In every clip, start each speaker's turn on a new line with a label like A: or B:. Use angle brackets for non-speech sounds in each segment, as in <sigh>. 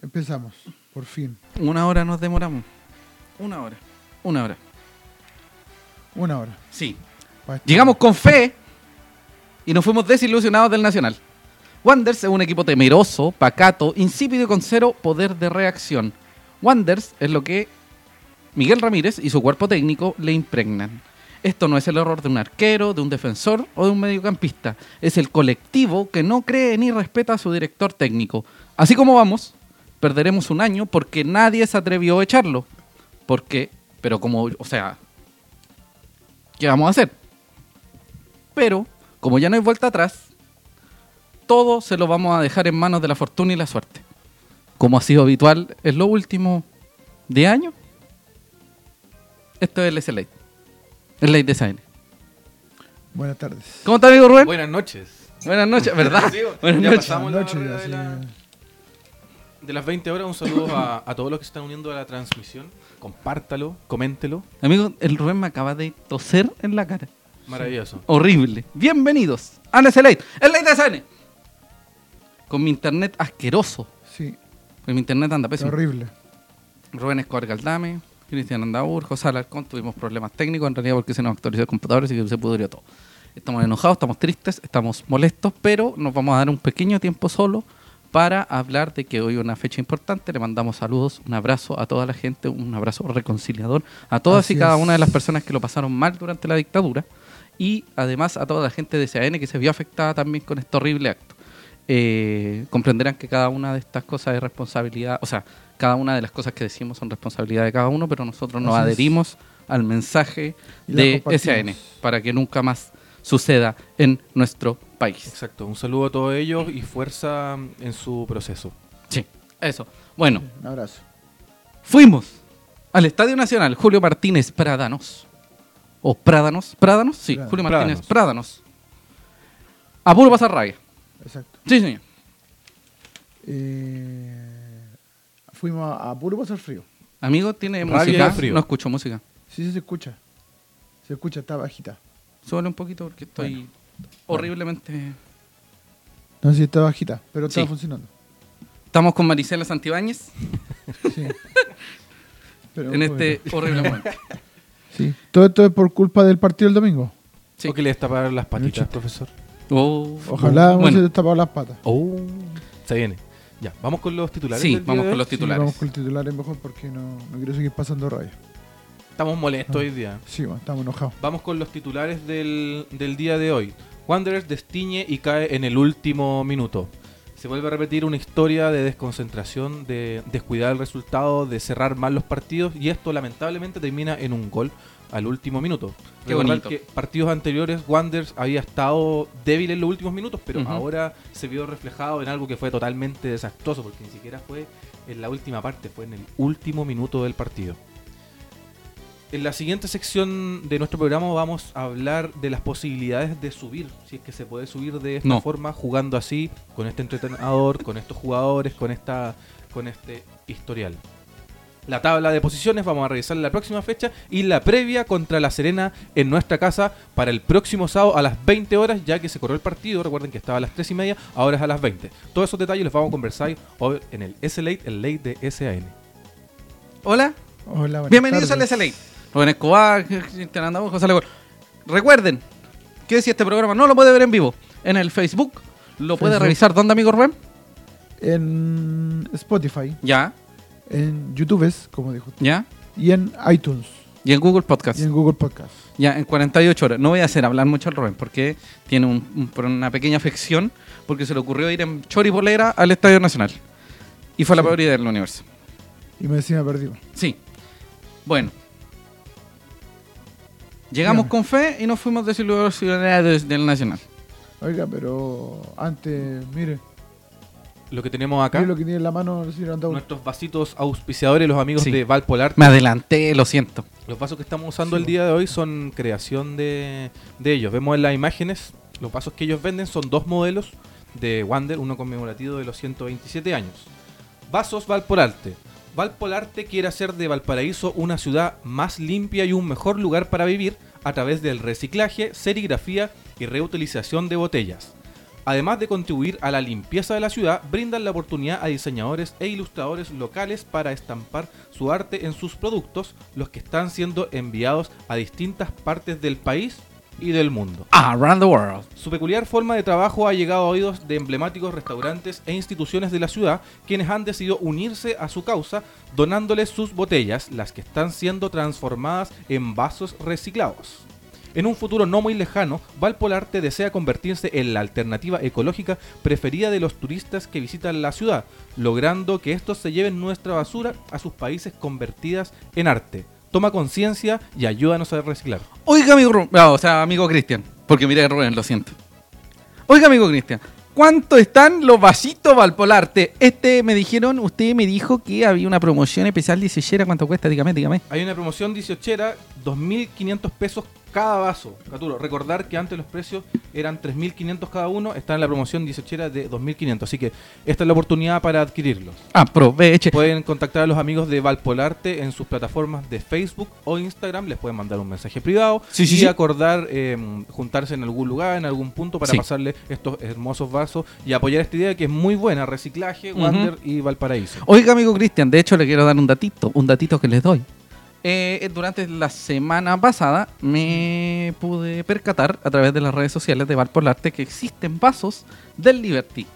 A: empezamos, por fin.
B: Una hora nos demoramos. Una hora. Una hora.
A: Una hora.
B: Sí.
A: Pa' esto.
B: Llegamos con fe y nos fuimos desilusionados del Nacional. Wanders es un equipo temeroso, pacato, insípido y con cero poder de reacción. Wanders es lo que Miguel Ramírez y su cuerpo técnico le impregnan. Esto no es el error de un arquero, de un defensor o de un mediocampista. Es el colectivo que no cree ni respeta a su director técnico. Así como vamos, perderemos un año porque nadie se atrevió a echarlo. Porque, pero como, o sea, ¿qué vamos a hacer? Pero, como ya no hay vuelta atrás, todo se lo vamos a dejar en manos de la fortuna y la suerte. Como ha sido habitual en los últimos de años. Esto es el SLA. El Late Design.
A: Buenas tardes.
B: ¿Cómo está, amigo Rubén?
C: Buenas noches.
B: Buenas noches, ¿verdad?
C: Sí,
B: Buenas
C: ya
B: noches.
C: pasamos
A: Buenas
C: la
A: noches,
C: hora de
A: así-
C: la- De las 20 horas, un saludo a, a todos los que se están uniendo a la transmisión. Compártalo, coméntelo.
B: Amigo, el Rubén me acaba de toser en la cara.
C: Maravilloso.
B: Horrible. Bienvenidos al SLA. El Late Design. Con mi internet asqueroso.
A: Sí,
B: Porque mi internet anda
A: está
B: pésimo.
A: horrible.
B: Rubén Escobar Galdame, Cristian Andaur, José Alarcón, tuvimos problemas técnicos en realidad porque se nos actualizó el computador y se pudrió todo. Estamos enojados, estamos tristes, estamos molestos, pero nos vamos a dar un pequeño tiempo solo para hablar de que hoy es una fecha importante. Le mandamos saludos, un abrazo a toda la gente, un abrazo reconciliador a todas
A: Así
B: y cada
A: es.
B: una de las personas que lo pasaron mal durante la dictadura y además a toda la gente de CAN que se vio afectada también con este horrible acto. Eh, comprenderán que cada una de estas cosas es responsabilidad, o sea, cada una de las cosas que decimos son responsabilidad de cada uno, pero nosotros nos
A: Así es.
B: adherimos al mensaje
A: Y la
B: de
A: compartimos.
B: SAN para que nunca más suceda en nuestro país.
C: Exacto. Un saludo a todos ellos y fuerza en su proceso.
B: Sí, eso. Bueno,
A: Un abrazo.
B: fuimos al Estadio Nacional Julio Martínez Pradanos. ¿O Pradanos? ¿Pradanos? Sí,
A: Pradanos.
B: Julio Martínez Pradanos. A puro pasar raya.
A: Exacto.
B: Sí, señor.
A: Eh, fuimos a, a puro pasar frío.
B: Amigo, tiene
C: Rabia y
B: música.
C: frío.
B: No escucho música.
A: Sí, sí, se escucha. Se escucha, está bajita.
B: Súbale un poquito porque estoy horriblemente.
A: No sé si está bajita, pero está
B: Sí. <laughs>
A: funcionando.
B: Estamos con Maricela Santibáñez
A: Sí. Pero,
B: en este horrible momento.
A: Sí. Todo esto es por culpa del partido el domingo.
B: Sí.
C: O que le destaparon las patitas,
A: chiste.
C: profesor.
B: Oh,
A: Ojalá
B: bueno,
A: se te tapado las patas.
C: Oh. Se viene. Ya, vamos con los titulares.
B: Sí,
C: del día
B: vamos
C: de
B: con
C: hoy?
B: los
A: Sí,
B: titulares.
A: vamos con el titular es mejor porque no, no quiero seguir pasando rayos.
C: Estamos molestos hoy día.
A: Sí, bueno, estamos enojados.
C: Vamos con los titulares del, del día de hoy. Wanderers destiñe y cae en el último minuto. Se vuelve a repetir una historia de desconcentración, de descuidar el resultado, de cerrar mal los partidos y esto lamentablemente termina en un gol al último minuto.
B: Qué
C: Recordar
B: bonito.
C: que partidos anteriores Wanderers había estado débil en los últimos minutos, pero
B: Ujú.
C: ahora se vio reflejado en algo que fue totalmente desastroso porque ni siquiera fue en la última parte, fue en el último minuto del partido. En la siguiente sección de nuestro programa vamos a hablar de las posibilidades de subir, si es que se puede subir de esta
B: No.
C: forma, jugando así, con este entrenador, con estos jugadores, con esta, con este historial. La tabla de posiciones vamos a revisar la próxima fecha y la previa contra La Serena en nuestra casa para el próximo sábado a las 20 horas, ya que se corrió el partido. Recuerden que estaba a las 3 y media, ahora es a las 20. Todos esos detalles los vamos a conversar hoy en el S-Late, el late de SAN.
B: Hola,
A: Hola, buenas
B: bienvenidos al
A: tardes.
B: SLA. Rubén Escobar, Cristian Andabu, José Alarcón. Recuerden que si este programa no lo puede ver en vivo, en el Facebook, lo puede
A: Facebook.
B: revisar. ¿Dónde, amigo Rubén?
A: En Spotify,
B: Ya,
A: en YouTube, es, como dijo.
B: ya.
A: Y en iTunes,
B: Y en Google Podcast.
A: y en Google Podcast.
B: Ya, en 48 horas. No voy a hacer hablar mucho al Rubén porque tiene un- un- por una pequeña afección porque se le ocurrió ir en choripolera al Estadio Nacional. Y fue la
A: Sí.
B: peor idea del universo.
A: Y me decía, perdimos.
B: Sí. Bueno. Llegamos
A: Dígame.
B: con fe y nos fuimos desilusionados del Nacional.
A: Oiga, pero antes, mire,
C: Lo que tenemos acá,
A: mire lo que tiene en la mano el señor Andaur.
C: nuestros vasitos auspiciadores, los amigos
B: Sí.
C: de Valpolar.
B: Me adelanté, lo siento.
C: Los vasos que estamos usando
A: Sí,
C: el día de hoy son creación de, de ellos. Vemos en las imágenes, los vasos que ellos venden son dos modelos de Wander, uno conmemorativo de los 127 años. Vasos Valpolarte. Valpolarte quiere hacer de Valparaíso una ciudad más limpia y un mejor lugar para vivir a través del reciclaje, serigrafía y reutilización de botellas. Además de contribuir a la limpieza de la ciudad, brindan la oportunidad a diseñadores e ilustradores locales para estampar su arte en sus productos, los que están siendo enviados a distintas partes del país y del mundo.
B: Around the world.
C: Su peculiar forma de trabajo ha llegado a oídos de emblemáticos restaurantes e instituciones de la ciudad, quienes han decidido unirse a su causa donándoles sus botellas, las que están siendo transformadas en vasos reciclados. En un futuro no muy lejano, Valpolarte desea convertirse en la alternativa ecológica preferida de los turistas que visitan la ciudad, logrando que estos se lleven nuestra basura a sus países convertidas en arte. Toma conciencia y ayúdanos a reciclar.
B: Oiga, amigo Ru- no, o sea, amigo Cristian. Porque mira, Rubén, lo siento. Oiga, amigo Cristian. ¿Cuánto están los vasitos Valpolarte? Este me dijeron, usted me dijo que había una promoción especial de sellera. ¿Cuánto cuesta? Dígame, dígame.
C: Hay una promoción 18era, 2.500 pesos cada vaso. Caturo, recordar que antes los precios eran 3.500 cada uno, está en la promoción 18era de 2.500, así que esta es la oportunidad para adquirirlos.
B: Aproveche.
C: Pueden contactar a los amigos de Valpolarte en sus plataformas de Facebook o Instagram, les pueden mandar un mensaje privado
B: Sí, sí,
C: y
B: sí.
C: acordar eh, juntarse en algún lugar, en algún punto para
B: Sí.
C: pasarle estos hermosos vasos y apoyar esta idea que es muy buena, reciclaje,
B: Ujú.
C: Wander y Valparaíso.
B: Oiga, amigo Cristian, de hecho le quiero dar un datito, un datito que les doy. Eh, eh, durante la semana pasada me pude percatar a través de las redes sociales de Valpolarte que existen vasos del Liberty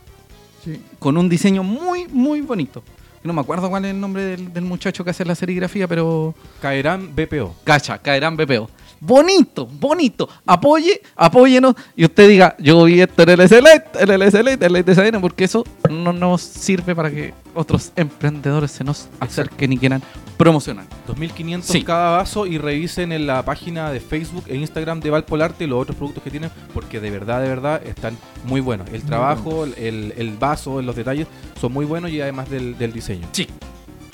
A: Sí.
B: con un diseño muy, muy bonito. No me acuerdo cuál es el nombre del, del muchacho que hace la serigrafía, pero
C: Caerán BPO.
B: cacha, caerán BPO. Bonito, bonito. Apoye, apóyenos y usted diga, yo vi esto en el SLET, en el SLET, en el SLET, porque eso no nos sirve para que otros emprendedores se nos acerquen y quieran promocionar.
C: 2.500
B: Sí.
C: cada vaso y revisen en la página de Facebook e Instagram de Valpolarte los otros productos que tienen porque de verdad, de verdad están muy buenos. El trabajo, el, el vaso, los detalles son muy buenos y además del, del diseño.
B: Sí.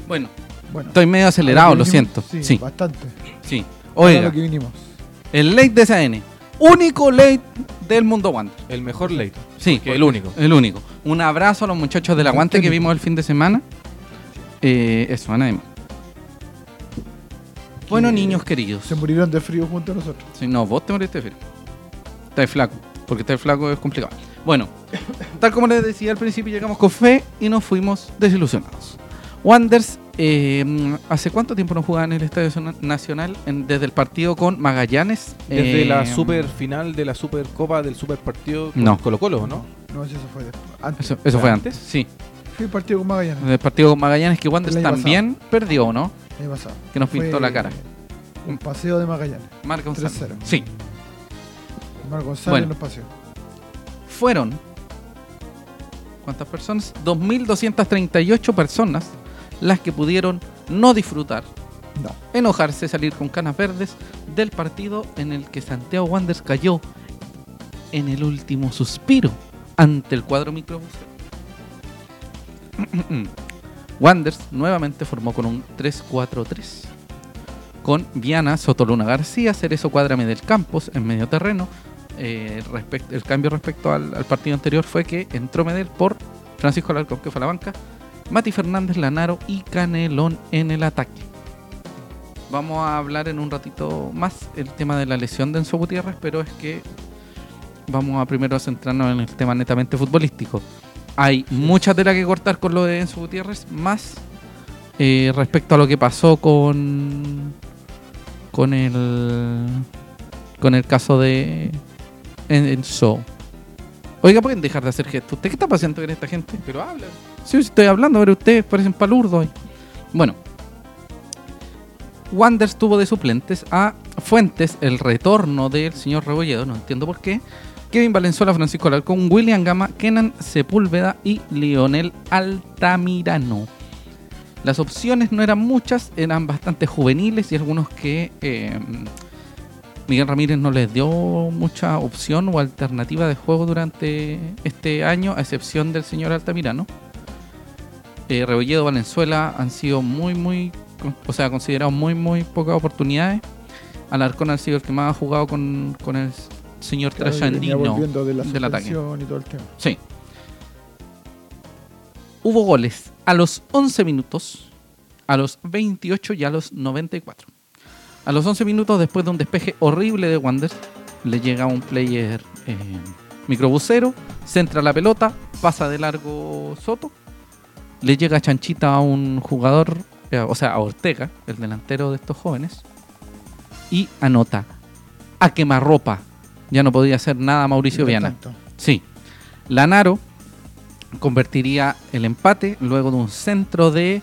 B: Bueno,
A: Bueno.
B: estoy medio acelerado, lo siento.
A: Sí,
B: Sí,
A: bastante.
B: sí.
A: Era
B: Oiga,
A: lo que vinimos.
B: el late de SAN, único late del mundo Wander.
C: El mejor leito,
B: Sí,
C: que el único.
B: El único. Un abrazo a los muchachos del aguante que vimos el fin de semana. Eh, eso, a nadie más. Bueno, niños queridos.
A: Se murieron de frío junto a nosotros.
B: Sí, no, vos te moriste de frío. Estás flaco. Porque estar flaco es complicado. Bueno, tal como les decía al principio, llegamos con fe y nos fuimos desilusionados. Wanders, eh, ¿hace cuánto tiempo no jugaban en el Estadio Zona- Nacional en- desde el partido con Magallanes?
C: Desde
B: Eh,
C: la super final de la super copa del super partido con
B: No.
C: Colo Colo, ¿no?
A: No, si eso fue después. Antes.
B: Eso, Eh, eso fue
C: ¿Antes?
B: antes, sí.
A: Fui partido con Magallanes.
B: Desde el partido con Magallanes que Wanders
A: El año
B: también perdió, ¿no?
A: El año pasado.
B: Que nos pintó
A: Fue
B: la cara.
A: Un paseo de Magallanes.
B: Marca un
A: 3-0.
B: Sí.
A: Mar González
B: Bueno.
A: nos paseó.
B: Fueron. ¿Cuántas personas? 2.238 personas las que pudieron no disfrutar,
A: No.
B: enojarse, salir con canas verdes del partido en el que Santiago Wanderers cayó en el último suspiro ante el cuadro microbus. <clears throat> Wanderers nuevamente formó con un 3-4-3. Con Viana, Sotoluna García, Cerezo Cuadrame del Campos en medio terreno. Eh, respect- el cambio respecto al, al partido anterior fue que entró Medel por Francisco Alarcón, que fue a la banca, Mati Fernández, Lanaro y Canelón en el ataque. Vamos a hablar en un ratito más el tema de la lesión de Enzo Gutiérrez, pero es que vamos a primero centrarnos en el tema netamente futbolístico. Hay mucha tela que cortar con lo de Enzo Gutiérrez, más eh, respecto a lo que pasó con con el con el caso de en- Enzo. Oiga, ¿pueden dejar de hacer gestos? ¿Usted qué está pasando con esta gente?
C: Pero habla.
B: Sí, sí, estoy hablando, pero ustedes parecen palurdos. hoy. Bueno. Wanders tuvo de suplentes a Fuentes, el retorno del señor Rebolledo, no entiendo por qué. Kevin Valenzuela, Francisco Alarcón, William Gama, Kenan Sepúlveda y Lionel Altamirano. Las opciones no eran muchas, eran bastante juveniles y algunos que eh, Miguel Ramírez no les dio mucha opción o alternativa de juego durante este año, a excepción del señor Altamirano eh, Rebolledo, Valenzuela han sido muy, muy, con- o sea, considerados muy, muy pocas oportunidades. Alarcón ha sido el que más ha jugado con, con el s- señor
A: Claro, venía
B: Trasandino.
A: volviendo de la
B: del ataque.
A: suspensión y todo el tema.
B: Sí. Hubo goles a los 11 minutos, a los 28 y a los 94. A los 11 minutos, después de un despeje horrible de Wander, le llega un player eh, microbusero, centra la pelota, pasa de largo Soto, le llega chanchita a un jugador, eh, o sea, a Ortega, el delantero de estos jóvenes, y anota a quemarropa. Ya no podía hacer nada Mauricio Viana.
A: Tanto.
B: Sí. Lanaro convertiría el empate luego de un centro de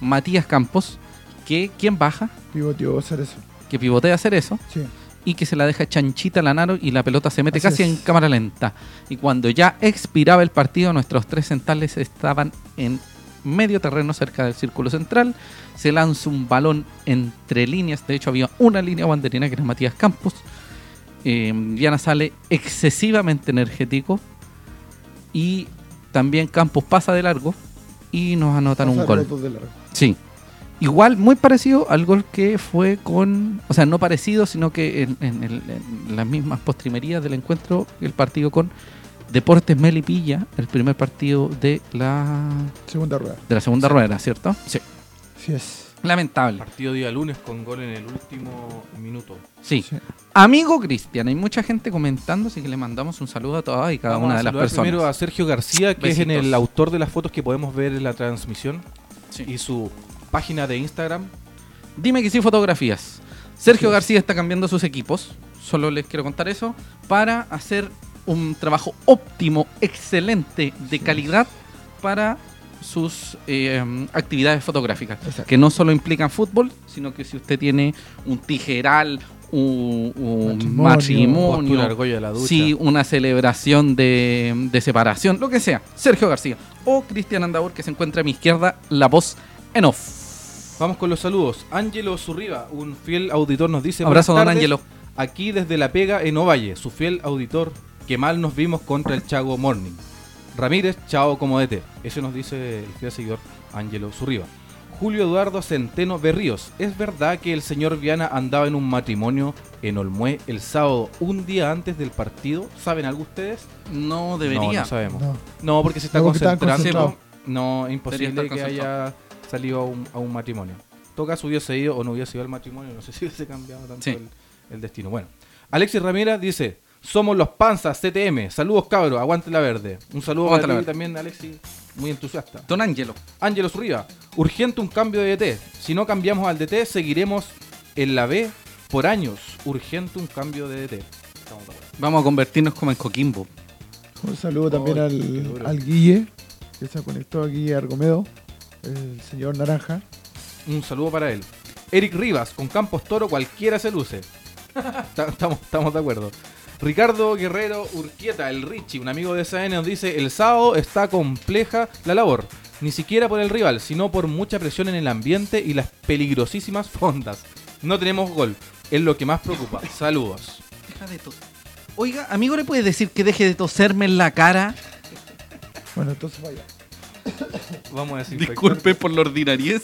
B: Matías Campos, que quien baja,
A: Pivoteó Cerezo.
B: que pivotea a hacer eso,
A: Sí.
B: y que se la deja chanchita a Lanaro y la pelota se mete
A: Así
B: casi en
A: es.
B: cámara lenta. Y cuando ya expiraba el partido, nuestros tres centrales estaban en medio terreno cerca del círculo central. Se lanza un balón entre líneas. De hecho, había una línea banderina que era Matías Campos. Eh, Viana sale excesivamente energético. Y también Campos pasa de largo. Y nos anotan un
A: Pasaron
B: gol.
A: los dos de largo.
B: Sí. Igual, muy parecido al gol que fue con. O sea, no parecido, sino que en, en el- en las mismas postrimerías del encuentro, el partido con Deportes Melipilla, el primer partido de la,
A: Segunda rueda.
B: de la segunda rueda, ¿cierto? Sí.
A: Sí es.
B: Lamentable.
C: Partido día lunes con gol en el último minuto.
B: Sí. Amigo Cristian, hay mucha gente comentando, así que le mandamos un saludo a todas y cada
C: Vamos
B: una
C: a
B: de las
C: saludar
B: personas.
C: Primero a Sergio García, que es en
B: Besitos.
C: el autor de las fotos que podemos ver en la transmisión
B: Sí.
C: y su página de Instagram.
B: Dime que sí fotografías. Sergio
A: Sí.
B: García está cambiando sus equipos, solo les quiero contar eso, para hacer un trabajo óptimo, excelente, de calidad para sus eh, actividades fotográficas,
A: Exacto.
B: que no solo implican fútbol, sino que si usted tiene un tijeral, un,
A: Matrimonio,
B: un
C: Postura
B: matrimonio,
C: argolla de la ducha.
B: sí, una celebración de, de separación, lo que sea, Sergio García o Cristian Andaur, que se encuentra a mi izquierda, la voz en off.
C: Vamos con los saludos. Ángelo Zurriba, un fiel auditor, nos dice.
B: Abrazo,
C: "Buenas
B: don
C: tardes,
B: Ángelo.
C: Aquí desde La Pega en Ovalle, su fiel auditor, que mal nos vimos contra el Chago Morning. Ramírez, chao como DT. Eso nos dice el fiel seguidor Ángelo Zurriba. Julio Eduardo Centeno Berríos. ¿Es verdad que el señor Viana andaba en un matrimonio en Olmué el sábado, un día antes del partido? ¿Saben algo ustedes?
B: No
C: No,
B: debería.
C: no sabemos.
A: No.
C: No, porque se está
A: No, porque estaban
C: concentrando.
A: concentrados.
C: No, es imposible
B: Debería
C: que
B: estar
C: haya salido a un, a un matrimonio. Toca su hubiese ido o no hubiese ido al matrimonio, no sé si hubiese cambiado tanto
B: Sí.
C: el, el destino. Bueno, Alexis Ramírez dice, somos los panzas CTM, saludos cabros, aguante la verde. Un saludo
B: Aguante
C: para
B: la
C: ti
B: verde.
C: también, Alexis, muy entusiasta.
B: Don Ángelo.
C: Ángelo Zurriba, urgente un cambio de DT. Si no cambiamos al DT, seguiremos en la B por años. Urgente un cambio de DT. Estamos de acuerdo.
B: Vamos a convertirnos como en Coquimbo.
A: Un saludo también
C: Oh, qué duro.
A: al, al Guille, que se conectó a Guille Argomedo, el señor Naranja.
C: Un saludo para él. Eric Rivas, con Campos Toro cualquiera se <laughs> luce. Ta- estamos, estamos de acuerdo. Ricardo Guerrero Urquieta, el Richie, un amigo de SN, nos dice, el sábado está compleja la labor. Ni siquiera por el rival, sino por mucha presión en el ambiente y las peligrosísimas fondas. No tenemos gol. Es lo que más <laughs> preocupa. Saludos.
B: Deja de toser. Oiga, amigo, ¿le puede decir que deje de toserme en la <laughs> cara?
A: Bueno, entonces vaya.
C: Vamos a decir.
B: por la ordinariez.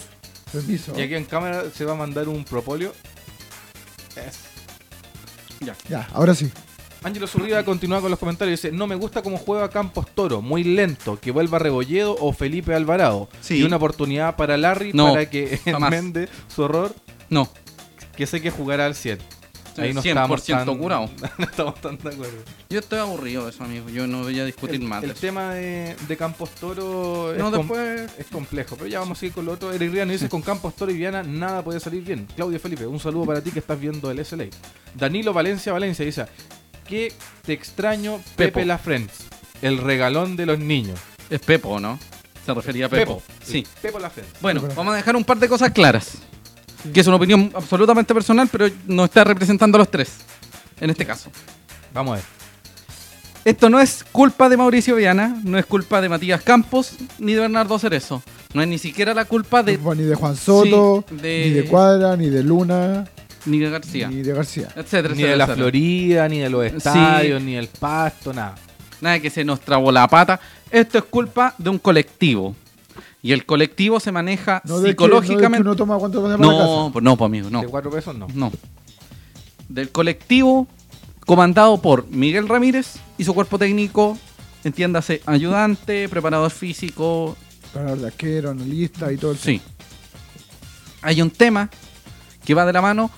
A: Permiso.
C: Y aquí en cámara se va a mandar un propolio. Es-
A: Ya, ahora sí.
C: Ángelo Zurriba continúa con los comentarios. Dice: No me gusta cómo juega Campos Toro, muy lento, que vuelva Rebolledo o Felipe Alvarado.
B: Sí.
C: Y una oportunidad para Larry
B: No,
C: para que
B: <laughs> jamás.
C: enmende su error,
B: No.
C: que sé que jugará al 100. Ahí no
B: 100%
C: estamos
B: <laughs>
C: tan,
B: curado.
C: <laughs> no estamos tan de acuerdo.
B: Yo estoy aburrido de eso, amigo. Yo no voy a discutir
C: El,
B: más. de
C: el
B: eso.
C: tema de, de Campos Toro es,
B: No,
C: com-
B: después.
C: es complejo, pero ya vamos a seguir con lo otro. Eric Rian dice: Con Campos Toro y Viana nada puede salir bien. Claudio Felipe, un saludo para ti que estás viendo el SLA. Danilo Valencia Valencia dice: Que te extraño, Pepe
B: Pepo.
C: La Friends, el regalón de los niños.
B: Es Pepo, ¿no? Se refería a Pepo. Sí.
C: Pepo La Friends.
B: Bueno,
A: Pepo.
B: vamos a dejar un par de cosas claras.
A: Sí.
B: Que es una opinión absolutamente personal, pero no está representando a los tres. En este caso.
C: Vamos a ver.
B: Esto no es culpa de Mauricio Viana, no es culpa de Matías Campos, ni de Bernardo Cerezo. No es ni siquiera la culpa de
A: No, ni de Juan Soto,
B: Sí, de-
A: ni de Cuadra, ni de Luna,
B: ni de García,
A: ni de García.
B: etcétera,
C: Ni de la
B: etcétera.
C: Florida, ni de los estadios, ni del pasto, nada.
B: Nada que se nos trabó la pata. Esto es culpa de un colectivo. Y el colectivo se maneja
A: No de que-
B: psicológicamente.
A: no, de que uno toma cuánto toma para la
B: no, pues no, pues amigo, no.
C: De cuatro pesos, no.
B: No. Del colectivo comandado por Miguel Ramírez y su cuerpo técnico, entiéndase, ayudante, preparador físico,
A: casa. Para de arquero, analista y todo el
B: Sí. Hay un tema que va de la mano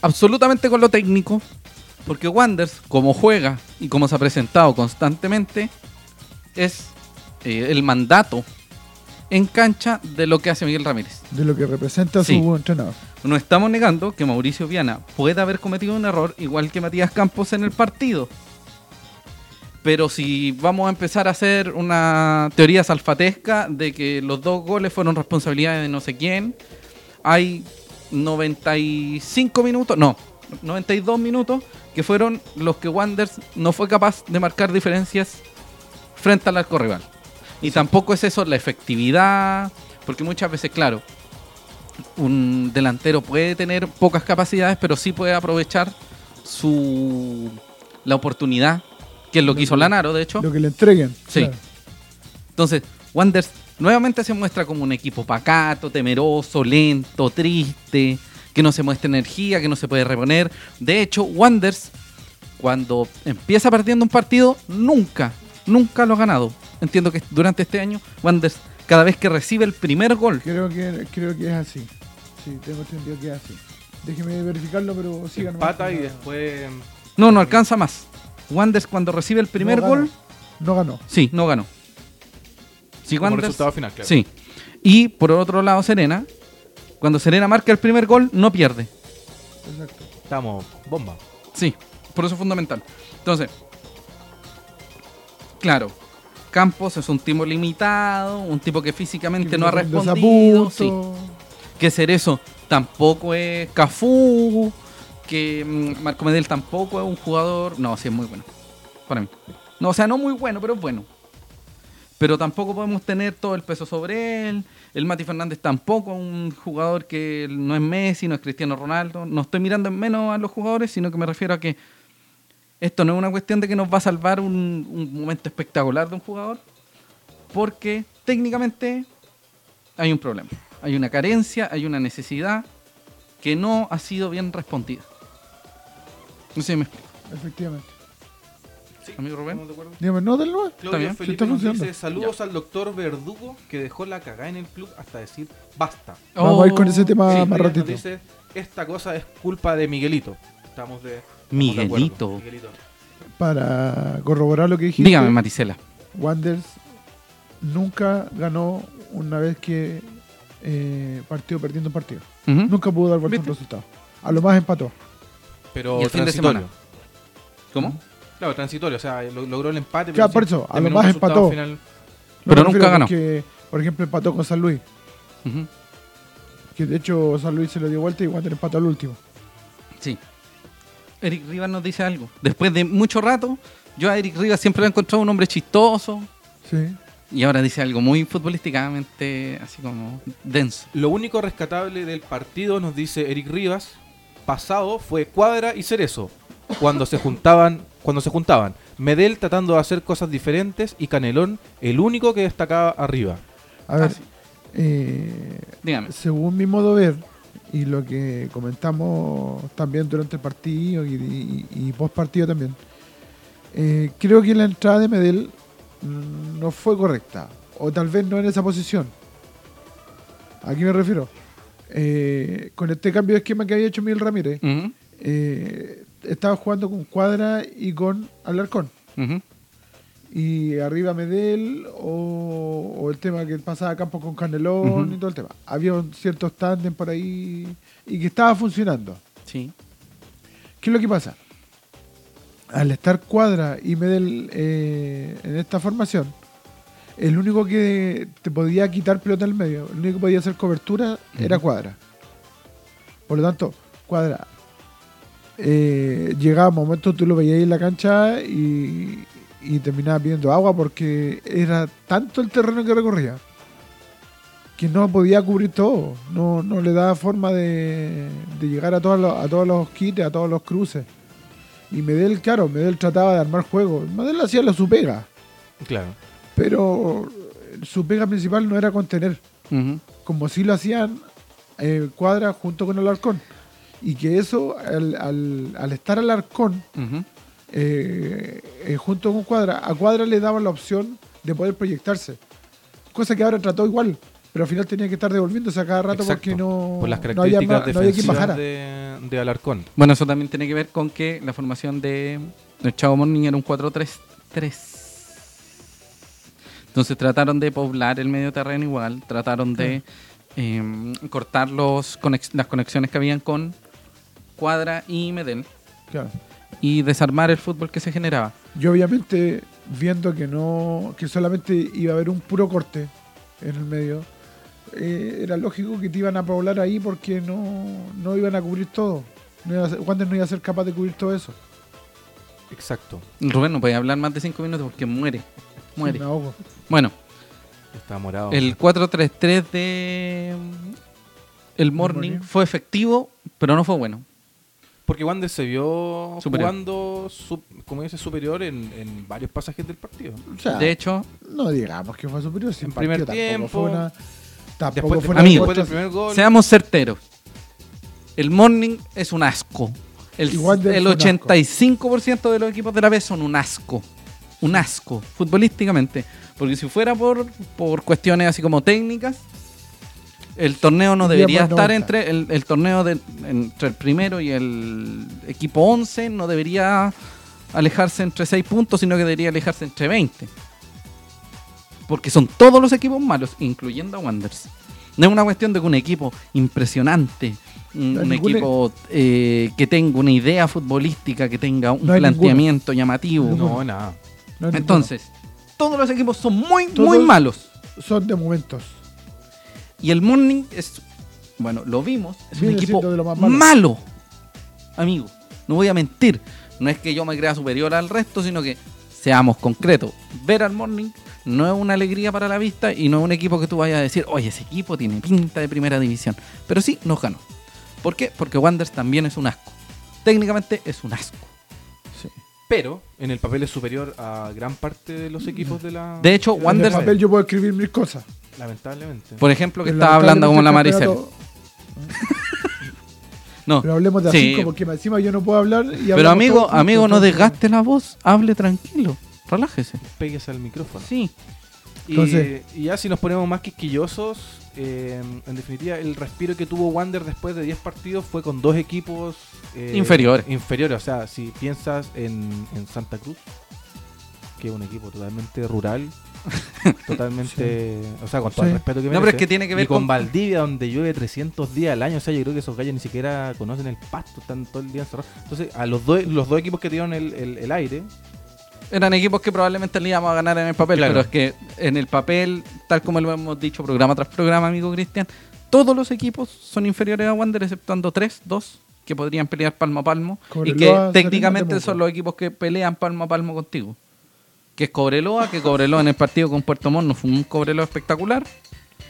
B: absolutamente con lo técnico, Porque Wanders, como juega y como se ha presentado constantemente, es eh, el mandato en cancha de lo que hace Miguel Ramírez.
A: de lo que representa
B: Sí.
A: su entrenador.
B: No estamos negando que Mauricio Viana pueda haber cometido un error igual que Matías Campos en el partido. Pero si vamos a empezar a hacer una teoría salfatesca de que los dos goles fueron responsabilidad de no sé quién, hay 95 minutos, no, 92 minutos que fueron los que Wanders no fue capaz de marcar diferencias frente al arco rival. Y tampoco es eso la efectividad, porque muchas veces, claro, un delantero puede tener pocas capacidades, pero sí puede aprovechar su la oportunidad, que es lo que hizo Lanaro, de hecho.
A: Lo que le entreguen.
B: Sí.
A: claro.
B: Entonces, Wanders nuevamente se muestra como un equipo pacato, temeroso, lento, triste, que no se muestra energía, que no se puede reponer. De hecho, Wanders, cuando empieza perdiendo un partido, nunca, nunca lo ha ganado. Entiendo que durante este año, Wanders, cada vez que recibe el primer gol,
A: Creo que, creo que es así. Sí, tengo entendido que es así. Déjeme verificarlo, pero sigan. nomás.
C: Empata y después.
B: no, no alcanza más. Wanders, cuando recibe el primer
A: No ganó.
B: gol,
A: No ganó.
B: sí, no ganó. Sí,
C: Como
B: Wanders-
C: resultado final, claro.
B: Sí. Y por otro lado, Serena, cuando Serena marca el primer gol, no pierde.
A: Exacto.
C: Estamos bomba.
B: Sí, por eso es fundamental. Entonces, claro, Campos es un tipo limitado, un tipo que físicamente no ha
A: Que me
B: respondido. sí.
A: desapunto.
B: Que Cerezo tampoco es Cafú, que mm, Marco Medel tampoco es un jugador. No, sí, es muy bueno. Para mí. No, o sea, no muy bueno, pero es bueno. Pero tampoco podemos tener todo el peso sobre él. El Mati Fernández tampoco es un jugador que no es Messi, no es Cristiano Ronaldo. No estoy mirando en menos a los jugadores, sino que me refiero a que esto no es una cuestión de que nos va a salvar un, un momento espectacular de un jugador, porque técnicamente hay un problema, hay una carencia, hay una necesidad que no ha sido bien respondida. No sé si me explico,
A: Efectivamente.
B: amigo Rubén.
C: ¿Estamos de acuerdo?
A: Dígame, no del 9.
B: Está
A: Sí,
B: bien.
C: Claudio
A: está
C: Felipe nos
A: funcionando.
C: dice saludos al doctor Verdugo que dejó la cagada en el club hasta decir basta.
A: Vamos a ir con ese tema
B: sí,
A: más
C: Felipe
A: ratito.
C: nos dice esta cosa es culpa de Miguelito. Estamos de estamos de
B: Miguelito.
C: acuerdo. Miguelito.
A: Para corroborar lo que dijiste,
B: Dígame, Maticela.
A: Wanders nunca ganó una vez que eh, partió perdiendo un partido.
B: Ujú.
A: Nunca pudo dar vuelta un
B: ¿Mm? ¿Viste?
A: resultado. A lo más empató.
C: Pero
B: ¿Y el fin de
C: transitorio.
B: semana? ¿Cómo?
C: Claro, transitorio, o sea, lo- logró el empate.
A: Claro,
C: sí,
A: por eso, a
C: terminó
A: lo más
C: un resultado
A: empató.
C: final.
B: Pero
A: me
B: nunca
A: refiero
B: ganó.
A: porque, por ejemplo, empató con San Luis.
B: Ujú.
A: Que de hecho San Luis se lo dio vuelta y Wander empató al último.
B: Sí. Eric Rivas nos dice algo. Después de mucho rato, yo a Eric Rivas siempre lo he encontrado un hombre chistoso,
A: Sí.
B: Y ahora dice algo muy futbolísticamente así como denso.
C: Lo único rescatable del partido, nos dice Eric Rivas, pasado fue Cuadra y Cerezo, cuando se juntaban, cuando se juntaban. Medel tratando de hacer cosas diferentes y Canelón, el único que destacaba arriba.
A: A ver,
B: Así.
A: eh,
B: Dígame.
A: según mi modo de ver y lo que comentamos también durante el partido y, y- y post partido también, eh, creo que la entrada de Medel mm, no fue correcta o tal vez no en esa posición. ¿A qué me refiero? Eh, con este cambio de esquema que había hecho Miguel Ramírez,
B: Ujú,
A: eh, estaba jugando con Cuadra y con Alarcón
B: ujú.
A: y arriba Medel o, o el tema que pasaba a campo con Canelón
B: Ujú.
A: y todo el tema. Había un cierto tándem por ahí y que estaba funcionando.
B: Sí.
A: ¿Qué es lo que pasa? Al estar Cuadra y Medel eh, en esta formación, el único que te podía quitar pelota al medio, el único que podía hacer cobertura era Cuadra. Por lo tanto, Cuadra eh, llegaba un momento, tú lo veías ahí en la cancha y, y terminaba pidiendo agua porque era tanto el terreno que recorría que no podía cubrir todo, no, no le daba forma de, de llegar a todos los, a todos los quites, a todos los cruces. Y Medel, claro, Medel trataba de armar juego. Medel hacía la su pega,
C: Claro.
A: pero su pega principal no era contener,
B: Ujú.
A: como si lo hacían eh, Cuadra junto con el Arcón. Y que eso, al, al- al estar al Arcón
B: Ujú.
A: eh, eh, junto con Cuadra, a Cuadra le daban la opción de poder proyectarse. Cosa que ahora trató igual, pero al final tenía que estar devolviéndose a cada rato
C: Exacto,
A: porque no,
C: por las
A: no había,
C: características
A: ma- no había quien
C: defensivas
A: bajara.
C: de, de Alarcón.
B: Bueno, eso también tiene que ver con que la formación de de Chavo Morning era un 4-3-3. Entonces trataron de poblar el medio terreno igual, trataron de em, cortar los conex- las conexiones que habían con Cuadra y Medel
A: Claro.
B: y desarmar el fútbol que se generaba.
A: Yo obviamente viendo que no que solamente iba a haber un puro corte en el medio, eh, era lógico que te iban a poblar ahí porque no, no iban a cubrir todo. No iba a ser- Wander no iba a ser capaz de cubrir todo eso.
C: Exacto.
B: Rubén no podía hablar más de 5 minutos porque muere. Muere.
A: Me ahogo.
B: Bueno,
C: Está morado.
B: el 4-3-3 de mm, el morning
A: Morning.
B: fue efectivo, pero no fue bueno.
C: Porque Wander se vio
B: Superior.
C: jugando, su- como dice, superior en, en varios pasajes del partido.
A: O sea,
B: De hecho,
A: no digamos que fue superior. Si
C: En
A: el partido
C: primer tiempo,
A: tampoco fue una, tampoco fue
C: Después, del-
A: una
B: Amigo.
C: después
A: demostración.
C: del primer gol,
B: Seamos certeros. El morning es un asco. El,
A: Y Wander
B: el
A: es un asco.
B: 85% de los equipos de la B son un asco. Un asco, futbolísticamente. Porque si fuera por, por cuestiones así como técnicas, el torneo no debería
A: Iríamos
B: estar
A: 90.
B: entre el, el torneo de- entre el primero y el equipo 11, no debería alejarse entre 6 puntos, sino que debería alejarse entre 20. Porque son todos los equipos malos, incluyendo a Wanderers. No es una cuestión de que un equipo impresionante, un,
A: No hay
B: un
A: ningún-
B: equipo eh, que tenga una idea futbolística, que tenga un
A: No hay
B: planteamiento llamativo.
C: no, nada.
A: No, ninguno.
B: Entonces, todos los equipos son muy,
A: Todos-
B: muy malos.
A: Son de momentos.
B: Y el Morning es, bueno, lo vimos, es un
A: Viene
B: equipo
A: siendo de lo más
B: malo.
A: malo.
B: Amigo, no voy a mentir. No es que yo me crea superior al resto, sino que seamos concretos. Ver al Morning no es una alegría para la vista y no es un equipo que tú vayas a decir, oye, ese equipo tiene pinta de primera división. Pero sí, nos ganó. ¿Por qué? Porque Wanderers también es un asco. Técnicamente es un asco.
C: Pero en el papel es superior a gran parte de los equipos de la.
B: De hecho,
C: la
A: En el
B: Wander- Wander-
C: B,
A: papel yo puedo escribir mil cosas.
C: Lamentablemente.
B: Por ejemplo, que
A: Pero
B: estaba hablando como la
A: lamentablemente el
B: Maricel.
A: campeonato-
B: No.
A: Pero hablemos de a
B: Sí.
A: cinco porque encima yo no puedo hablar. y
B: Pero
A: hablamos
B: amigo,
A: todos
B: amigo,
A: juntos,
B: no
A: entonces-
B: desgaste la voz, hable tranquilo, relájese.
C: Pegues al micrófono.
B: Sí.
C: Y,
A: Entonces-
C: y ya si nos ponemos más quisquillosos, eh, en definitiva, el respiro que tuvo Wander después de 10 partidos fue con dos equipos eh,
B: Inferiores.
C: Inferiores, o sea, si piensas en, en Santa Cruz, que es un equipo totalmente
B: <laughs>
C: rural, totalmente. O sea, con todo el
A: Sí.
C: respeto que
B: No,
C: merece.
B: pero es que tiene que ver
C: y con,
B: con-
C: Valdivia, donde llueve 300 días al año, o sea, yo creo que esos gallos ni siquiera conocen el pasto, están todo el día encerrados. Entonces, a los dos, los dos equipos que dieron el, el- el aire,
B: Eran equipos que probablemente le íbamos a ganar en el papel,
C: Claro.
B: pero es que en el papel, tal como lo hemos dicho programa tras programa, amigo Cristian, todos los equipos son inferiores a Wander, exceptuando tres, dos, que podrían pelear palmo a palmo, y que
A: Cobreloa, Serena,
B: técnicamente
A: Temuco.
B: son los equipos que pelean palmo a palmo contigo. Que es Cobreloa, que Cobreloa en el partido con Puerto Montt no fue un Cobreloa espectacular,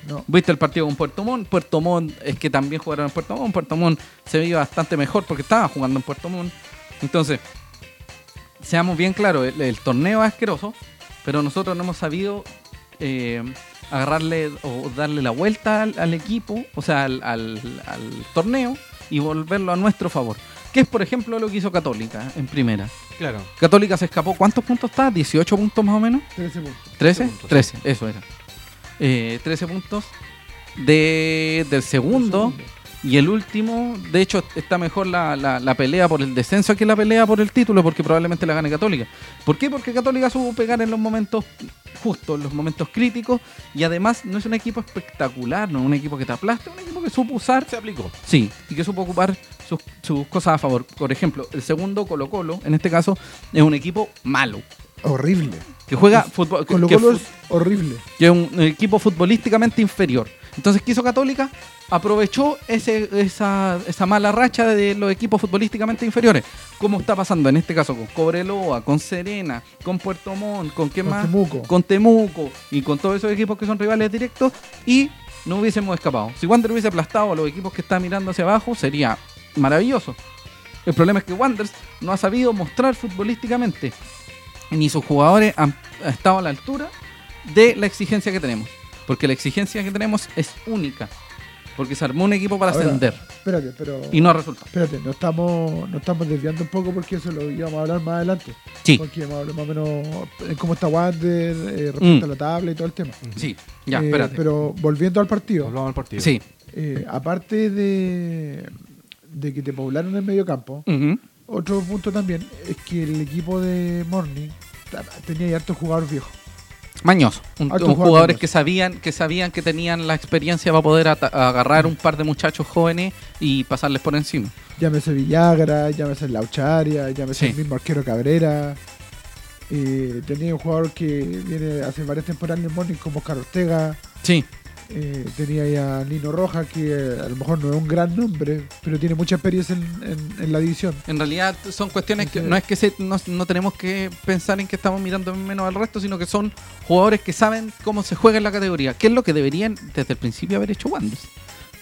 A: No.
B: Viste el partido con Puerto Montt. Puerto Montt es que también jugaron en Puerto Montt. Puerto Montt se veía bastante mejor porque estaba jugando en Puerto Montt. Entonces, seamos bien claros, el, el torneo es asqueroso, pero nosotros no hemos sabido eh, agarrarle o darle la vuelta al, al equipo, o sea, al, al- al torneo y volverlo a nuestro favor. Que es, por ejemplo, lo que hizo Católica en primera.
C: claro,
B: Católica se escapó. ¿Cuántos puntos está? ¿18 puntos más o menos?
A: 13 puntos.
B: 13,
C: puntos.
B: 13, eso era. Eh, 13 puntos de, del segundo y el último. De hecho, está mejor la, la- la pelea por el descenso que la pelea por el título, porque probablemente la gane Católica. ¿Por qué? Porque Católica supo pegar en los momentos justos, en los momentos críticos, y además no es un equipo espectacular, no es un equipo que te aplaste, es un equipo que supo usar
C: se aplicó.
B: Sí, y que supo ocupar sus, sus cosas a favor. Por ejemplo, el segundo Colo Colo, en este caso, es un equipo malo,
A: Horrible.
B: que juega fútbol... que-
A: Colo
B: que
A: Colo
B: fu-
A: es horrible.
B: que es un equipo futbolísticamente inferior. Entonces, ¿qué hizo Católica? Aprovechó ese- esa, esa mala racha de los equipos futbolísticamente inferiores. ¿Cómo está pasando en este caso con Cobreloa, con Serena, con Puerto Montt, con qué
A: Con
B: más?
A: Temuco.
B: Con Temuco y con todos esos equipos que son rivales directos y no hubiésemos escapado. Si Wander hubiese aplastado a los equipos que está mirando hacia abajo, sería maravilloso. El problema es que Wanderers no ha sabido mostrar futbolísticamente, ni sus jugadores han han estado a la altura de la exigencia que tenemos. Porque la exigencia que tenemos es única. Porque se armó un equipo para
A: Ahora,
B: ascender
A: Espérate, pero.
B: y no resultó.
A: Espérate, nos estamos, nos estamos desviando un poco porque eso lo íbamos a hablar más adelante.
B: Sí.
A: Porque íbamos a hablar más o menos eh, cómo está Wander eh, respecto
B: Mm.
A: a la tabla y todo el tema.
B: Sí, ya,
A: Eh,
B: espérate.
A: Pero volviendo al partido.
C: Volvamos al partido.
B: Sí.
A: Eh, aparte de, de que te poblaron el medio campo,
B: Ujú.
A: otro punto también es que el equipo de Morning ta- tenía ya hartos jugadores viejos.
B: Mañoso. Un-
A: Hartos
B: un
A: jugadores
B: jugadores
A: mañosos.
B: que sabían, que sabían que tenían la experiencia para poder ata- agarrar un par de muchachos jóvenes y pasarles por encima.
A: Llámese Villagra, llámese Laucharia, llámese
B: Sí.
A: el mismo arquero Cabrera. Eh, tenía un jugador que viene hace varias temporadas en el Morning como Oscar Ortega.
B: Sí.
A: Eh, tenía ahí a Nino Roja, que eh, a lo mejor no es un gran nombre, pero tiene mucha experiencia en, en- en la división.
B: En realidad son cuestiones que
A: Sí.
B: no es que se- no, no tenemos que pensar en que estamos mirando menos al resto, sino que son jugadores que saben cómo se juega en la categoría, que es lo que deberían desde el principio haber hecho Wander.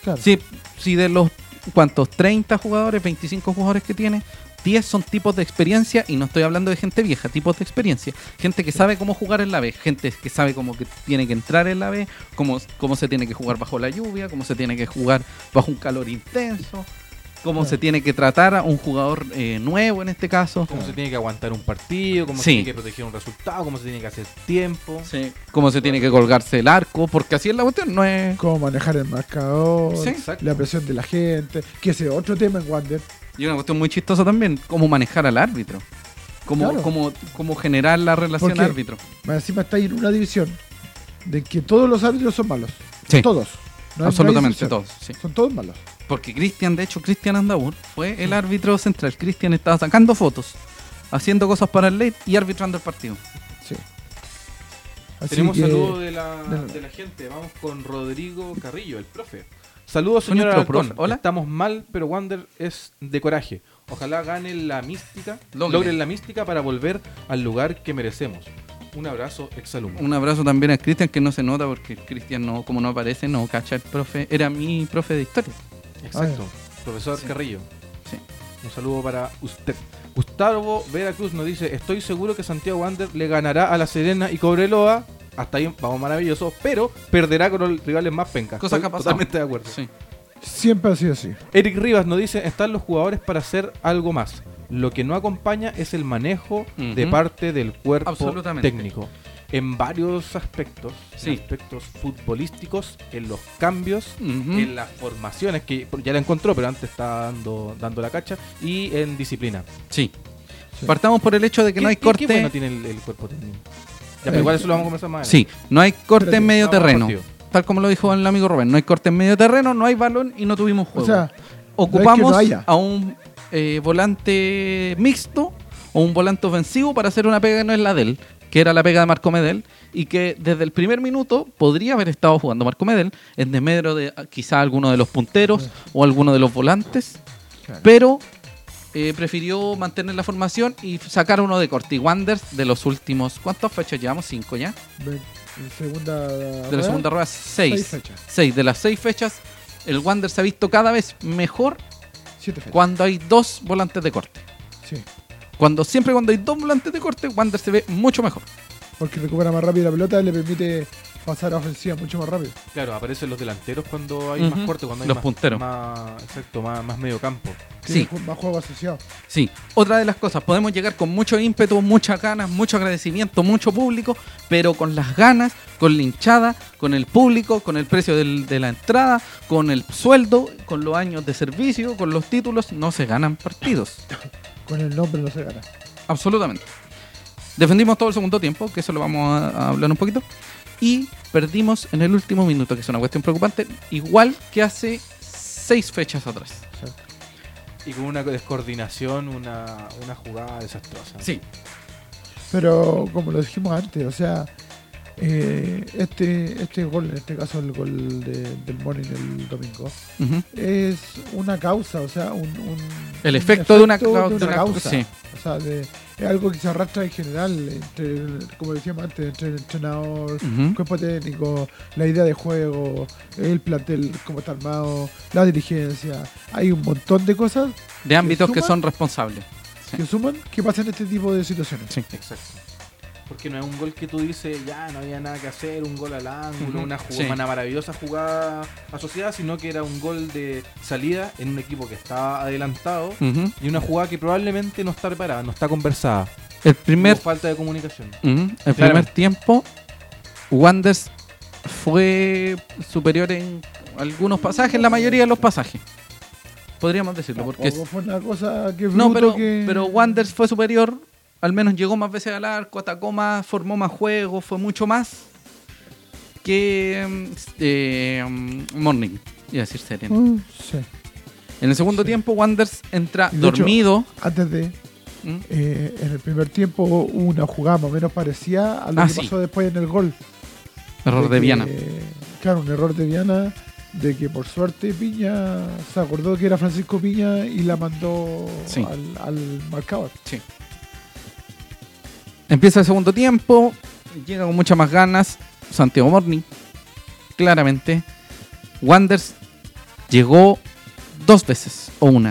A: Claro.
B: Si, si de los cuantos 30 jugadores, 25 jugadores que tiene, 10 son tipos de experiencia y no estoy hablando de gente vieja, tipos de experiencia. Gente que sabe cómo jugar en la B, gente que sabe cómo que tiene que entrar en la B, cómo, cómo se tiene que jugar bajo la lluvia, cómo se tiene que jugar bajo un calor intenso, cómo
A: Claro.
B: se tiene que tratar a un jugador eh, nuevo en este caso.
C: Cómo se tiene que aguantar un partido, cómo se
B: Sí.
C: tiene que proteger un resultado, cómo se tiene que hacer tiempo.
B: Sí, cómo se tiene que colgarse el arco, porque así es la cuestión, no es...
A: Cómo manejar el marcador,
B: Sí.
C: Exacto.
A: la presión de la gente, que ese es otro tema en Wander.
B: Y una cuestión muy chistosa también, cómo manejar al árbitro. Cómo,
A: Claro.
B: cómo, cómo generar la relación
A: qué?
B: árbitro.
A: Más encima está ahí en una división de que todos los árbitros son malos.
B: Sí.
A: Todos. No hay- no hay
B: Absolutamente
A: excepción.
B: todos. sí.
A: Son todos malos.
B: Porque Cristian, de hecho, Cristian Andaur fue el árbitro central. Cristian estaba sacando fotos, haciendo cosas para el late y arbitrando el partido.
A: Sí. Así
C: Tenemos
A: que-
C: saludos de la,
A: Dale.
C: de la gente. Vamos con Rodrigo Carrillo, el profe. Saludos,
B: Soy
C: señor
B: nuestro
C: Alarcón.
B: profe. Hola.
C: Estamos mal, pero Wander es de coraje. Ojalá ganen la mística,
B: Logren.
C: logren, la mística para volver al lugar que merecemos. Un abrazo, exalumno.
B: Un abrazo también a Cristian, que no se nota porque Cristian, no, como no aparece, no cacha el profe. Era mi profe de historia.
C: Exacto.
A: Ah,
C: Profesor
B: Sí.
C: Carrillo.
B: Sí.
C: Un saludo para usted. Gustavo Veracruz nos dice, estoy seguro que Santiago Wander le ganará a La Serena y Cobreloa. Hasta ahí vamos maravilloso, pero perderá con los rivales más pencas.
B: Cosa
C: Estoy
B: que ha pasado.
C: Totalmente de acuerdo.
B: Sí.
A: Siempre ha sido así.
C: Eric Rivas nos dice, están los jugadores para hacer algo más. Lo que no acompaña es el manejo de
B: Ujú.
C: parte del cuerpo
B: Absolutamente.
C: técnico. En varios aspectos, en
B: Sí.
C: aspectos futbolísticos, en los cambios,
B: Ujú.
C: en las formaciones, que ya la encontró, pero antes estaba dando, dando la cacha, y en disciplina.
B: Sí.
A: Sí.
B: Partamos por el hecho de que no hay corte.
C: ¿Qué bueno tiene el, el cuerpo técnico? Ya, pero
A: Eh,
C: igual eso lo vamos a conversar más
B: Sí, no hay corte
A: Espérate,
B: en medio
C: vamos al
B: terreno.
C: partido.
B: Tal como lo dijo el amigo Rubén, no hay corte en medio terreno, no hay balón y no tuvimos juego.
A: O sea,
B: Ocupamos
A: no es que no haya.
B: a un eh, volante mixto o un volante ofensivo para hacer una pega que no es la de él, que era la pega de Marco Medel y que desde el primer minuto podría haber estado jugando Marco Medel en desmedro de ah, quizá alguno de los punteros o alguno de los volantes,
A: Claro.
B: pero eh, prefirió mantener la formación y sacar uno de Corti Wanders de los últimos, ¿cuántas fechas llevamos? ¿Cinco ya?
A: ve- segunda.
B: de la segunda rueda,
A: Seis
B: 6.
A: fechas.
B: 6 de las 6 fechas, el Wander se ha visto cada vez mejor
A: Siete fechas.
B: cuando hay dos volantes de corte.
A: Sí.
B: Cuando siempre cuando hay dos volantes de corte, Wander se ve mucho mejor.
A: Porque recupera más rápido la pelota y le permite pasar a ofensiva mucho más rápido.
C: Claro, aparecen los delanteros cuando hay
B: Ujú.
C: más corte, cuando hay
B: Los
C: más,
B: punteros.
C: más- exacto, más, más medio campo.
A: Tiene
B: Sí.
A: ju- Más juego asociado.
B: Sí, otra de las cosas, podemos llegar con mucho ímpetu, muchas ganas, mucho agradecimiento, mucho público, pero con las ganas, con la hinchada, con el público, con el precio del- de la entrada, con el sueldo, con los años de servicio, con los títulos, no se ganan partidos.
A: Con el nombre no se gana.
B: Absolutamente. Defendimos todo el segundo tiempo, que eso lo vamos a, a hablar un poquito. Y perdimos en el último minuto, que es una cuestión preocupante, igual que hace seis fechas atrás.
A: O sea,
C: Y con una descoordinación, una, una jugada desastrosa.
B: Sí,
A: Pero como lo dijimos antes, o sea, eh, este, este gol, en este caso el gol de- del Morning el domingo,
B: ujú.
A: es una causa, o sea, un, un-
B: El
A: un
B: efecto de una cau- de una
A: causa.
B: cau- sí.
A: O sea, de- es algo que se arrastra en general, entre, el- como decíamos antes, entre el entrenador, el
B: Ujú.
A: cuerpo técnico, la idea de juego, el plantel, cómo está armado, la dirigencia. Hay un montón de cosas
B: de ámbitos que
A: suma?
B: son responsables. Sí.
A: que suman que pasan este tipo de situaciones.
B: Sí.
C: Exacto. Porque no es un gol que tú dices, ya, no había nada que hacer, un gol al ángulo,
B: Ujú,
C: una, jugada,
B: sí.
C: una maravillosa jugada asociada, sino que era un gol de salida en un equipo que estaba adelantado
B: Ujú.
C: y una jugada que probablemente no está preparada, no está conversada.
B: El primer
C: Hubo falta de comunicación.
B: Ujú. El primer
C: Claramente.
B: tiempo, Wanders fue superior en algunos pasajes, en la mayoría de los pasajes. Podríamos decirlo, porque
A: Tampoco fue una cosa que
B: no,
A: fruto
B: pero,
A: que-
B: pero Wanders fue superior, al menos llegó más veces al arco, atacó más, formó más juego, fue mucho más que mm, eh, mm, Morning, iba a decir Serena.
A: Mm, sí.
B: En el segundo
A: Sí.
B: tiempo Wanders entra
A: Y de hecho-
B: dormido.
A: Antes de,
B: ¿Mm?
A: eh, en el primer tiempo hubo una jugada más o menos parecía a lo
B: Ah,
A: que
B: sí.
A: pasó después en el gol.
B: Error de
A: que- eh,
B: Viana.
A: Claro, un error de Viana de que por suerte Piña se acordó que era Francisco Piña y la mandó
B: Sí.
A: al, al marcador.
B: Sí. Empieza el segundo tiempo, llega con muchas más ganas Santiago Morning, claramente. Wanders llegó dos veces o una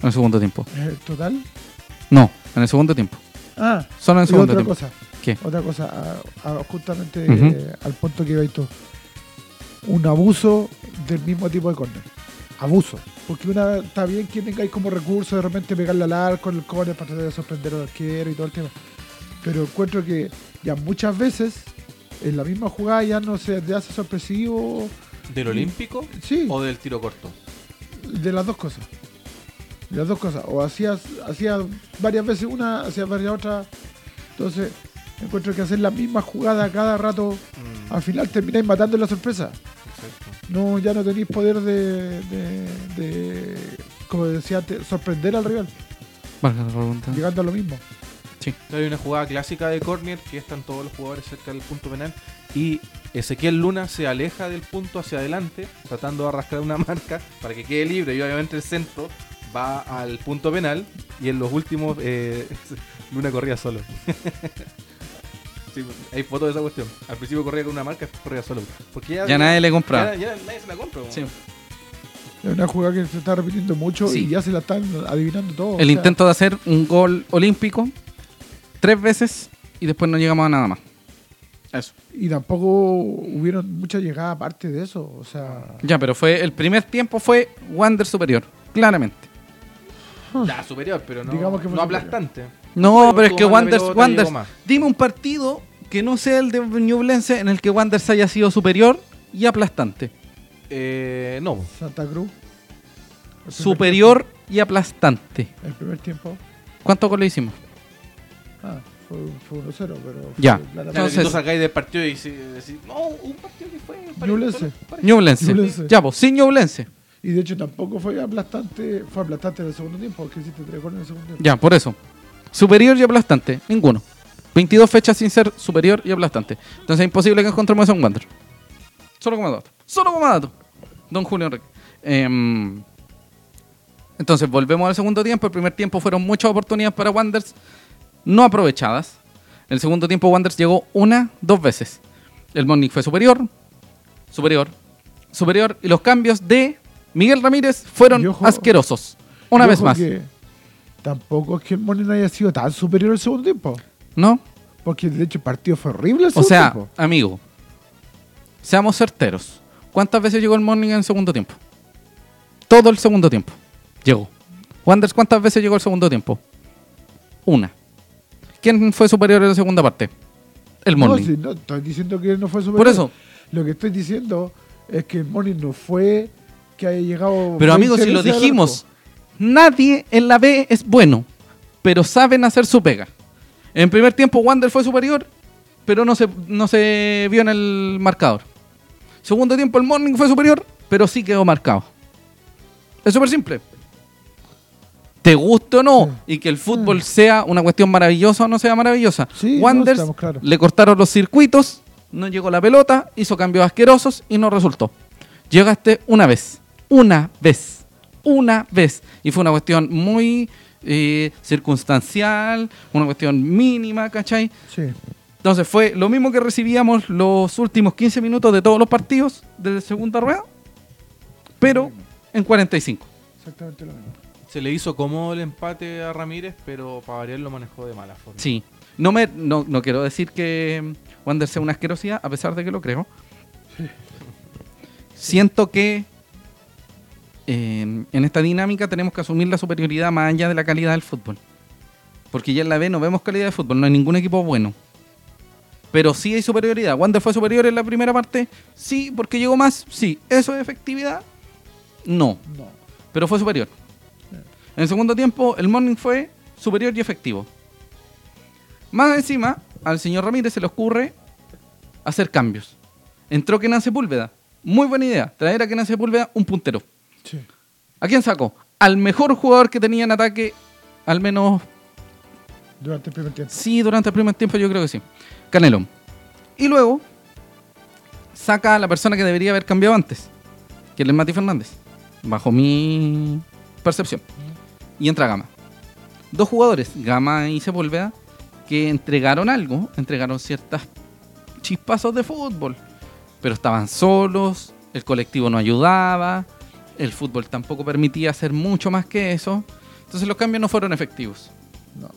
B: en el segundo tiempo.
A: Eh, Total.
B: No, en el segundo tiempo.
A: Ah,
B: Solo en el
A: y
B: segundo
A: otra
B: tiempo.
A: cosa.
B: ¿Qué?
A: Otra cosa, a- a- justamente
B: Ujú.
A: eh, al punto que iba tú. Un abuso del mismo tipo de córner. Abuso. Porque una está bien que tengáis como recurso de repente pegarle al arco, el córner para tratar de sorprender al arquero y todo el tema. Pero encuentro que ya muchas veces en la misma jugada ya no se te hace sorpresivo.
C: ¿Del Olímpico
A: Sí,
C: o del tiro corto?
A: de las dos cosas. De las dos cosas. O hacías, hacías varias veces una, hacías varias otras. Entonces, encuentro que hacer la misma jugada cada rato
C: Mm.
A: al final termináis matando la sorpresa.
C: Exacto.
A: No, ya no tenéis poder de, de- de, como decía antes, sorprender al rival,
B: Valga la redundancia.
A: llegando a lo mismo.
C: Claro, Hay una jugada clásica de córner que están todos los jugadores cerca del punto penal y Ezequiel Luna se aleja del punto hacia adelante, tratando de arrastrar una <laughs> marca para que quede libre. Y obviamente el centro va al punto penal y en los últimos eh, <laughs> Luna corría solo. <laughs> Sí, hay fotos de esa cuestión. Al principio corría con una marca, después corría solo. Porque ya,
B: Ya nadie le
C: ya-
B: compraba.
C: ya nadie se la compra. po.
B: Sí.
A: Es una jugada que se está repitiendo mucho
B: Sí.
A: y ya se la están adivinando todo.
B: El
A: o sea,
B: intento de hacer un gol olímpico tres veces y después no llegamos a nada más. Eso.
A: Y tampoco hubieron mucha llegada aparte de eso. O sea,
B: Ya, pero fue el primer tiempo fue Wander superior, claramente.
C: Ya superior, pero no,
A: Digamos que fue
C: no
A: superior.
C: aplastante.
B: No,
C: Pero
B: pero es
C: tuvo
B: que
C: más la
B: Wander,
C: pelota,
B: Wander,
C: llegó más.
B: dime un partido que no sea el de Ñublense en el que Wander haya sido superior y aplastante.
C: Eh, no.
A: Santa Cruz. el primer
B: Superior y aplastante.
A: tiempo- El primer tiempo.
B: ¿Cuántos goles hicimos?
A: Ah, fue, fue 1-0, pero. fue
B: Ya.
A: claramente-
C: Claro, que tú
B: Entonces-
C: sacáis del partido y si- decís, no, un partido que fue. parecido,
A: Ñublense.
C: parecido".
B: Ñublense.
A: Ñublense.
B: Ya, pues, sin Ñublense.
A: Y de hecho tampoco fue aplastante. Fue aplastante en el segundo tiempo, porque hiciste tres goles en el segundo tiempo.
B: Ya, por eso. Superior y aplastante, ninguno. 22 fechas sin ser superior y aplastante. Entonces es imposible que encontremos eso en Wander. Solo como dato. Solo como dato. Don Julio Enrique. Em, entonces volvemos al segundo tiempo. El primer tiempo fueron muchas oportunidades para Wanderers no aprovechadas. En el segundo tiempo Wanderers llegó una, dos veces. El Morning fue superior, superior, superior. Y los cambios de Miguel Ramírez fueron
A: Y ojo-
B: asquerosos. Una
A: Y
B: vez
A: ojo
B: más.
A: que tampoco es que el Morning haya sido tan superior el segundo tiempo.
B: ¿No?
A: Porque de hecho el partido fue horrible el
B: O
A: segundo
B: sea,
A: tiempo.
B: amigo, seamos certeros. ¿Cuántas veces llegó el Morning en el segundo tiempo? Todo el segundo tiempo. Llegó. Wanders, ¿cuántas veces llegó el segundo tiempo? Una. ¿Quién fue superior en la segunda parte? El
A: No,
B: Morning.
A: sí, no, estoy diciendo que no fue superior.
B: Por eso.
A: Lo que estoy diciendo es que el Morning no fue que haya llegado.
B: Pero amigos,
A: 20
B: si lo
A: veces al
B: dijimos, nadie en la B es bueno, pero saben hacer su pega. En primer tiempo Wander fue superior, pero no se, no se vio en el marcador. Segundo tiempo el Morning fue superior, pero sí quedó marcado. Es súper simple. Te guste o
A: Mm.
B: no, y que el fútbol sea una cuestión maravillosa o no sea maravillosa.
A: Sí, no,
B: Wanderers
A: estamos claros.
B: le cortaron los circuitos, no llegó la pelota, hizo cambios asquerosos y no resultó. Llegaste una vez, una vez, una vez. Y fue una cuestión muy eh, circunstancial, una cuestión mínima, ¿cachai?
A: Sí.
B: Entonces fue lo mismo que recibíamos los últimos 15 minutos de todos los partidos de segunda rueda, pero en 45.
A: Exactamente lo mismo.
C: Se le hizo cómodo el empate a Ramírez, pero para variar lo manejó de mala forma.
B: Sí. No, me, no, no quiero decir que Wander sea una asquerosidad, a pesar de que lo creo. Siento que eh, en esta dinámica tenemos que asumir la superioridad más allá de la calidad del fútbol. Porque ya en la B no vemos calidad de fútbol, no hay ningún equipo bueno. Pero sí hay superioridad. ¿Wander fue superior en la primera parte? Sí, porque llegó más. Sí. ¿Eso es efectividad? No
A: No.
B: pero fue superior. En el segundo tiempo, el morning fue superior y efectivo. Más encima, al señor Ramírez se le ocurre hacer cambios. Entró Kenan Sepúlveda. Muy buena idea. Traer a Kenan Sepúlveda un puntero.
A: Sí.
B: ¿A quién sacó? Al mejor jugador que tenía en ataque, al menos
A: Durante el primer tiempo.
B: Sí, durante el primer tiempo yo creo que sí. Canelón. Y luego saca a la persona que debería haber cambiado antes, que es el Mati Fernández, bajo mi percepción. Y entra Gama. Dos jugadores, Gama y Sepúlveda, que entregaron algo, entregaron ciertas chispazos de fútbol, pero estaban solos, el colectivo no ayudaba, el fútbol tampoco permitía hacer mucho más que eso, entonces los cambios no fueron efectivos
A: No.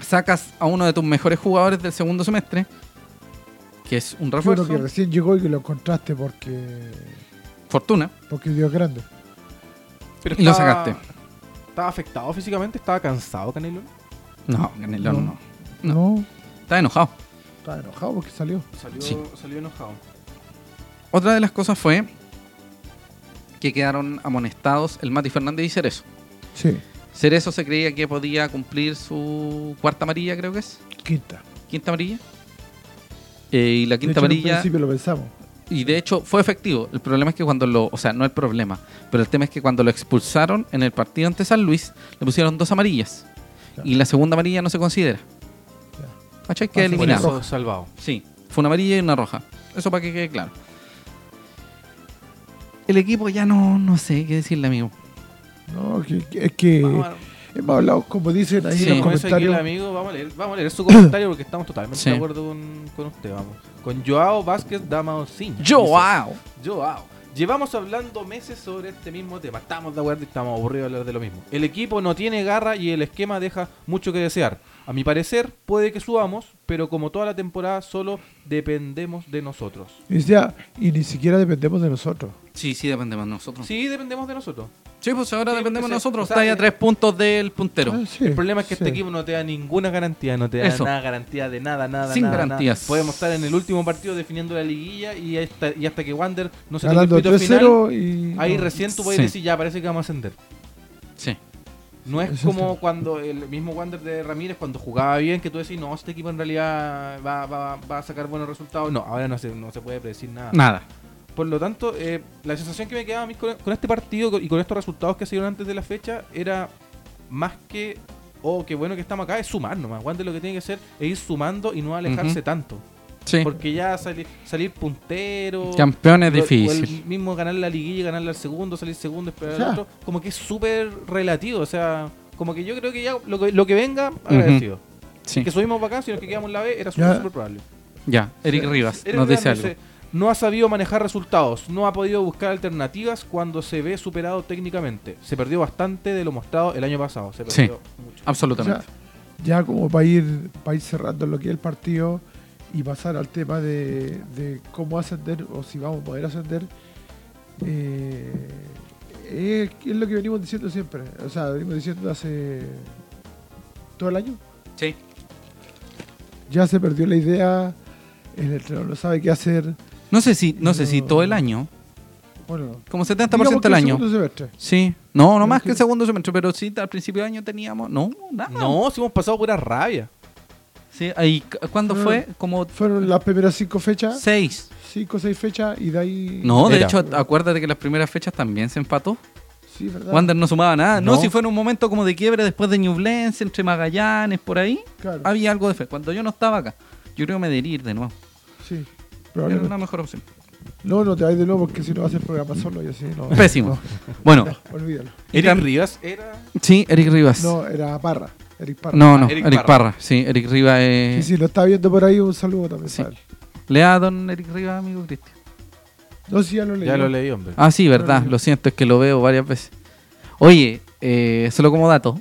B: sacas a uno de tus mejores jugadores del segundo semestre, que es un refuerzo,
A: Uno que recién llegó y que lo encontraste porque.
B: Fortuna,
A: Porque Dios es grande.
C: Pero
B: Y lo
C: estaba-
B: sacaste.
C: ¿Estaba afectado físicamente? ¿Estaba cansado Canelón?
B: no, Canelón no.
A: No. No.
B: está enojado.
A: Está enojado porque salió.
C: Salió,
B: Sí.
C: salió enojado.
B: Otra de las cosas fue que quedaron amonestados el Mati Fernández y Cerezo.
A: Sí.
B: Cerezo se creía que podía cumplir su cuarta amarilla, creo que es,
A: Quinta.
B: quinta amarilla. Eh, y
A: De
B: la
A: hecho,
B: quinta
A: en un
B: amarilla
A: principio lo pensamos.
B: Y de hecho fue efectivo. El problema es que cuando lo. O sea, no el problema. Pero el tema es que cuando lo expulsaron en el partido ante San Luis, le pusieron dos amarillas.
A: Claro.
B: Y la segunda amarilla no se considera. ¿Cachai? Queda
A: Ah, sí,
C: Por
A: Eliminado.
B: eliminado.
C: eso salvado.
B: Sí, fue una amarilla y una roja. Eso para que quede claro. El equipo ya no, no sé qué decirle, amigo.
A: No, que, que- es que.
C: Vamos a-
A: Hemos hablado, como dicen Eh, ahí
B: Sí.
A: en los
C: Con eso aquí el
A: comentarios.
C: amigo, vamos a leer, vamos a leer su comentario porque estamos totalmente
B: Sí.
C: de acuerdo con, con usted, vamos. Con Joao Vázquez Damao Ciña.
B: ¡Joao!
C: Dice, Joao. ah, Llevamos hablando meses sobre este mismo tema. Estamos de acuerdo y estamos aburridos de hablar de lo mismo. El equipo no tiene garra y el esquema deja mucho que desear. A mi parecer, puede que subamos, pero como toda la temporada, solo dependemos de nosotros.
A: Y decía, y ni siquiera dependemos de nosotros.
B: Sí, sí, dependemos nosotros. Sí,
C: Sí, dependemos de nosotros.
B: pues ahora
C: Sí,
B: dependemos
C: porque se-
B: nosotros.
C: o sea,
B: Está ya
C: eh,
B: tres puntos del puntero.
A: Ah, sí,
C: El problema es que este
A: sí.
C: equipo no te da ninguna garantía, no te da
B: Eso.
C: nada garantía de nada, nada,
B: Sin
C: nada,
B: garantías.
C: nada. Podemos estar en el último partido definiendo la liguilla y hasta, y hasta que Wander no se
A: Ganando
C: toque el pito final,
A: 3-0 y.
C: ahí
A: no.
C: recién tú puedes
B: Sí.
C: decir ya parece que vamos a ascender.
B: Sí.
C: No es
A: Eso
C: como
A: está.
C: cuando el mismo Wander de Ramírez cuando jugaba bien que tú decís no este equipo en realidad va, va- va a sacar buenos resultados. No, ahora no se, no se puede predecir nada.
B: Nada.
C: Por lo tanto, eh, la sensación que me quedaba a mí con, con este partido y con estos resultados que se dieron antes de la fecha era más que, oh, qué bueno que estamos acá, es sumar nomás. Wander lo que tiene que hacer es ir sumando y no alejarse
B: Ujú.
C: tanto.
B: Sí.
C: Porque ya sali- salir puntero.
B: Campeón es
C: o-
B: difícil.
C: O el mismo ganar la liguilla, ganarla al segundo, salir segundo, esperar
A: Ya.
C: al otro. Como que es súper relativo. O sea, como que yo creo que ya lo que, lo que venga, agradecido.
B: Sí.
C: Que subimos para acá, si nos que quedamos en la B,
A: Ya.
C: era súper súper probable.
B: Ya, Eric
A: Sí.
B: Rivas
C: Eric
B: nos dice
C: Hernández
B: algo.
C: No ha sabido manejar resultados, no ha podido buscar alternativas cuando se ve superado técnicamente. Se perdió bastante de lo mostrado el año pasado. Se
B: Sí.
C: perdió mucho.
A: O
B: Absolutamente.
A: sea, ya como para ir, para ir cerrando lo que es el partido y pasar al tema de, de cómo ascender o si vamos a poder ascender, eh, es, es lo que venimos diciendo siempre. O sea, venimos diciendo hace todo el año.
B: Sí.
A: Ya se perdió la idea, el entrenador no sabe qué hacer.
B: No sé si, no sé si
A: No.
B: todo el año,
A: Bueno,
B: como
A: digamos que
B: 70% del
A: el
B: año.
A: segundo semestre.
B: Sí. No, no
A: Creo
B: más que
A: que-
B: el segundo semestre, pero sí, al principio del año teníamos, no, nada.
C: No, si hemos pasado pura rabia.
B: Sí, ahí cu- ¿cuándo
A: Fueron-
B: fue? Como
A: Fueron las primeras cinco fechas,
B: seis.
A: cinco o seis fechas y de ahí...
B: No, de
C: Era.
B: hecho, ac- acuérdate que las primeras fechas también se empató.
A: Sí, ¿verdad?
B: Wander no sumaba nada. No.
C: No.
B: si fue en un momento como de quiebre después de Ñublense, entre Magallanes, por ahí,
A: Claro,
B: había algo de fe. Cuando yo no estaba acá, yo creo que me debería ir de nuevo.
A: sí.
B: Era
A: probablemente.
B: una mejor opción.
A: No, no te vayas de nuevo porque si no vas a hacer programa solo y así no.
B: <laughs> Pésimo. Bueno,
A: no, olvídalo.
B: y
C: Eric
B: tam-
C: Rivas era.
B: sí, Eric Rivas.
A: No, era Parra. Eric Parra.
B: No, no, Ah, Eric,
C: Eric
B: Parra. Sí, Eric Rivas es.
A: Y si lo está viendo por ahí, un saludo también.
B: Sí.
A: para él.
B: Lea a don Eric Rivas, amigo Cristian.
A: No, sí, ya lo leí.
C: Ya lo leí, hombre.
B: Ah, sí, verdad. Lo siento, es que lo veo varias veces. Oye, eh, solo como dato,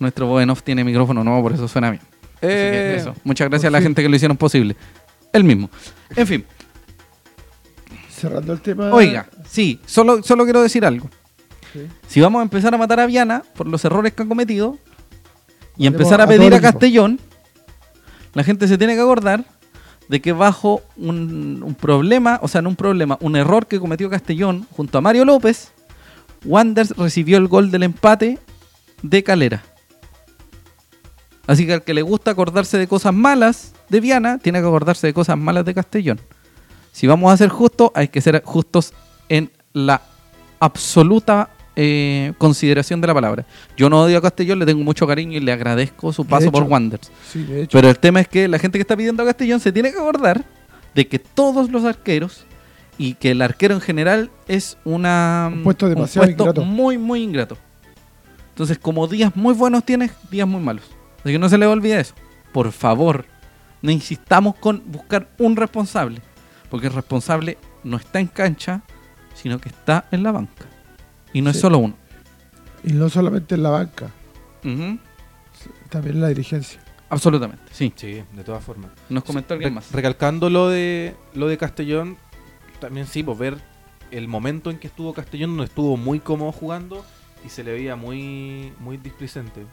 B: nuestro Bodenov tiene micrófono nuevo, por eso suena bien. Así que
C: Eh,
B: eso. Muchas gracias a
A: por
B: la
A: fin.
B: gente que lo hicieron posible. El mismo. En fin,
A: Cerrando el tema.
B: oiga, sí, solo, solo quiero decir algo.
A: Sí.
B: Si vamos a empezar a matar a Viana por los errores que han cometido y
A: Matemos
B: empezar a
A: a todo
B: pedir
A: el
B: a
A: equipo.
B: Castellón, la gente se tiene que acordar de que bajo un, un problema, o sea, no un problema, un error que cometió Castellón junto a Mario López, Wanders recibió el gol del empate de Calera. Así que al que le gusta acordarse de cosas malas de Viana, tiene que acordarse de cosas malas de Castellón. Si vamos a ser justos, hay que ser justos en la absoluta eh, consideración de la palabra. Yo no odio a Castellón, le tengo mucho cariño y le agradezco su paso por
A: hecho.
B: Wanders.
A: Sí, de hecho.
B: Pero el tema es que la gente que está pidiendo a Castellón se tiene que acordar de que todos los arqueros y que el arquero en general es una,
A: Un puesto demasiado
B: puesto
A: ingrato.
B: muy, muy ingrato. Entonces, como días muy buenos tienes, días muy malos. Así que no se le olvide eso. Por favor, no insistamos con buscar un responsable. Porque el responsable no está en cancha, sino que está en la banca. Y no es
A: Sí.
B: solo uno. Pues-
A: Y no solamente en la banca,
B: Ujú,
A: también en la dirigencia.
B: Absolutamente, sí.
C: Sí, de todas formas.
B: Nos comentó alguien
C: Re-
B: más.
C: Recalcando lo de, lo de Castellón, también sí, pues ver el momento en que estuvo Castellón, no estuvo muy cómodo jugando y se le veía muy, muy displicente.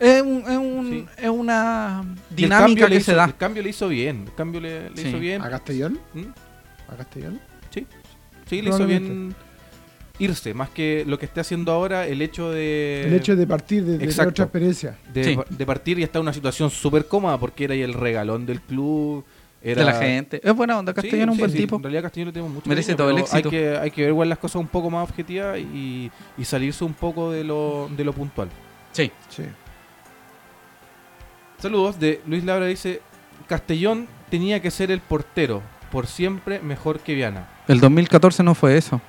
B: Es, un- es un-
C: Sí.
B: es una
C: Y el
B: dinámica
C: cambio le
B: que
C: hizo-
B: se da.
C: El cambio le hizo bien. El cambio le, le
B: Sí.
C: hizo bien.
A: ¿A Castellón?
C: ¿Mm?
A: ¿A Castellón?
C: Sí, le hizo bien
A: Probablemente.
C: irse. Más que lo que esté haciendo ahora, el hecho de.
B: Eh,
A: El hecho de partir de, de
C: exacto.
A: otra experiencia.
C: de,
B: Sí.
C: de partir y estar en una situación súper cómoda porque era ahí el regalón del club. Era...
B: De la gente. Es buena onda, Castellón es un
C: Sí,
B: buen
C: sí,
B: tipo.
C: En realidad Castellón le tenemos mucho
B: Merece
C: cariño,
B: todo el
C: pero
B: éxito.
C: Hay que, hay que ver igual las cosas un poco más objetivas y, y salirse un poco de lo, de lo puntual.
B: Sí.
A: Sí.
C: Saludos de Luis Labra dice, Castellón tenía que ser el portero, por siempre mejor que Viana.
B: El 2014 no fue eso.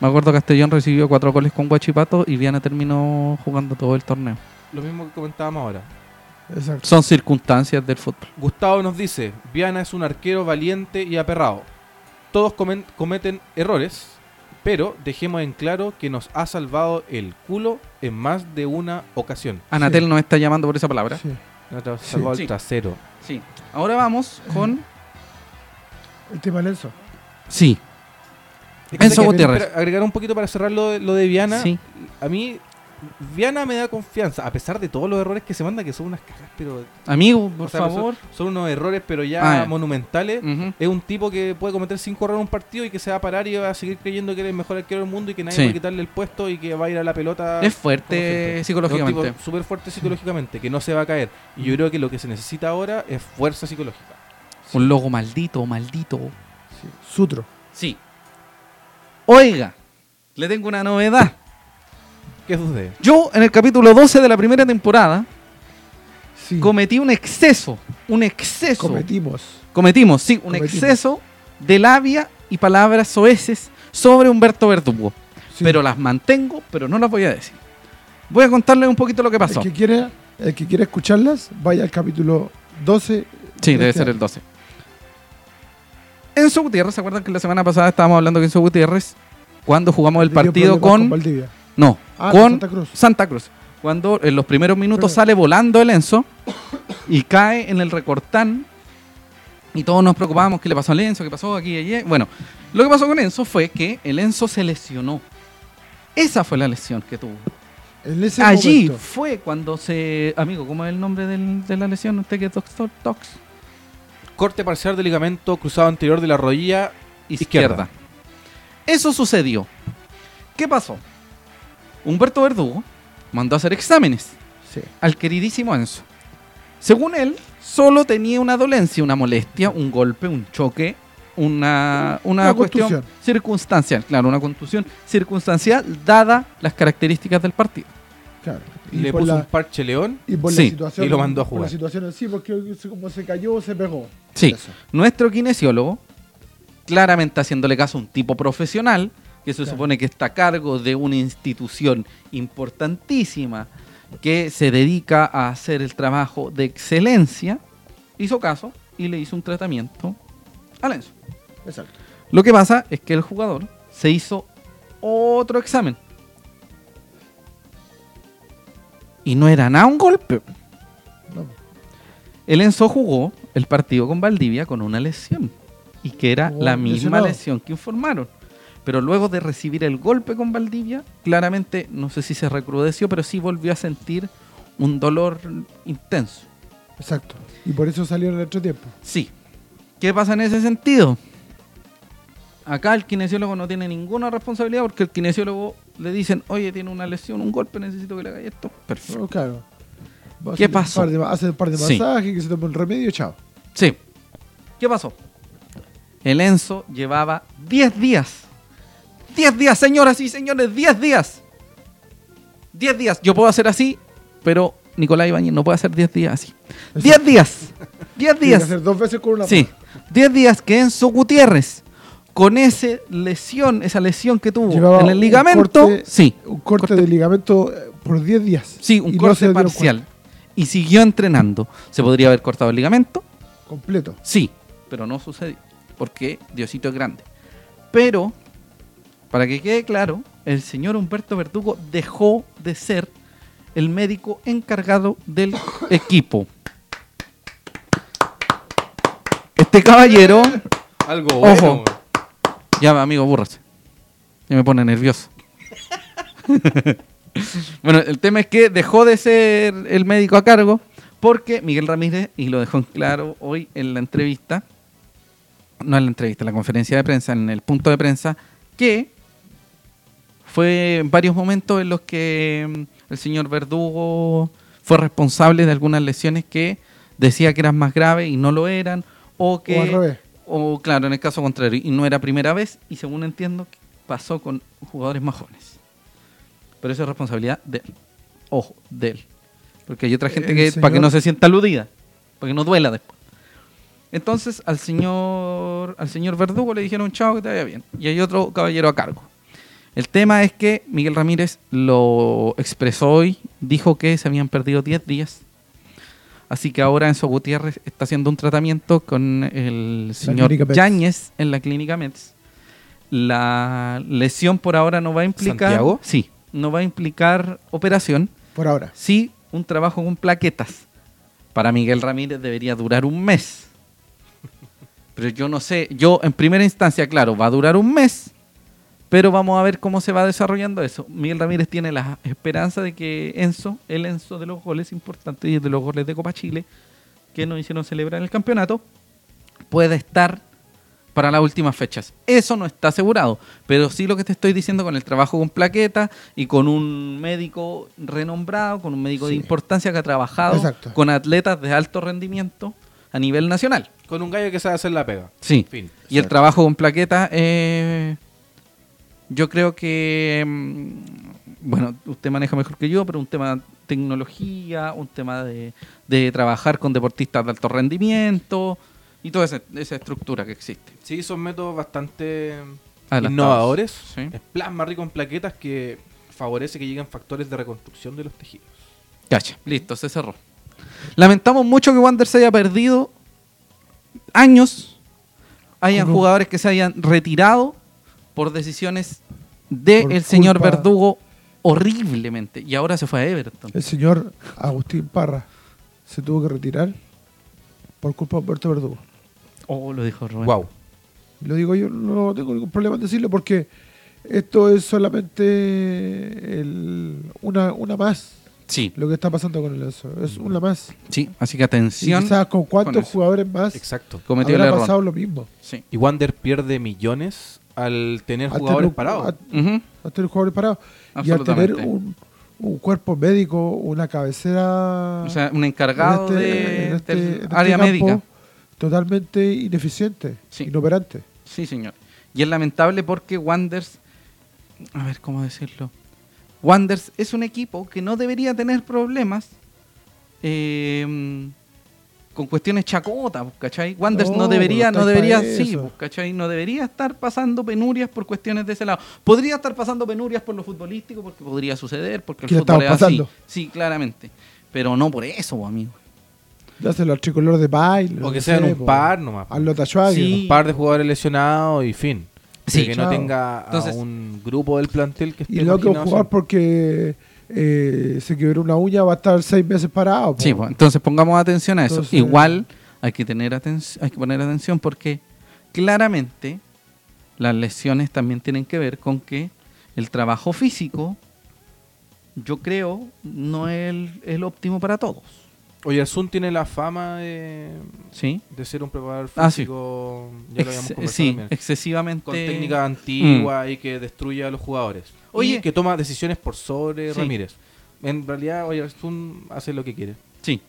B: Me acuerdo Castellón recibió cuatro goles con Guachipato y Viana terminó jugando todo el torneo.
C: Lo mismo que comentábamos ahora.
A: Exacto.
B: Son circunstancias del fútbol.
C: Gustavo nos dice, Viana es un arquero valiente y aperrado. Todos comen- cometen errores, pero dejemos en claro que nos ha salvado el culo en más de una ocasión.
B: Anatel nos está llamando por esa palabra.
A: Sí.
C: Nos ha
A: Sí.
C: salvado
B: Sí.
C: el trasero.
B: Sí. Ahora vamos con...
A: El tema Lenzo.
B: Sí.
C: Enzo
B: Enzo Gutiérrez.
C: agregar un poquito para cerrar lo, de- lo de Viana.
B: Sí.
C: A mí, Viana me da confianza, a pesar de todos los errores que se manda, que son unas cagas, pero
B: Amigo, por
C: O sea,
B: favor.
C: son unos errores, pero ya
B: Ah, ya.
C: monumentales.
B: Ujú.
C: Es un tipo que puede cometer cinco errores en un partido y que se va a parar y va a seguir creyendo que él es el mejor arquero del mundo y que nadie
B: Sí.
C: va a quitarle el puesto y que va a ir a la pelota.
B: Es
C: como siempre.
B: fuerte
C: Es
B: psicológicamente. Mm.
C: un tipo súper fuerte psicológicamente, que no se va a caer. Y yo creo que lo que se necesita ahora es fuerza psicológica.
B: Un logo maldito, maldito.
A: Sí. Sutro.
B: Sí. Oiga, le tengo una novedad.
C: ¿Qué es usted?
B: Yo en el capítulo 12 de la primera temporada
A: Sí.
B: cometí un exceso, un exceso.
A: Cometimos.
B: Cometimos, sí, un
A: Cometimos.
B: exceso de labia y palabras soeces sobre Humberto Verdugo.
A: Sí.
B: Pero las mantengo, pero no las voy a decir. Voy a contarles un poquito lo que pasó.
A: el que, quiere, el que quiere escucharlas, vaya al capítulo 12.
B: Sí,
A: de
B: debe
A: este
B: ser el
A: año.
B: 12. Enzo Gutiérrez, ¿se acuerdan que la semana pasada estábamos hablando de Enzo Gutiérrez? Cuando jugamos el
A: Tenía
B: partido
A: problemas
B: con...
A: Valdivia.
B: no,
A: Ah,
B: con
A: Santa Cruz.
B: Santa Cruz. Cuando en los primeros minutos
A: Pero-
B: sale volando el Enzo y cae en el recortán. Y todos nos preocupábamos qué le pasó al Enzo, qué pasó aquí y allí. Bueno, lo que pasó con Enzo fue que el Enzo se lesionó. Esa fue la lesión que tuvo.
A: En ese
B: Allí
A: momento.
B: fue cuando se. Amigo, ¿cómo es el nombre del- de la lesión? Usted que es doctor Tox.
C: Corte parcial del ligamento cruzado anterior de la rodilla
B: izquierda.
C: Izquierda.
B: Eso sucedió. ¿Qué pasó? Humberto Verdugo mandó a hacer exámenes
A: Sí.
B: al queridísimo Enzo. Según él, solo tenía una dolencia, una molestia, un golpe, un choque, una, una,
A: Una
B: cuestión
A: contusión.
B: circunstancial. Claro, una contusión circunstancial dada las características del partido.
A: Claro. Y
C: Le
A: por
C: puso
A: la-
C: un parche león.
A: Y por
B: Sí,
A: la situación.
C: y lo mandó a
A: Por la
C: jugar.
A: situación así, porque como se cayó, se pegó.
B: Sí.
A: Eso.
B: Nuestro kinesiólogo, claramente haciéndole caso a un tipo profesional, que se
A: Claro.
B: supone que está a cargo de una institución importantísima que se dedica a hacer el trabajo de excelencia, hizo caso y le hizo un tratamiento a Lenzo.
A: Exacto.
B: Lo que pasa es que el jugador se hizo otro examen. y no era nada un golpe.
A: No.
B: El Enzo jugó el partido con Valdivia con una lesión y que era
A: Oh,
B: la misma
A: lesionado.
B: lesión que informaron. Pero luego de recibir el golpe con Valdivia, claramente, no sé si se recrudeció, pero sí volvió a sentir un dolor intenso.
A: Exacto. Y por eso salió en el otro tiempo.
B: Sí. ¿Qué pasa en ese sentido? Acá el kinesiólogo no tiene ninguna responsabilidad porque el kinesiólogo le dicen, oye, tiene una lesión, un golpe, necesito que le haga esto. Perfecto.
A: Oh, claro. Va a
B: ¿Qué
A: hacer un
B: pasó?
A: par de ma- hace un par de
B: Sí.
A: masajes, que se toma un remedio, chao.
B: Sí. ¿Qué pasó? El Enzo llevaba 10 días. 10 días, señoras y señores, 10 días. 10 días. Yo puedo hacer así, pero Nicolás Ibañez no puede hacer 10 días así.
A: <laughs>
B: 10 días. 10
A: Tiene que
B: días.
A: hacer dos veces con una
B: Sí, 10 días que Enzo Gutiérrez, con esa lesión, esa lesión que tuvo
A: Llevaba
B: en el
A: un
B: ligamento,
A: corte-
B: sí,
A: Un corte, de ligamento eh, por 10 días.
B: sí, un
A: Y no se
B: corte
A: dieron
B: parcial. Y siguió entrenando. ¿Se podría haber cortado el ligamento?
A: cuenta. Completo.
B: Sí, pero no sucedió, porque Diosito es grande. Pero, para que quede claro, el señor Humberto Verdugo dejó de ser el médico encargado del equipo. Este caballero
C: Algo
B: Ojo.
C: bueno.
B: Ya, amigo, búrrase. Ya me pone nervioso. <laughs> bueno, el tema es que dejó de ser el médico a cargo porque Miguel Ramírez, y lo dejó en claro hoy en la entrevista, no en la entrevista, en la conferencia de prensa, en el punto de prensa, que fue en varios momentos en los que mm, el señor Verdugo fue responsable de algunas lesiones que decía que eran más graves y no lo eran, o que
A: O al revés.
B: o claro, en el caso contrario, y no era primera vez, y según entiendo, pasó con jugadores más jóvenes. Pero eso es responsabilidad de él. Ojo, de él. Porque hay otra gente
A: El
B: que, para que
A: señor-
B: no se sienta aludida, para que no duela después. Entonces, al señor, al señor Verdugo le dijeron, chao, que te vaya bien. Y hay otro caballero a cargo. El tema es que Miguel Ramírez lo expresó hoy, dijo que se habían perdido 10 días. Así que ahora Enzo Gutiérrez está haciendo un tratamiento con el señor
A: clínica Metz.
B: Yáñez en la clínica Metz. La lesión por ahora no va a implicar.
C: ¿Santiago?
B: Sí, no va a implicar operación,
A: Por ahora.
B: sí un trabajo con plaquetas. Para Miguel Ramírez debería durar un mes. Pero yo no sé, yo en primera instancia, claro, va a durar un mes, pero vamos a ver cómo se va desarrollando eso. Miguel Ramírez tiene la esperanza de que Enzo, el Enzo de los goles importantes y de los goles de Copa Chile, que nos hicieron celebrar el campeonato, pueda estar para las últimas fechas. Eso no está asegurado, pero sí lo que te estoy diciendo con el trabajo con plaqueta y con un médico renombrado, con un médico de
A: Sí.
B: importancia que ha trabajado
A: Exacto.
B: con atletas de alto rendimiento a nivel nacional.
C: Con un gallo que sabe hacer la pega.
B: Sí.
C: Fin.
B: Y el trabajo con plaqueta, eh, yo creo que, mm, bueno, usted maneja mejor que yo, pero un tema de tecnología, un tema de, de trabajar con deportistas de alto rendimiento y toda esa, esa estructura que existe.
C: Sí, son métodos bastante
B: Adelantados.
C: innovadores.
B: Sí.
C: Es plasma rico en plaquetas que favorece que lleguen factores de reconstrucción de los tejidos.
B: Cacha, listo, se cerró. Lamentamos mucho que Wander se haya perdido años, hayan
A: Por un-
B: jugadores que se hayan retirado por decisiones del
A: Por
B: el señor
A: culpa-
B: Verdugo horriblemente. Y ahora se fue a Everton.
A: El señor Agustín Parra se tuvo que retirar por culpa de Humberto Verdugo.
B: Oh, lo dijo Rubén.
C: Wow.
A: Lo digo yo, no tengo ningún problema en decirlo porque esto es solamente el- una, una más.
B: Sí,
A: Lo que está pasando con el Enzo. Es una más.
B: sí. Así
A: Y
B: que atención.
A: quizás con cuántos
B: eso.
A: jugadores más
C: Exacto.
B: Cometió el
A: habrá
B: error.
A: pasado lo mismo.
B: Sí.
C: Y Wander pierde millones al tener
A: Al
C: jugadores
A: tener-
C: parados.
A: a-
B: Ujú.
A: a tener jugadores parados. Y al tener
B: Absolutamente.
A: un, un cuerpo médico, una cabecera.
B: O sea, un
A: en
B: encargado
A: este-
B: de,
A: en este-
B: del
A: en este
B: área
A: campo
B: médica.
A: Totalmente ineficiente,
B: Sí.
A: inoperante.
B: Sí, señor. Y es lamentable porque Wanders, a ver cómo decirlo, Wanders es un equipo que no debería tener problemas eh, con cuestiones chacotas, pues, ¿cachai? Wanders no,
A: Oh, No,
B: debería,
A: pero
B: no
A: está ahí
B: debería,
A: pa'
B: sí,
A: eso.
B: pues, ¿cachai? No debería estar pasando penurias por cuestiones de ese lado. Podría estar pasando penurias por lo futbolístico, porque podría suceder, porque el
A: Que lo
B: fútbol es
A: estamos
B: así.
A: pasando.
B: Sí, claramente. Pero no por eso, pues, amigo.
A: Dáselo al tricolor de baile.
C: O que sean un par nomás.
A: Al Lota Schwager.
B: Sí.
C: Un par de jugadores lesionados y fin.
B: Sí.
C: Sí, que no
A: Chao.
C: tenga a
B: Entonces-
C: un grupo del plantel que esté
A: Y luego que
C: marginado
A: jugar porque eh, se quebró una uña, va a estar seis meses parado. po.
B: Sí, pues, entonces pongamos atención a eso.
A: Entonces-
B: Igual hay que tener atención, hay que poner atención porque claramente las lesiones también tienen que ver con que el trabajo físico, yo creo, no es el, el óptimo para todos.
C: Oye, Sun tiene la fama de,
B: ¿Sí?
C: de ser un preparador
B: Ah, sí.
C: físico. Ya lo habíamos
B: Ex-
C: conversado
B: sí,
C: también.
B: excesivamente.
C: Con técnica antigua y que destruye a los jugadores. Oye.
B: Mm. Oye.
C: que toma decisiones por sobre
B: Sí.
C: Ramírez. En realidad, oye, Sun hace lo que quiere.
B: Sí.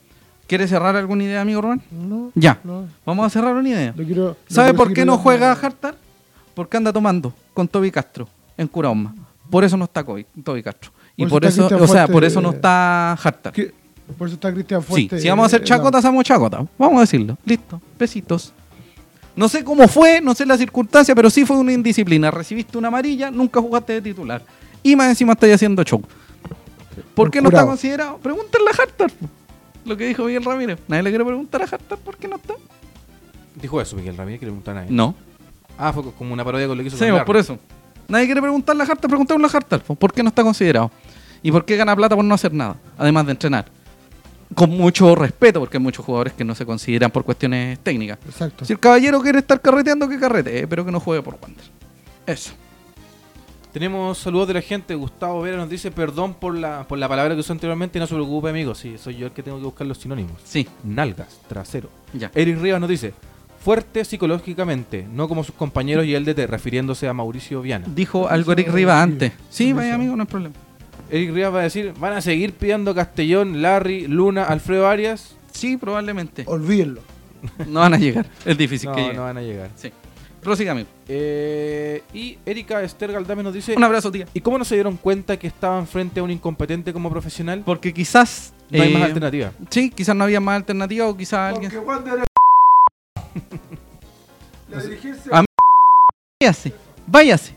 B: ¿Quieres cerrar alguna idea, amigo Rubén?
A: No,
B: Ya.
A: no,
B: Vamos a cerrar una idea.
A: no quiero- no
B: ¿Sabe
A: quiero
B: por
A: seguir
B: qué no
A: hablando.
B: juega Hartar? Porque anda tomando con Toby Castro en Curauma. Por eso no está COVID, Toby Castro. Y por,
A: Por eso Pues
B: eso,
A: está
B: o
A: Cristian
B: sea, por
A: Fuerte.
B: eso no está Hartar.
A: Que- Por eso está Cristian
B: Sí,
A: Fuerte.
B: si vamos a hacer
A: eh,
B: chacota,
A: no.
B: hacemos chacota. Vamos a decirlo. Listo. Besitos. No sé cómo fue, no sé la circunstancia, pero sí fue una indisciplina. Recibiste una amarilla, nunca jugaste de titular. Y más encima estáis haciendo show. ¿Por
A: Por
B: qué no está
A: curado.
B: considerado? Pregúntale a Hartar. Lo que dijo Miguel Ramírez. Nadie le quiere preguntar a Hartar por qué no está.
C: Dijo eso Miguel Ramírez, que le preguntan a él.
B: No.
C: Ah, fue como una parodia con lo que hizo
B: Sí,
C: con
B: pues, por
C: Larry.
B: eso. Nadie quiere preguntar la Hartar, preguntémosle a Hartar. pues, ¿Por qué no está considerado? ¿Y por qué gana plata por no hacer nada? Además de entrenar. Con mucho respeto, porque hay muchos jugadores que no se consideran por cuestiones técnicas.
A: Exacto.
B: Si el caballero quiere estar carreteando, que carrete, pero que no juegue por Wander. Eso.
C: Tenemos saludos de la gente. Gustavo Vera nos dice perdón por la, por la palabra que usó anteriormente. No se preocupe, amigo. Sí, soy yo el que tengo que buscar los sinónimos.
B: Sí,
C: Nalgas, trasero.
B: ya.
C: Eric Rivas nos dice fuerte psicológicamente, no como sus compañeros y el DT, refiriéndose a Mauricio Viana.
B: Dijo algo Eric
A: Eso,
B: Riva
A: sí.
B: antes. Sí,
A: Eso.
B: vaya amigo, no hay problema.
C: Eric Rivas va a decir, van a seguir pidiendo Castellón, Larry, Luna, Alfredo Arias.
B: Sí, probablemente.
A: Olvídenlo.
B: <laughs> No van a llegar. Es difícil
C: no,
B: que lleguen.
C: no van a llegar.
B: Sí. Prosiga, amigo.
C: Eh, y Erika Esther Galdame nos dice,
B: Un abrazo, tía.
C: ¿y cómo no se dieron cuenta que estaban frente a un incompetente como profesional?
B: Porque quizás.
C: No hay más
B: eh,
C: alternativa.
B: Sí, quizás no había más alternativa o quizás alguien.
A: Porque Wander
B: <laughs>
A: es- La dirigencia-
B: Ah, Váyase, váyase.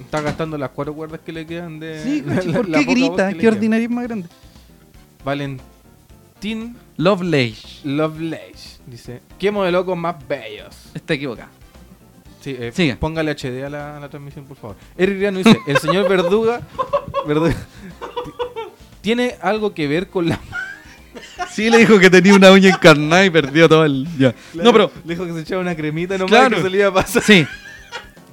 C: Está gastando las cuatro cuerdas que le quedan de...
B: Sí,
C: <laughs> la-
B: coche, ¿por
C: la
B: qué
C: poca voz
B: grita?
C: que le
B: Qué
C: queda.
B: ordinario más grande.
C: Valentín
B: Lovelace.
C: Lovelace dice, ¿qué modelo con más bellos?
B: Está equivocado.
C: Sí, eh,
B: Siga.
C: póngale HD a la, a la transmisión, por favor. Eric Riano dice, el señor Verduga, Verduga, ti- tiene algo que ver <laughs> con la...
B: Sí, le dijo que tenía una uña encarnada y perdió todo el. Ya. No, pero.
C: Le dijo que se echaba una cremita nomás
B: Claro.
C: que se le iba a pasar.
B: Sí.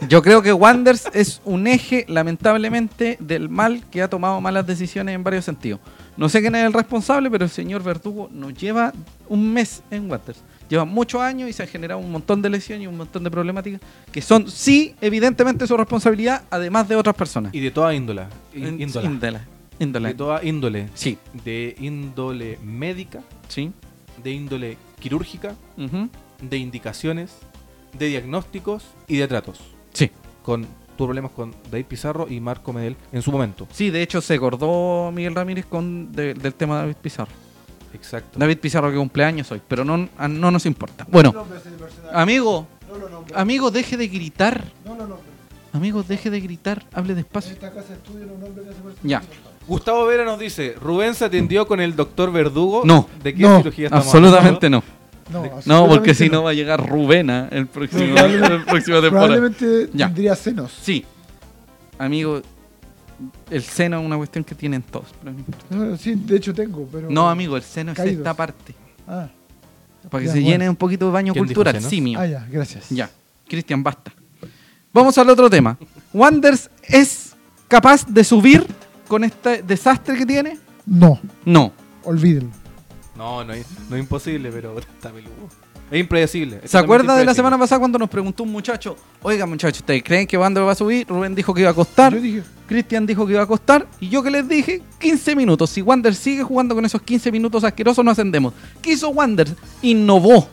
B: Yo creo que Wanders es un eje, lamentablemente, del mal que ha tomado malas decisiones en varios sentidos. No sé quién es el responsable, pero el señor Verdugo no lleva un mes en Wanders. Lleva muchos años y se han generado un montón de lesiones y un montón de problemáticas que son, sí, evidentemente su responsabilidad, además de otras personas.
C: Y de toda índola.
B: In-
C: índola.
B: Índola.
C: De
B: Índola.
C: toda índole.
B: Sí,
C: De índole médica,
B: sí.
C: de índole quirúrgica,
B: ujú,
C: de indicaciones, de diagnósticos y de tratos.
B: Sí.
C: Con tuvo problemas con David Pizarro y Marco Medel en su momento.
B: Sí, de hecho se acordó Miguel Ramírez con de- del tema de David Pizarro.
C: Exacto.
B: David Pizarro que cumpleaños hoy, pero no, a- no nos importa. Bueno, amigo,
A: No lo nombres.
B: amigo, deje de gritar.
A: No lo nombres.
B: Amigo, deje de gritar, hable
A: En
B: despacio.
A: esta casa estudio los nombres de ese personaje.
B: Ya.
C: Gustavo Vera nos dice, Rubén se atendió con el doctor Verdugo.
B: No.
C: ¿De qué
A: No.
C: cirugía estamos
B: Absolutamente no.
A: No,
B: No,
A: absolutamente
B: porque si no va a llegar Rubena el
C: <laughs>
B: próximo,
A: Probablemente-
B: el próximo temporada.
A: Probablemente
B: Ya.
A: tendría senos.
B: Sí. Amigo, el seno es una cuestión que tienen todos. pero no importa.
A: No, sí, de hecho tengo, pero.
B: No, amigo, el seno es
A: Caídos.
B: esta parte.
A: Ah,
B: Para que
A: Ya,
B: se
A: bueno.
B: llene un poquito de baño
C: ¿Quién dijo
B: cultural,
C: senos?
B: simio.
A: ah, ya, gracias.
B: Ya, Cristian, basta. Vamos al otro tema. ¿Wanders es capaz de subir con este desastre que tiene?
A: No,
B: No.
A: olvídenlo.
C: hablando? No, no, es- no es imposible, pero <laughs> está peludo. Es impredecible.
B: ¿Se acuerda de la semana pasada cuando nos preguntó un muchacho? Oiga, muchachos, ¿ustedes creen que Wander va a subir? Rubén dijo que iba a costar.
A: Yo dije,
B: Cristian dijo que iba a costar. Y yo que les dije, 15 minutos. Si Wander sigue jugando con esos 15 minutos asquerosos, no ascendemos. ¿Qué hizo Wander? Innovó.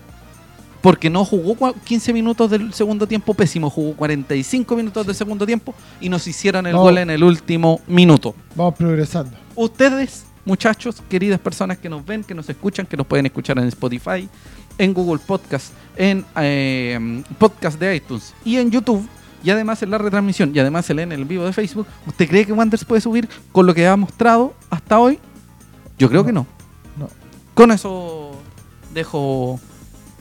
B: Porque no jugó cua- 15 minutos del segundo tiempo pésimo, jugó 45 minutos del segundo tiempo y nos hicieron el
A: No.
B: gol en el último minuto.
A: vamos progresando.
B: Ustedes, muchachos, queridas personas que nos ven, que nos escuchan, que nos pueden escuchar en Spotify, en Google Podcast, en eh, Podcast de iTunes y en YouTube, y además en la retransmisión, y además se lee en el vivo de Facebook, ¿usted cree que Wanderers puede subir con lo que ha mostrado hasta hoy? Yo creo que no.
A: No.
B: Con eso dejo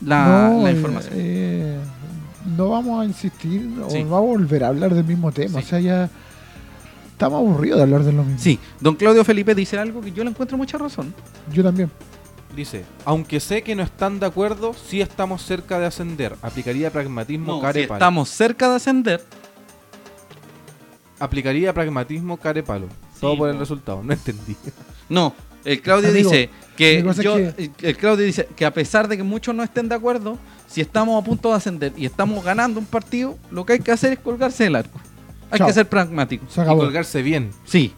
B: la,
A: no,
B: la
A: eh,
B: información.
A: eh, no vamos a insistir
B: Sí.
A: o vamos a volver a hablar del mismo tema.
B: Sí.
A: O sea, ya Estamos aburridos de hablar de lo mismo.
B: Sí, don Claudio Felipe dice algo que yo le encuentro mucha razón.
A: Yo también.
C: Dice, aunque sé que no están de acuerdo, sí estamos cerca de ascender. Aplicaría pragmatismo
B: No, si
C: carepalo.
B: estamos cerca de ascender,
C: Aplicaría pragmatismo carepalo. Todo por el
B: no.
C: resultado. No entendí.
B: No, el Claudio
A: Amigo,
B: dice que
A: la cosa
B: yo-
A: es
B: el Claudio dice que a pesar de que muchos no estén de acuerdo, si estamos a punto de ascender y estamos ganando un partido, lo que hay que hacer es colgarse del arco. Hay
A: Chao.
B: que ser pragmáticos.
A: Se
C: Y
A: acabó.
C: colgarse bien.
B: Sí.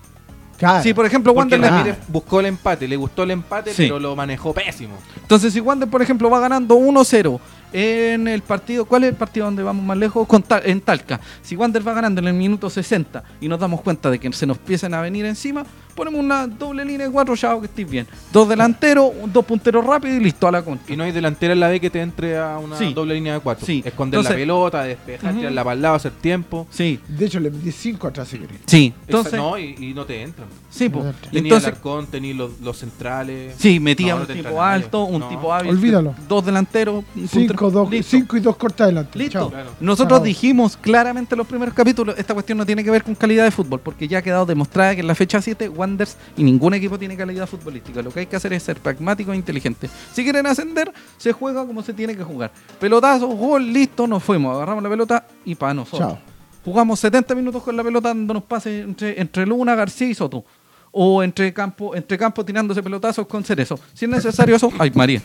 A: Claro.
B: Sí, por ejemplo,
C: Porque
B: Wander. le-
A: nada.
C: Ramírez buscó el empate, le gustó el empate,
B: Sí.
C: pero lo manejó pésimo.
B: Entonces, si Wander, por ejemplo, va ganando 1-0 en el partido, ¿cuál es el partido donde vamos más lejos? Con Tal- en Talca. Si Wander va ganando en el minuto 60 y nos damos cuenta de que se nos empiezan a venir encima, ponemos una doble línea de cuatro, chao, que estés bien. Dos delanteros, dos punteros rápidos y listo a la contra.
C: Y no hay delantera en la B que te entre a una
B: Sí.
C: doble línea de cuatro.
B: Sí.
C: Esconder la
B: Entonces-
C: pelota, despejar,
B: Ujú.
C: tirarla para el lado, hacer tiempo.
B: Sí,
A: De hecho, le metí 5 atrás si querés.
B: Sí,
C: Esa-
B: entonces.
C: no, y, y no te entran.
B: sí, po.
A: Exacto.
C: Tenía
B: Entonces,
C: el arcón, tenía los, los centrales.
B: sí, metía
C: No, no
B: un
C: te entra
B: tipo
C: nadie.
B: alto, un
C: No.
B: tipo hábil.
A: Olvídalo.
B: Dos delanteros. un puntero.
A: 5
B: Listo.
A: y 2 cortas adelante.
B: Listo.
A: Chao.
C: Claro.
B: Nosotros
A: Chao.
B: dijimos claramente en los primeros capítulos, esta cuestión no tiene que ver con calidad de fútbol, porque ya ha quedado demostrada que en la fecha 7 Wanderers y ningún equipo tiene calidad futbolística. Lo que hay que hacer es ser pragmático e inteligente. Si quieren ascender, se juega como se tiene que jugar. Pelotazo, gol, listo, nos fuimos, agarramos la pelota y para nosotros.
A: Chao.
B: Jugamos 70 minutos con la pelota dándonos pases entre, entre Luna, García y Soto. O entre campo, entre campo tirándose pelotazos con Cerezo. Si es necesario eso, ay María.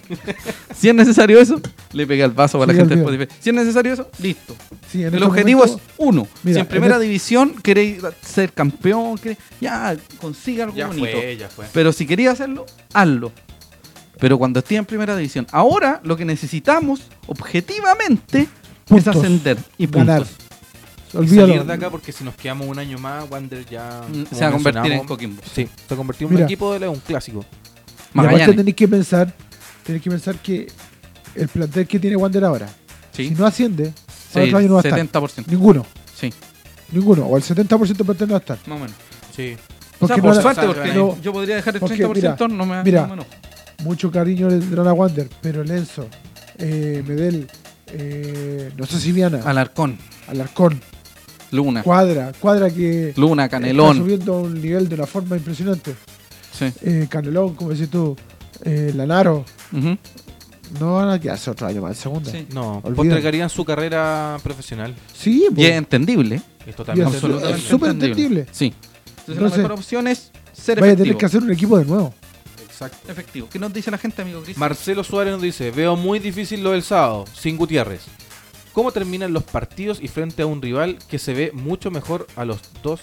B: Si es necesario eso, le pegué al vaso para
A: Sí,
B: la gente
A: al
B: del
A: video.
B: Spotify. Si es necesario eso, listo.
A: Sí, en
B: El
A: este
B: objetivo
A: momento-
B: es uno.
A: Mira,
B: si en primera
A: en el-
B: división queréis ser campeón, queréis- ya consiga algo
C: Ya
B: bonito.
C: fue, ya fue.
B: Pero si quería hacerlo, hazlo. Pero cuando esté en primera división, ahora lo que necesitamos objetivamente
A: Puntos.
B: es ascender y puntos. Mm,
A: ganar.
C: Salir
A: Olvídalo.
C: de acá porque si nos quedamos un año más, Wander ya...
B: Mm,
C: como
B: Se va a convertir en
C: mencionamos,
B: Coquimbo.
C: Sí, se ha convertido en
A: Mira.
C: un equipo de la- un clásico.
A: Y aparte
B: Magallanes.
A: tenéis que pensar, tenéis que pensar que el plantel que tiene Wander ahora,
B: Sí,
A: si no asciende,
B: sí,
A: para otro año no va a estar.
B: 70%.
A: Ninguno,
B: Sí,
A: ninguno. O el 70% del plantel no va a estar.
B: más o menos.
C: Sí.
B: O
A: Porque
B: sea,
A: no
B: por
A: la-
B: suerte,
C: Salgan
B: porque
A: ahí. No,
B: yo podría dejar el
A: porque
B: 30%, no me
A: mira,
B: no me enojo.
A: mucho cariño le tendrán a Wander, pero Lenzo, eh, Medel, eh, no sé si Viana,
B: Alarcón,
A: Alarcón,
B: Luna,
A: Cuadra, Cuadra que eh,
B: Luna,
A: está
B: Ah. Canelón.
A: subiendo a un nivel de una forma impresionante.
B: Sí.
A: Eh, Canelón, como decís tú, eh, Lanaro,
B: ujú,
A: no van a quedarse otro año más en segunda.
B: sí.
C: No,
A: Olvídate.
C: postergarían su carrera profesional.
A: Sí,
B: Y
A: pues.
B: es entendible.
A: Y
C: Es totalmente...
A: es-
B: Absolutamente
A: es súper entendible.
B: Sí. Entonces,
A: Entonces,
B: la mejor opción es ser
A: Vaya a
B: efectivo.
A: tener que hacer un equipo de nuevo.
C: Exacto.
B: Efectivo. ¿Qué nos dice la gente, amigo Cris?
C: Marcelo Suárez nos dice, veo muy difícil lo del sábado, sin Gutiérrez. ¿Cómo terminan los partidos y frente a un rival que se ve mucho mejor a los dos?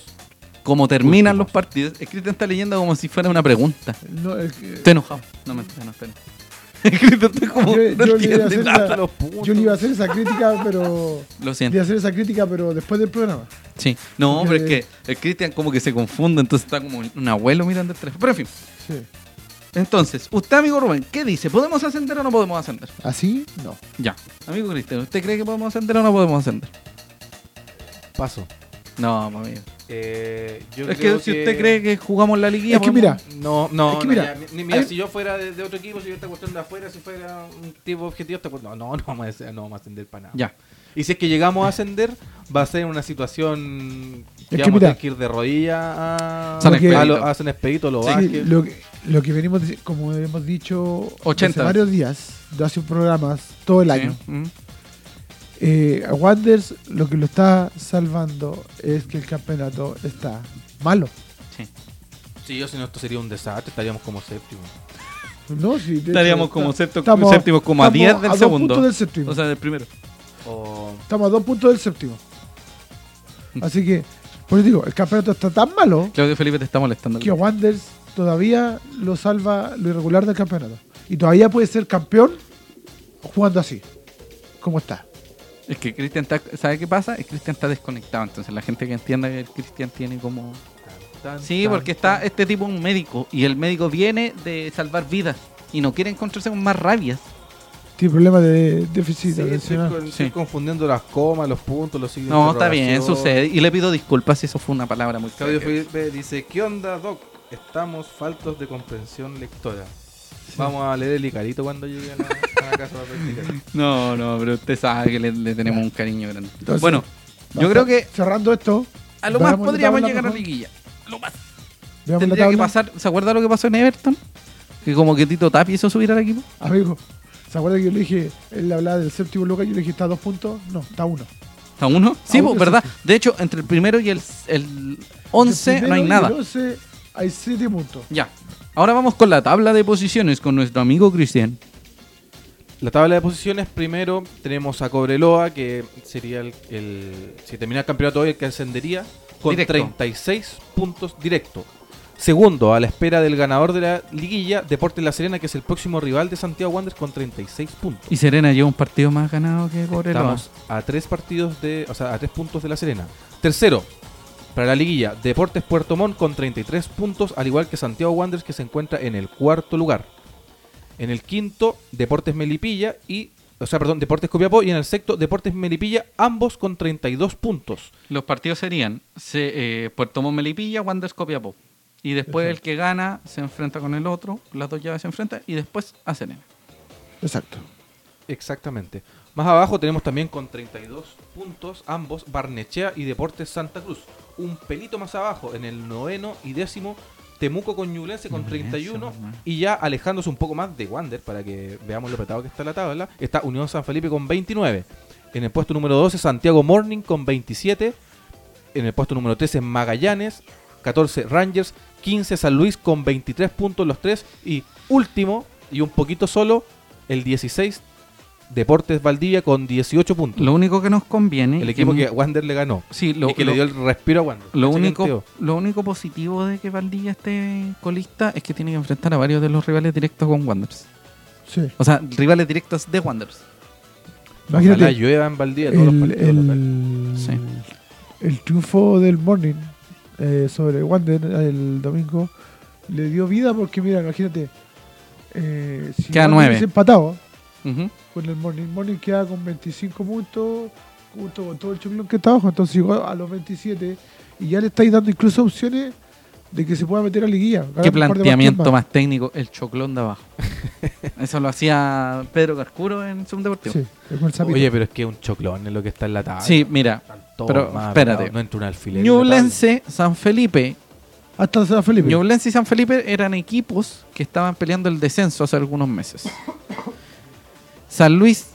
B: Como terminan
C: Últimos.
B: los partidos. Es Cristian está leyendo como si fuera una pregunta.
A: No, eh,
B: Estoy enojado. No me no <laughs> estoy enojado. Cristian está como.
A: Yo-
B: no
A: yo le iba a
B: entiende
A: hacer
B: nada.
A: la-
C: Los puntos.
A: yo le iba a hacer esa crítica, pero.
B: Lo
A: Le iba
B: siento.
A: a hacer esa crítica, pero después del programa.
B: Sí. No,
A: Porque-
B: pero es que el Cristian como que se confunde, entonces está como un abuelo mirando el teléfono. Pero en fin.
A: Sí.
B: Entonces, usted, amigo Rubén, ¿qué dice? ¿Podemos ascender o no podemos ascender?
A: ¿Así? No.
B: Ya. Amigo Cristian, ¿usted cree que podemos ascender o no podemos ascender?
C: Paso.
B: No, amigo.
C: Eh, yo
B: Es que
C: creo
B: si usted cree que jugamos la liguilla.
A: Es que
B: podemos-
A: mira,
C: No, no,
A: Es que
C: no,
A: mira,
C: ya, ni- mira,
A: hay-
C: si yo fuera de, de otro equipo, si yo esta cuestión de afuera, si fuera un tipo objetivo, esta cuestión- no, <laughs> no, no vamos a, hacer- no vamos a ascender para nada.
B: Ya.
C: Y si es que llegamos a ascender, va a ser una situación que
A: que
C: vamos
A: mira-
C: a tener que ir de rodillas a
B: San
A: Porque-
C: a,
B: Expedito.
C: lo- a San Expedito, lo
A: Sí,
C: Vázquez.
A: lo, Ah, que, lo que venimos, dic- como hemos dicho,
B: 80.
A: hace varios días, de hace programas, todo el año.
B: Sí, mm.
A: Eh, a Wanders lo que lo está salvando es que el campeonato está malo.
B: Sí.
C: Si yo, si no, esto sería un desastre, estaríamos como séptimo.
A: ¿no? Sí, de hecho,
B: Estaríamos como
A: está-
B: séptimo- séptimo, como a
A: estamos
B: 10 del
A: dos
B: segundo.
A: puntos del séptimo.
B: O sea, del primero.
C: O
A: estamos a dos puntos del séptimo.
B: Mm.
A: Así que, por eso digo, el campeonato está tan malo
B: Claudio Felipe te está molestando.
A: que a Wanders todavía lo salva lo irregular del campeonato. Y todavía puede ser campeón jugando así, como está.
B: Es que Cristian está. ¿Sabe qué pasa? Es que Cristian está desconectado. Entonces, la gente que entienda que el Cristian tiene como.
C: tan,
B: Sí,
C: tan,
B: porque está
C: tan.
B: este tipo es un médico. Y el médico viene de salvar vidas. Y no quiere encontrarse con más rabias.
A: Tiene problemas de déficit
C: Sí, estoy,
A: atencional.
C: con- estoy
B: Sí.
C: confundiendo las comas, los puntos, los signos de
B: No, está bien,
C: interrogación.
B: sucede. Y le pido disculpas si eso fue una palabra muy
C: Claudio
B: fea.
C: Felipe dice, ¿qué onda, Doc? Estamos faltos de comprensión lectora. Vamos a leer el Icarito cuando llegue a la, a la casa para practicar.
B: No, no, pero usted sabe que le, le tenemos un cariño grande.
A: Entonces,
B: bueno, yo
A: Basta.
B: creo que
A: Cerrando esto.
B: a lo más
A: veamos la
B: podríamos
A: tabla
B: llegar a
A: mejor.
B: Liguilla.
A: Veamos la
B: Tendría que
A: tabla.
B: pasar. ¿Se acuerda lo que pasó en Everton? Que como que Tito Tapi hizo subir al equipo.
A: Amigo, ¿se acuerda que yo le dije, él le hablaba del séptimo lugar y yo le dije, ¿está a dos puntos? No, está a uno.
B: ¿A uno? Ah, Sí,
A: A
B: po,
A: uno,
B: ¿verdad? De hecho, entre el primero y el, el 11
A: Del
B: no hay
A: primero y
B: nada.
A: del 11 hay siete puntos.
B: Ya. Ahora vamos con la tabla de posiciones con nuestro amigo Cristian.
C: La tabla de posiciones, primero tenemos a Cobreloa, que sería el, el- si termina el campeonato hoy, el que ascendería con
B: Directo.
C: 36 puntos directo. Segundo, a la espera del ganador de la liguilla, Deportes La Serena, que es el próximo rival de Santiago Wanderers con 36 puntos.
B: Y Serena lleva un partido más ganado que Cobreloa.
C: Estamos a tres partidos de, o sea, a tres puntos de La Serena. Tercero, para la liguilla, Deportes Puerto Montt con 33 puntos, al igual que Santiago Wanderers que se encuentra en el cuarto lugar. En el quinto, Deportes Melipilla y o sea, perdón, Deportes Copiapó y en el sexto Deportes Melipilla, ambos con 32 puntos.
B: Los partidos serían se- eh, Puerto Montt Melipilla, Wanderers Copiapó. Y después el que gana se enfrenta con el otro, las dos llaves se enfrentan y después a Serena.
A: Exacto.
C: Exactamente. Más abajo tenemos también con 32 puntos ambos Barnechea y Deportes Santa Cruz. Un pelito más abajo en el noveno y décimo Temuco con Ñublense con
B: Ñublense,
C: 31
B: verdad.
C: y ya alejándose un poco más de Wander para que veamos lo apretado que está la tabla. Está Unión San Felipe con 29. En el puesto número 12 Santiago Morning con 27. En el puesto número 13 Magallanes, 14 Rangers, 15 San Luis con 23 puntos los tres y último y un poquito solo el 16 Deportes Valdivia con 18 puntos.
B: Lo único que nos conviene.
C: el equipo
B: que-
C: que Wander le ganó
B: Sí, lo,
C: y que
B: lo-
C: le dio el respiro a Wander.
B: lo
C: Así que
B: único,
C: tío,
B: lo único positivo de que Valdivia esté colista es que tiene que enfrentar a varios de los rivales directos con Wanderers.
A: Sí.
B: O sea, rivales directos de Wanderers.
A: Imagínate.
C: ojalá llueva en Valdivia todos los
A: el,
C: partidos locales.
A: el,
B: Sí.
A: el triunfo del Morning eh, sobre Wander el domingo le dio vida porque, mira, imagínate, eh, si
B: Queda
A: Wander
B: nueve.
A: hubiese empatado
B: Ujú.
A: con el Morning, Morning queda con 25 puntos, junto con todo el choclón que está abajo, entonces llegó a los 27 y ya le estáis dando incluso opciones de que se pueda meter a liguilla. ganar
B: Qué
A: un par de partidos
B: planteamiento más técnico, el choclón de
C: <laughs>
B: abajo. Eso lo hacía Pedro Carcuro en Zoom Deportivo. Sí,
A: Sí, es con el sapito.
C: Oye, pero es que es un choclón es lo que está en la tabla.
B: mira.
C: Están todos
B: pero
C: más
B: espérate.
C: apretados, No entra un alfiler. en la tabla.
B: Ñublense, San Felipe.
A: Hasta San Felipe.
B: Ñublense y San Felipe eran equipos que estaban peleando el descenso hace algunos meses. San Luis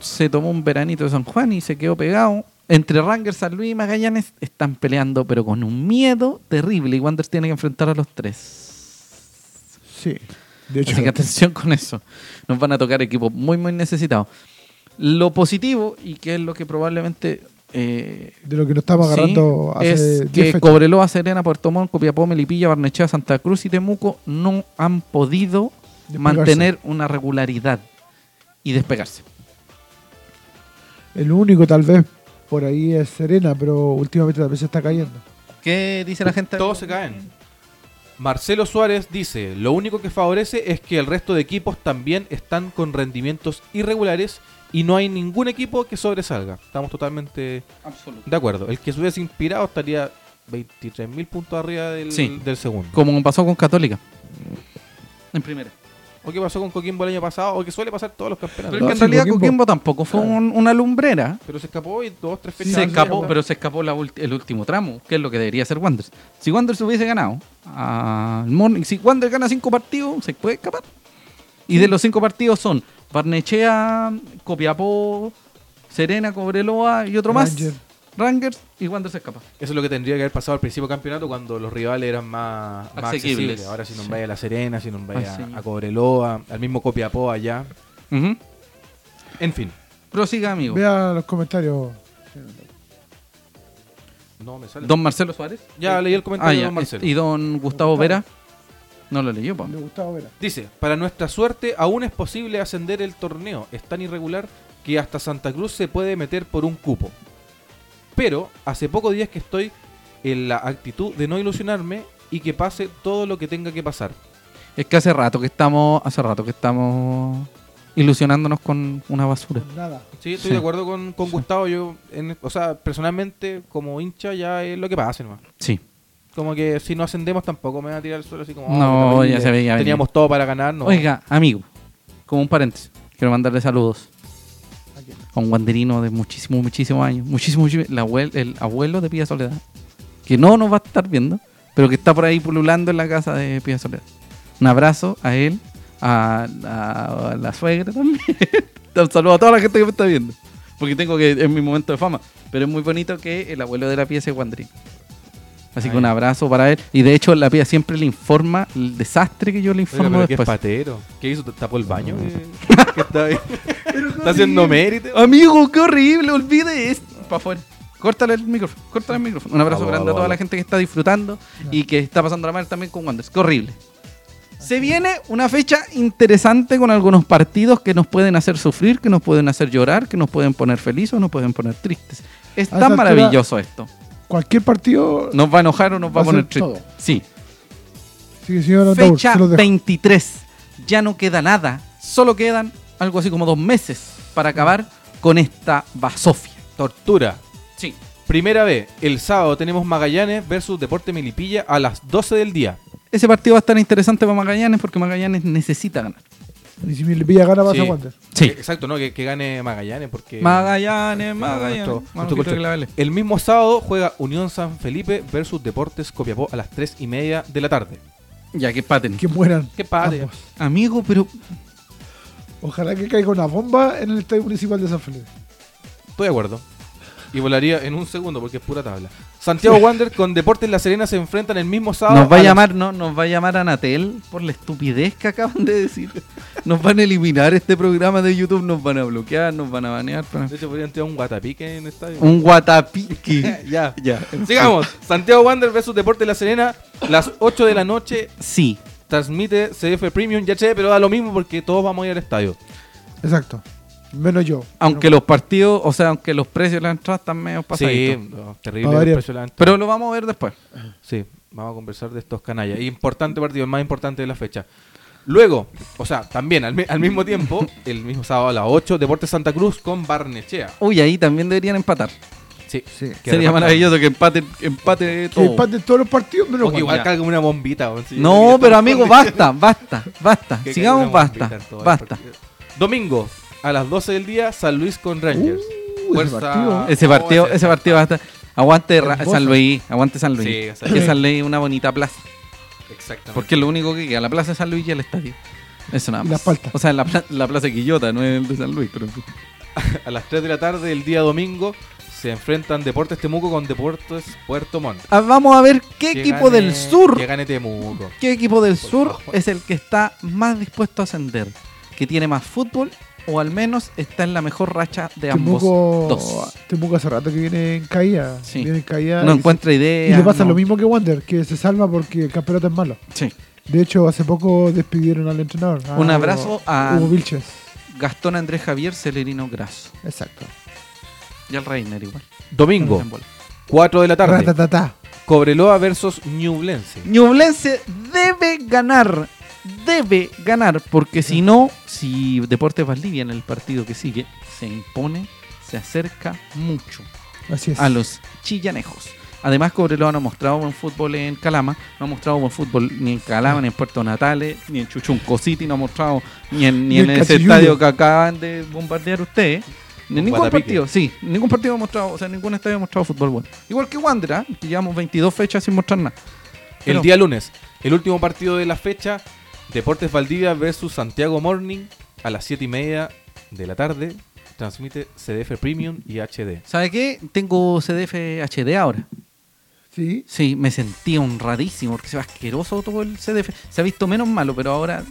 B: se tomó un veranito de San Juan y se quedó pegado. Entre Rangers, San Luis y Magallanes están peleando, pero con un miedo terrible. Y Wanderers tiene que enfrentar a los tres.
A: Sí. De hecho,
B: Así que atención con eso. Nos van a tocar equipos muy, muy necesitados. Lo positivo, y que es lo que probablemente eh,
A: de lo que nos estamos
B: sí,
A: agarrando hace
B: es
A: 10
B: que
A: fechas.
B: Cobreloa, Serena, Puerto Montt, Copiapó, Melipilla, Barnechea, Santa Cruz y Temuco no han podido
A: Despegarse.
B: mantener una regularidad y despegarse.
A: El único tal vez por ahí es Serena, pero últimamente también se está cayendo.
B: ¿Qué dice la gente?
C: Todos se caen. Marcelo Suárez dice, lo único que favorece es que el resto de equipos también están con rendimientos irregulares y no hay ningún equipo que sobresalga. Estamos totalmente
B: Absoluto.
C: de acuerdo. El que se hubiese inspirado estaría 23.000 puntos arriba del,
B: Sí.
C: del segundo.
B: Como pasó con Católica. En primera.
C: O que pasó con Coquimbo el año pasado, o que suele pasar todos los
B: Pero
C: campeonatos.
B: es
A: No,
B: que en
A: sí,
B: realidad
A: Coquimbo-
B: Coquimbo tampoco fue un- una lumbrera.
C: Pero se escapó y dos, tres fechas.
B: se
C: antes
B: escapó,
C: ya
B: pero se escapó la ulti- el último tramo, que es lo que debería hacer Wanderers. Si Wanderers hubiese ganado, al Morning- si Wanderers gana cinco partidos, se puede escapar. Y de los cinco partidos son Barnechea, Copiapó, Serena, Cobreloa y otro
A: Rangers.
B: más. Rangers y Wanderers se escapa.
C: Eso es lo que tendría que haber pasado al principio del campeonato cuando los rivales eran más, más
B: Asequibles.
C: accesibles. Ahora si nos vaya a La Serena, si nos vaya
B: Ay, sí.
C: a Cobreloa, al mismo Copiapó allá.
B: Ujú.
C: En fin.
B: Prosiga, amigo.
A: Vea los comentarios.
C: No me sale.
B: Don Marcelo Suárez.
C: Ya leí el comentario
B: Ah,
C: de
B: ya.
C: don Marcelo.
B: Y don Gustavo Vera. No lo leyó, pa.
A: Le gustaba ver.
C: Dice, para nuestra suerte aún es posible ascender el torneo. Es tan irregular que hasta Santa Cruz se puede meter por un cupo. Pero hace pocos días que estoy en la actitud de no ilusionarme y que pase todo lo que tenga que pasar.
B: Es que hace rato que estamos, hace rato que estamos ilusionándonos con una basura.
A: Nada.
C: Sí, estoy
B: Sí.
C: de acuerdo con, con Gustavo. Yo, en- o sea, personalmente, como hincha, ya es lo que pasa, nomás.
B: Sí.
C: Como que si no ascendemos tampoco me van a tirar al suelo así como...
B: No,
C: terrible,
B: ya se veía venir.
C: Teníamos todo para ganar, no.
B: Oiga, amigo, como un paréntesis, quiero mandarle saludos a un guanderino de muchísimos, muchísimos años, muchísimos, muchísimos- la abue- el abuelo de Pía Soledad, que no nos va a estar viendo, pero que está por ahí pululando en la casa de Pía Soledad. Un abrazo a él, a, a- a la suegra también. <laughs> Un saludo a toda la gente que me está viendo. Porque tengo que, es mi momento de fama. Pero es muy bonito que el abuelo de la pieza es Wandrin. Así
C: Ah,
B: que un
C: ya.
B: abrazo para él. Y de hecho, la pía siempre le informa el desastre que yo le
C: Oiga,
B: informo
C: pero qué
B: después.
C: patero. ¿Qué hizo? ¿Tapó el baño? <laughs> ¿Qué está ahí? ¿Está haciendo mérito?
B: Amigo, qué horrible, olvide esto. Para afuera. Córtale el micrófono, córtale el micrófono. Un abrazo
A: Ah,
C: Vamos,
B: grande a
C: vamos,
B: toda la
C: vamos.
B: gente que está disfrutando y que está pasando la mal también con Wanderers. Qué horrible. Se viene una fecha interesante con algunos partidos que nos pueden hacer sufrir, que nos pueden hacer llorar, que nos pueden poner felices o nos pueden poner tristes. Es
A: A esa
B: tan
A: altura-
B: maravilloso esto.
A: Cualquier partido.
B: Nos va a enojar o nos va
A: Va
B: a
A: a ser
B: poner tristes.
A: todo.
B: Sí.
A: Sí, señor Antaur,
B: Fecha
A: se los dejo.
B: 23. Ya no queda nada. Solo quedan algo así como dos meses para acabar con esta basofia.
C: Tortura.
B: Sí.
C: Primera vez, el sábado tenemos Magallanes versus Deporte Melipilla a las 12 del día.
B: Ese partido va a estar interesante para Magallanes porque Magallanes necesita ganar.
A: Y si me le pilla gana, vas
C: Sí.
A: a Wander.
B: Sí.
C: Eh, Exacto, ¿no? Que, que gane Magallanes porque...
B: Magallanes,
C: Nuestro-
B: Magallanes.
C: nuestro
B: Manojito
C: colchón.
B: que la vale.
C: El mismo sábado juega Unión San Felipe versus Deportes Copiapó a las 3 y media de la tarde.
B: Ya que paten.
A: Que mueran.
C: ¡Qué padre!
A: ambos.
B: Amigo, pero
A: Ojalá que caiga una bomba en el estadio municipal de San Felipe.
C: Estoy de acuerdo. Y volaría en un segundo porque es pura tabla. Santiago Wander con Deportes La Serena se enfrentan el mismo sábado.
B: nos va a
C: las-
B: llamar, no, nos va a llamar Anatel por la estupidez que acaban de decir. Nos van a eliminar este programa de YouTube, nos van a bloquear, nos van a banear. pero-
C: De hecho, podrían tirar un guatapique en el estadio.
B: Un guatapique.
C: <laughs> ya.
B: <laughs> ya.
C: Sigamos. Santiago Wander versus Deportes La Serena. Las 8 de la noche
B: Sí.
C: transmite CF Premium. Ya che, pero da lo mismo porque todos vamos a ir al estadio.
A: Exacto. Menos yo.
B: Aunque los partidos, o sea, aunque los precios de la entrada están medio pasaditos.
C: Sí, no, terrible.
A: Va a
C: el
A: variar.
C: precio de la-
B: Pero lo vamos a ver después.
C: Sí, vamos a conversar de estos canallas. Y Importante partido, el más importante de la fecha. Luego, o sea, también al, mi- al mismo tiempo, el mismo sábado a las 8, Deportes Santa Cruz con Barnechea.
B: Uy, ahí también deberían empatar.
C: Sí,
A: Sí.
C: Que
B: Sería
C: repartan.
B: maravilloso que empate, empate
A: Que
B: todo.
A: empaten todos los partidos, menos
C: O que igual
A: Wander.
C: carga una bombita. weón, sí, yo creo
B: No, pero
C: que todos
B: amigo,
C: ponen-
B: basta, basta, basta.
C: que
B: Sigamos,
C: carga una bombita
B: basta,
C: en todo el
B: basta.
C: partido. Domingo, a las 12 del día, San Luis con Rangers.
A: Uh, ese partido.
B: Ese partido, ese partido basta. Aguante Ra-
A: Hermoso.
B: San Luis, aguante San Luis.
C: Sí, o sea,
B: que San Luis es una bonita plaza.
C: Exactamente.
B: Porque es lo único que queda, la plaza de San Luis y el estadio. Eso nada
A: Y
B: más.
A: la palta.
B: O sea, la, pla- la plaza de Quillota, no es el de San Luis, pero en fin.
C: a las 3 de la tarde del día domingo se enfrentan Deportes Temuco con Deportes Puerto Montt.
B: Ah, Vamos a ver qué
C: Que
B: equipo
C: gane-
B: del sur
C: Que gane Temuco.
B: ¿Qué equipo del
C: Por
B: sur
C: favor.
B: es el que está más dispuesto a ascender? ¿Que tiene más fútbol? ¿O al menos está en la mejor racha de ambos
A: Temuco,
B: dos?
A: Temuco hace rato que viene en caída.
B: Sí.
A: Viene en caída.
B: No
A: Ah, y se-
B: encuentra
A: y,
B: ideas.
A: le pasa
B: no-
A: lo mismo que Wander, que se salva porque el campeonato es malo.
B: Sí.
A: De hecho, hace poco despidieron al entrenador. a
B: Un abrazo
A: Hugo-
B: a-
A: Hugo Vilches.
B: Gastón Andrés Javier Celerino Grasso.
A: Exacto.
B: Y al Reiner igual.
C: Domingo, 4 de la tarde.
A: Ratatatá.
C: Cobreloa versus Ñublense.
B: Ñublense debe ganar. Debe ganar. Porque si no, si Deportes Valdivia en el partido que sigue se impone, se acerca mucho.
A: Así es.
B: a los chillanejos. Además, Cobreloa no ha mostrado buen fútbol en Calama, no ha mostrado buen fútbol ni en Calama, ni en Puerto Natales, ni en Chuchunco City, no ha mostrado ni en, ni
A: Ni
B: en
A: en
B: ese
A: Cachiyuyo.
B: estadio que acaban de bombardear ustedes. Ni en
C: Con
B: ningún
C: Guatapique.
B: partido, sí, ningún partido ha mostrado, o sea, ningún estadio ha mostrado fútbol bueno. Igual que Wandera, que llevamos 22 fechas sin mostrar nada.
C: El
B: Pero-
C: día lunes, el último partido de la fecha, Deportes Valdivia versus Santiago Morning a las 7 y media de la tarde. Transmite CDF Premium y HD.
B: ¿Sabe qué? Tengo CDF HD ahora.
A: Sí.
B: Sí, me sentí honradísimo porque se ve asqueroso todo el CDF. Se ha visto menos malo, pero ahora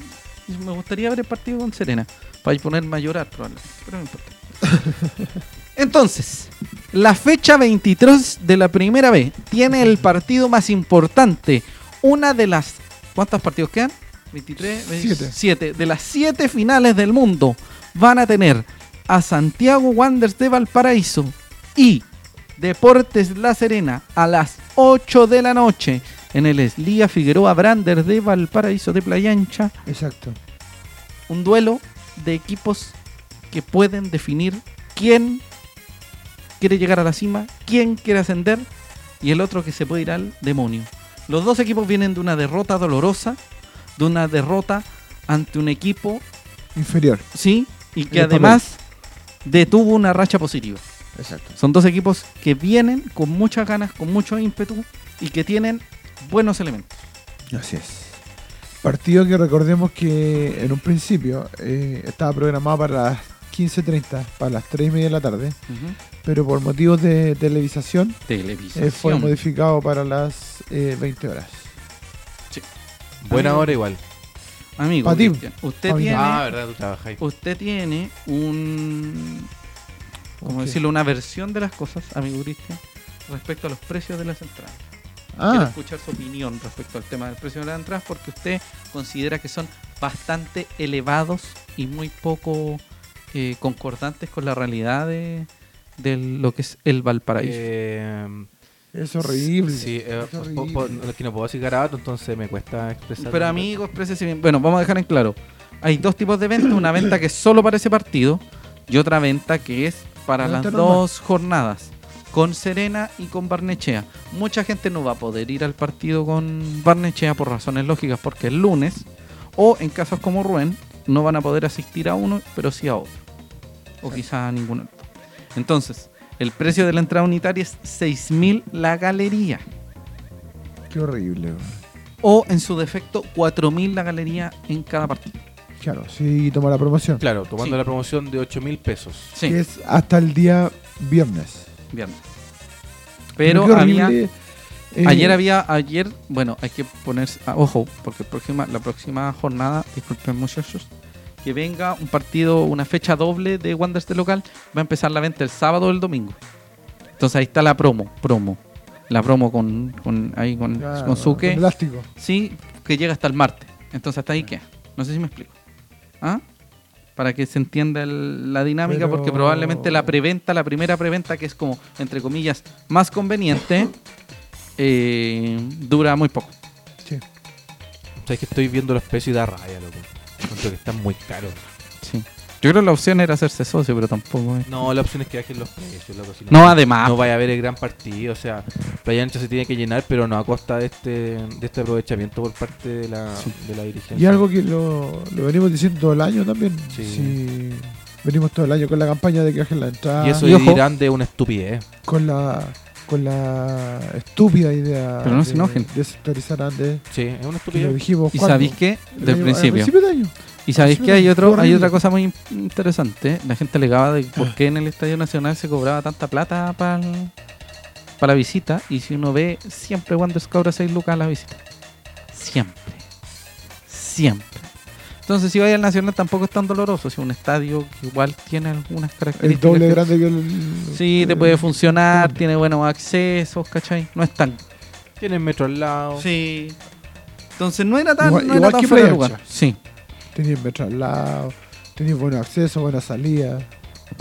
B: me gustaría ver el partido con Serena para ponerme a llorar probablemente, pero no importa. Entonces, la fecha 23 de la primera vez tiene el partido más importante. Una de las... ¿Cuántos partidos quedan? 23,
A: Siete.
B: 7. De las 7 finales del mundo van a tener a Santiago Wanderers de Valparaíso y Deportes La Serena a las 8 de la noche en el Eslía Figueroa Brander de Valparaíso de Playa Ancha.
A: Exacto.
B: Un duelo de equipos que pueden definir quién quiere llegar a la cima, quién quiere ascender y el otro que se puede ir al demonio. Los dos equipos vienen de una derrota dolorosa, de una derrota ante un equipo,
A: Inferior.
B: sí, y que
A: En el papel.
B: además detuvo una racha positiva.
A: Exacto.
B: Son dos equipos que vienen con muchas ganas, con mucho ímpetu y que tienen buenos elementos.
A: Así es. Partido que recordemos que en un principio eh, estaba programado para las 15.30, para las 3 y media de la tarde, pero por motivos de televisación
B: Televisión.
A: eh, fue modificado para las eh, 20 horas.
C: Buena
B: Amigo.
C: hora igual.
B: Amigo,
A: Pa' ti.
B: Cristian, usted
A: Pa' mí.
B: tiene,
C: Ah, verdad, tú trabajáis.
B: usted tiene un, ¿cómo
A: Ok.
B: decirlo? Una versión de las cosas, amigo Cristian, respecto a los precios de las entradas. Quiero
A: Ah,
B: escuchar su opinión respecto al tema del precio de las entradas porque usted considera que son bastante elevados y muy poco eh, concordantes con la realidad de, de lo que es el Valparaíso.
C: Eh,
A: es horrible.
C: Sí, eh,
A: es horrible.
C: po- po- no- es que no puedo decir garabato, entonces me cuesta expresar.
B: Pero amigos, exprésese bien. Bueno, vamos a dejar en claro. Hay dos tipos de ventas. Una venta que es solo para ese partido y otra venta que es para
A: Venta
B: las
A: normal.
B: dos jornadas. Con Serena y con Barnechea. Mucha gente no va a poder ir al partido con Barnechea por razones lógicas porque es lunes. O en casos como Rubén, no van a poder asistir a uno, pero sí a otro. O quizá a ninguno. Entonces, el precio de la entrada unitaria es 6.000 la galería
A: Qué horrible. weón.
B: o en su defecto 4.000 la galería en cada partido.
A: Claro, sí, toma la promoción.
C: Claro, tomando
B: Sí.
C: la promoción de 8 mil pesos.
B: Sí,
A: Que es hasta el día viernes.
B: viernes. Pero
A: Qué
B: había,
A: horrible, eh,
B: ayer había, ayer, bueno, hay que ponerse, a- ojo, porque próxima, la próxima jornada, disculpen muchachos, que venga un partido, una fecha doble de Wanderers de local, va a empezar la venta el sábado o el domingo. Entonces ahí está la promo, promo. La promo con, con ahí con,
A: claro,
B: con Suke.
A: con Elástico.
B: Sí, que llega hasta el martes. Entonces hasta ahí queda. No sé si me explico. ¿Ah? Para que se entienda el- la dinámica,
A: Pero-
B: porque probablemente la preventa, la primera preventa, que es como, entre comillas, más conveniente, eh, dura muy poco.
A: Sí.
C: O sea, es que estoy viendo los precios y da raya, loco. Encuentro que están muy caros.
B: Sí. Yo creo que la opción era hacerse socio, pero tampoco es.
C: No, la opción es que bajen los precios, loco. si
B: No, además.
C: no vaya a haber el gran partido. O sea, Playa Ancha se tiene que llenar, pero no a costa de este, de este aprovechamiento por parte de la,
B: Sí.
C: de la dirigencia.
A: Y algo que lo, lo venimos diciendo todo el año también.
C: Sí.
A: Sí, venimos todo el año con la campaña de que bajen la entrada.
C: Y eso
B: Y ojo.
C: dirán de una estupidez.
A: Con la con la estúpida idea
B: Pero no
A: de,
B: se enojen.
A: de sectorizar antes.
C: Sí, es una
A: Que lo
C: estupidez.
A: dijimos
B: ¿Y
A: ¿cuándo?
B: sabéis qué?
A: El
B: Del
A: año-
B: principio.
A: Al principio de año.
B: ¿Y sabéis
A: Sí,
B: que hay,
A: fue
B: otro, hay
A: horrible. Ah.
B: otra cosa muy in- interesante? ¿eh? La gente alegaba de por qué en el Estadio Nacional se cobraba tanta plata para la visita. Y si uno ve, siempre Wanderers cobra 6 lucas la visita. Siempre. Siempre. Entonces, si vais al Nacional tampoco es tan doloroso. Es un estadio que igual tiene algunas
A: El
B: características.
A: doble
B: que-
A: grande que el.
B: Sí, te
A: el-
B: puede funcionar, tiene buenos accesos, ¿cachai? No es tan
C: Tienen metro al lado.
B: Sí. Entonces no era tan,
A: Igual-
B: no era
A: igual
B: tan
A: que
B: fuera de
A: Playa
B: lugar.
A: Ancha.
B: Sí,
A: Tenía metro al lado, tenía buen acceso, buena salida,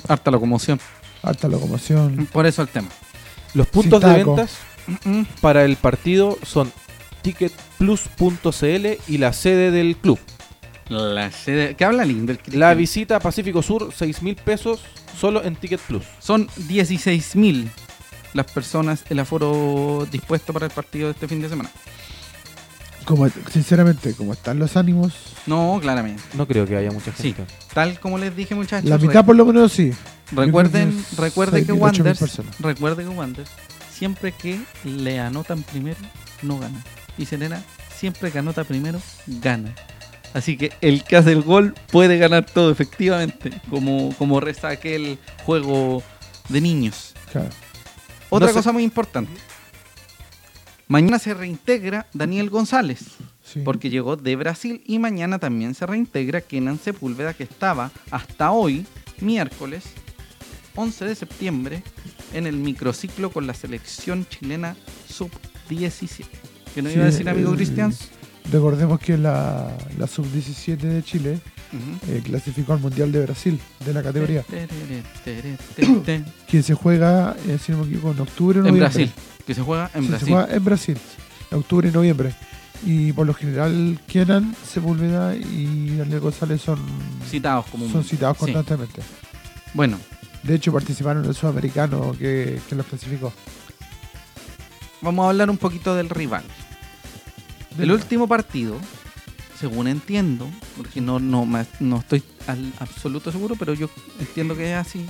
B: harta locomoción.
A: alta locomoción.
B: Por eso el tema.
C: Los puntos de
A: taco.
C: ventas
B: Mm,
C: para el partido son ticketplus.cl y la sede del club.
B: La sede. ¿Qué habla Linder?
C: La visita a Pacífico Sur, 6 mil pesos solo en Ticket Plus.
B: Son 16.000 las personas, el aforo dispuesto para el partido de este fin de semana.
A: Como, sinceramente, como están los ánimos,
B: No, claramente.
C: No creo que haya mucha
B: Sí.
C: gente.
B: Tal como les dije, muchachos.
A: la
B: re-
A: mitad por lo menos sí. Yo
B: recuerden,
A: creo que
B: recuerden que
A: 6.000, 8.000
B: Wanderers,
A: personas.
B: recuerden que Wanderers, siempre que le anotan primero, no gana. Y Serena, siempre que anota primero, gana. Así que el que hace el gol puede ganar todo, efectivamente. Como, como reza aquel juego de niños.
A: Claro.
B: Otra
C: No sé-
B: cosa muy importante. Mañana se reintegra Daniel González,
A: Sí.
B: porque llegó de Brasil y mañana también se reintegra Kenan Sepúlveda, que estaba hasta hoy, miércoles 11 de septiembre, en el microciclo con la selección chilena sub-17. ¿Qué nos
A: Sí,
B: iba a decir, amigo
A: el-
B: Cristian?
A: Recordemos que la, la sub-17 de Chile eh, clasificó al Mundial de Brasil de la categoría, que se juega, eh, si no me equivoco, en octubre o
B: En
A: noviembre.
B: Brasil, que se juega en
A: Sí,
B: Brasil.
A: Se juega en Brasil, en octubre y noviembre. Y por lo general, Kenan, Sepúlveda y Daniel González son,
B: Citados como un-
A: son citados
B: Sí.
A: constantemente.
B: Bueno,
A: De hecho, participaron en el sudamericano que, que los clasificó.
B: vamos a hablar un poquito del rival. El último partido, según entiendo, porque no, no, me- no estoy al absoluto seguro, pero yo entiendo que es así.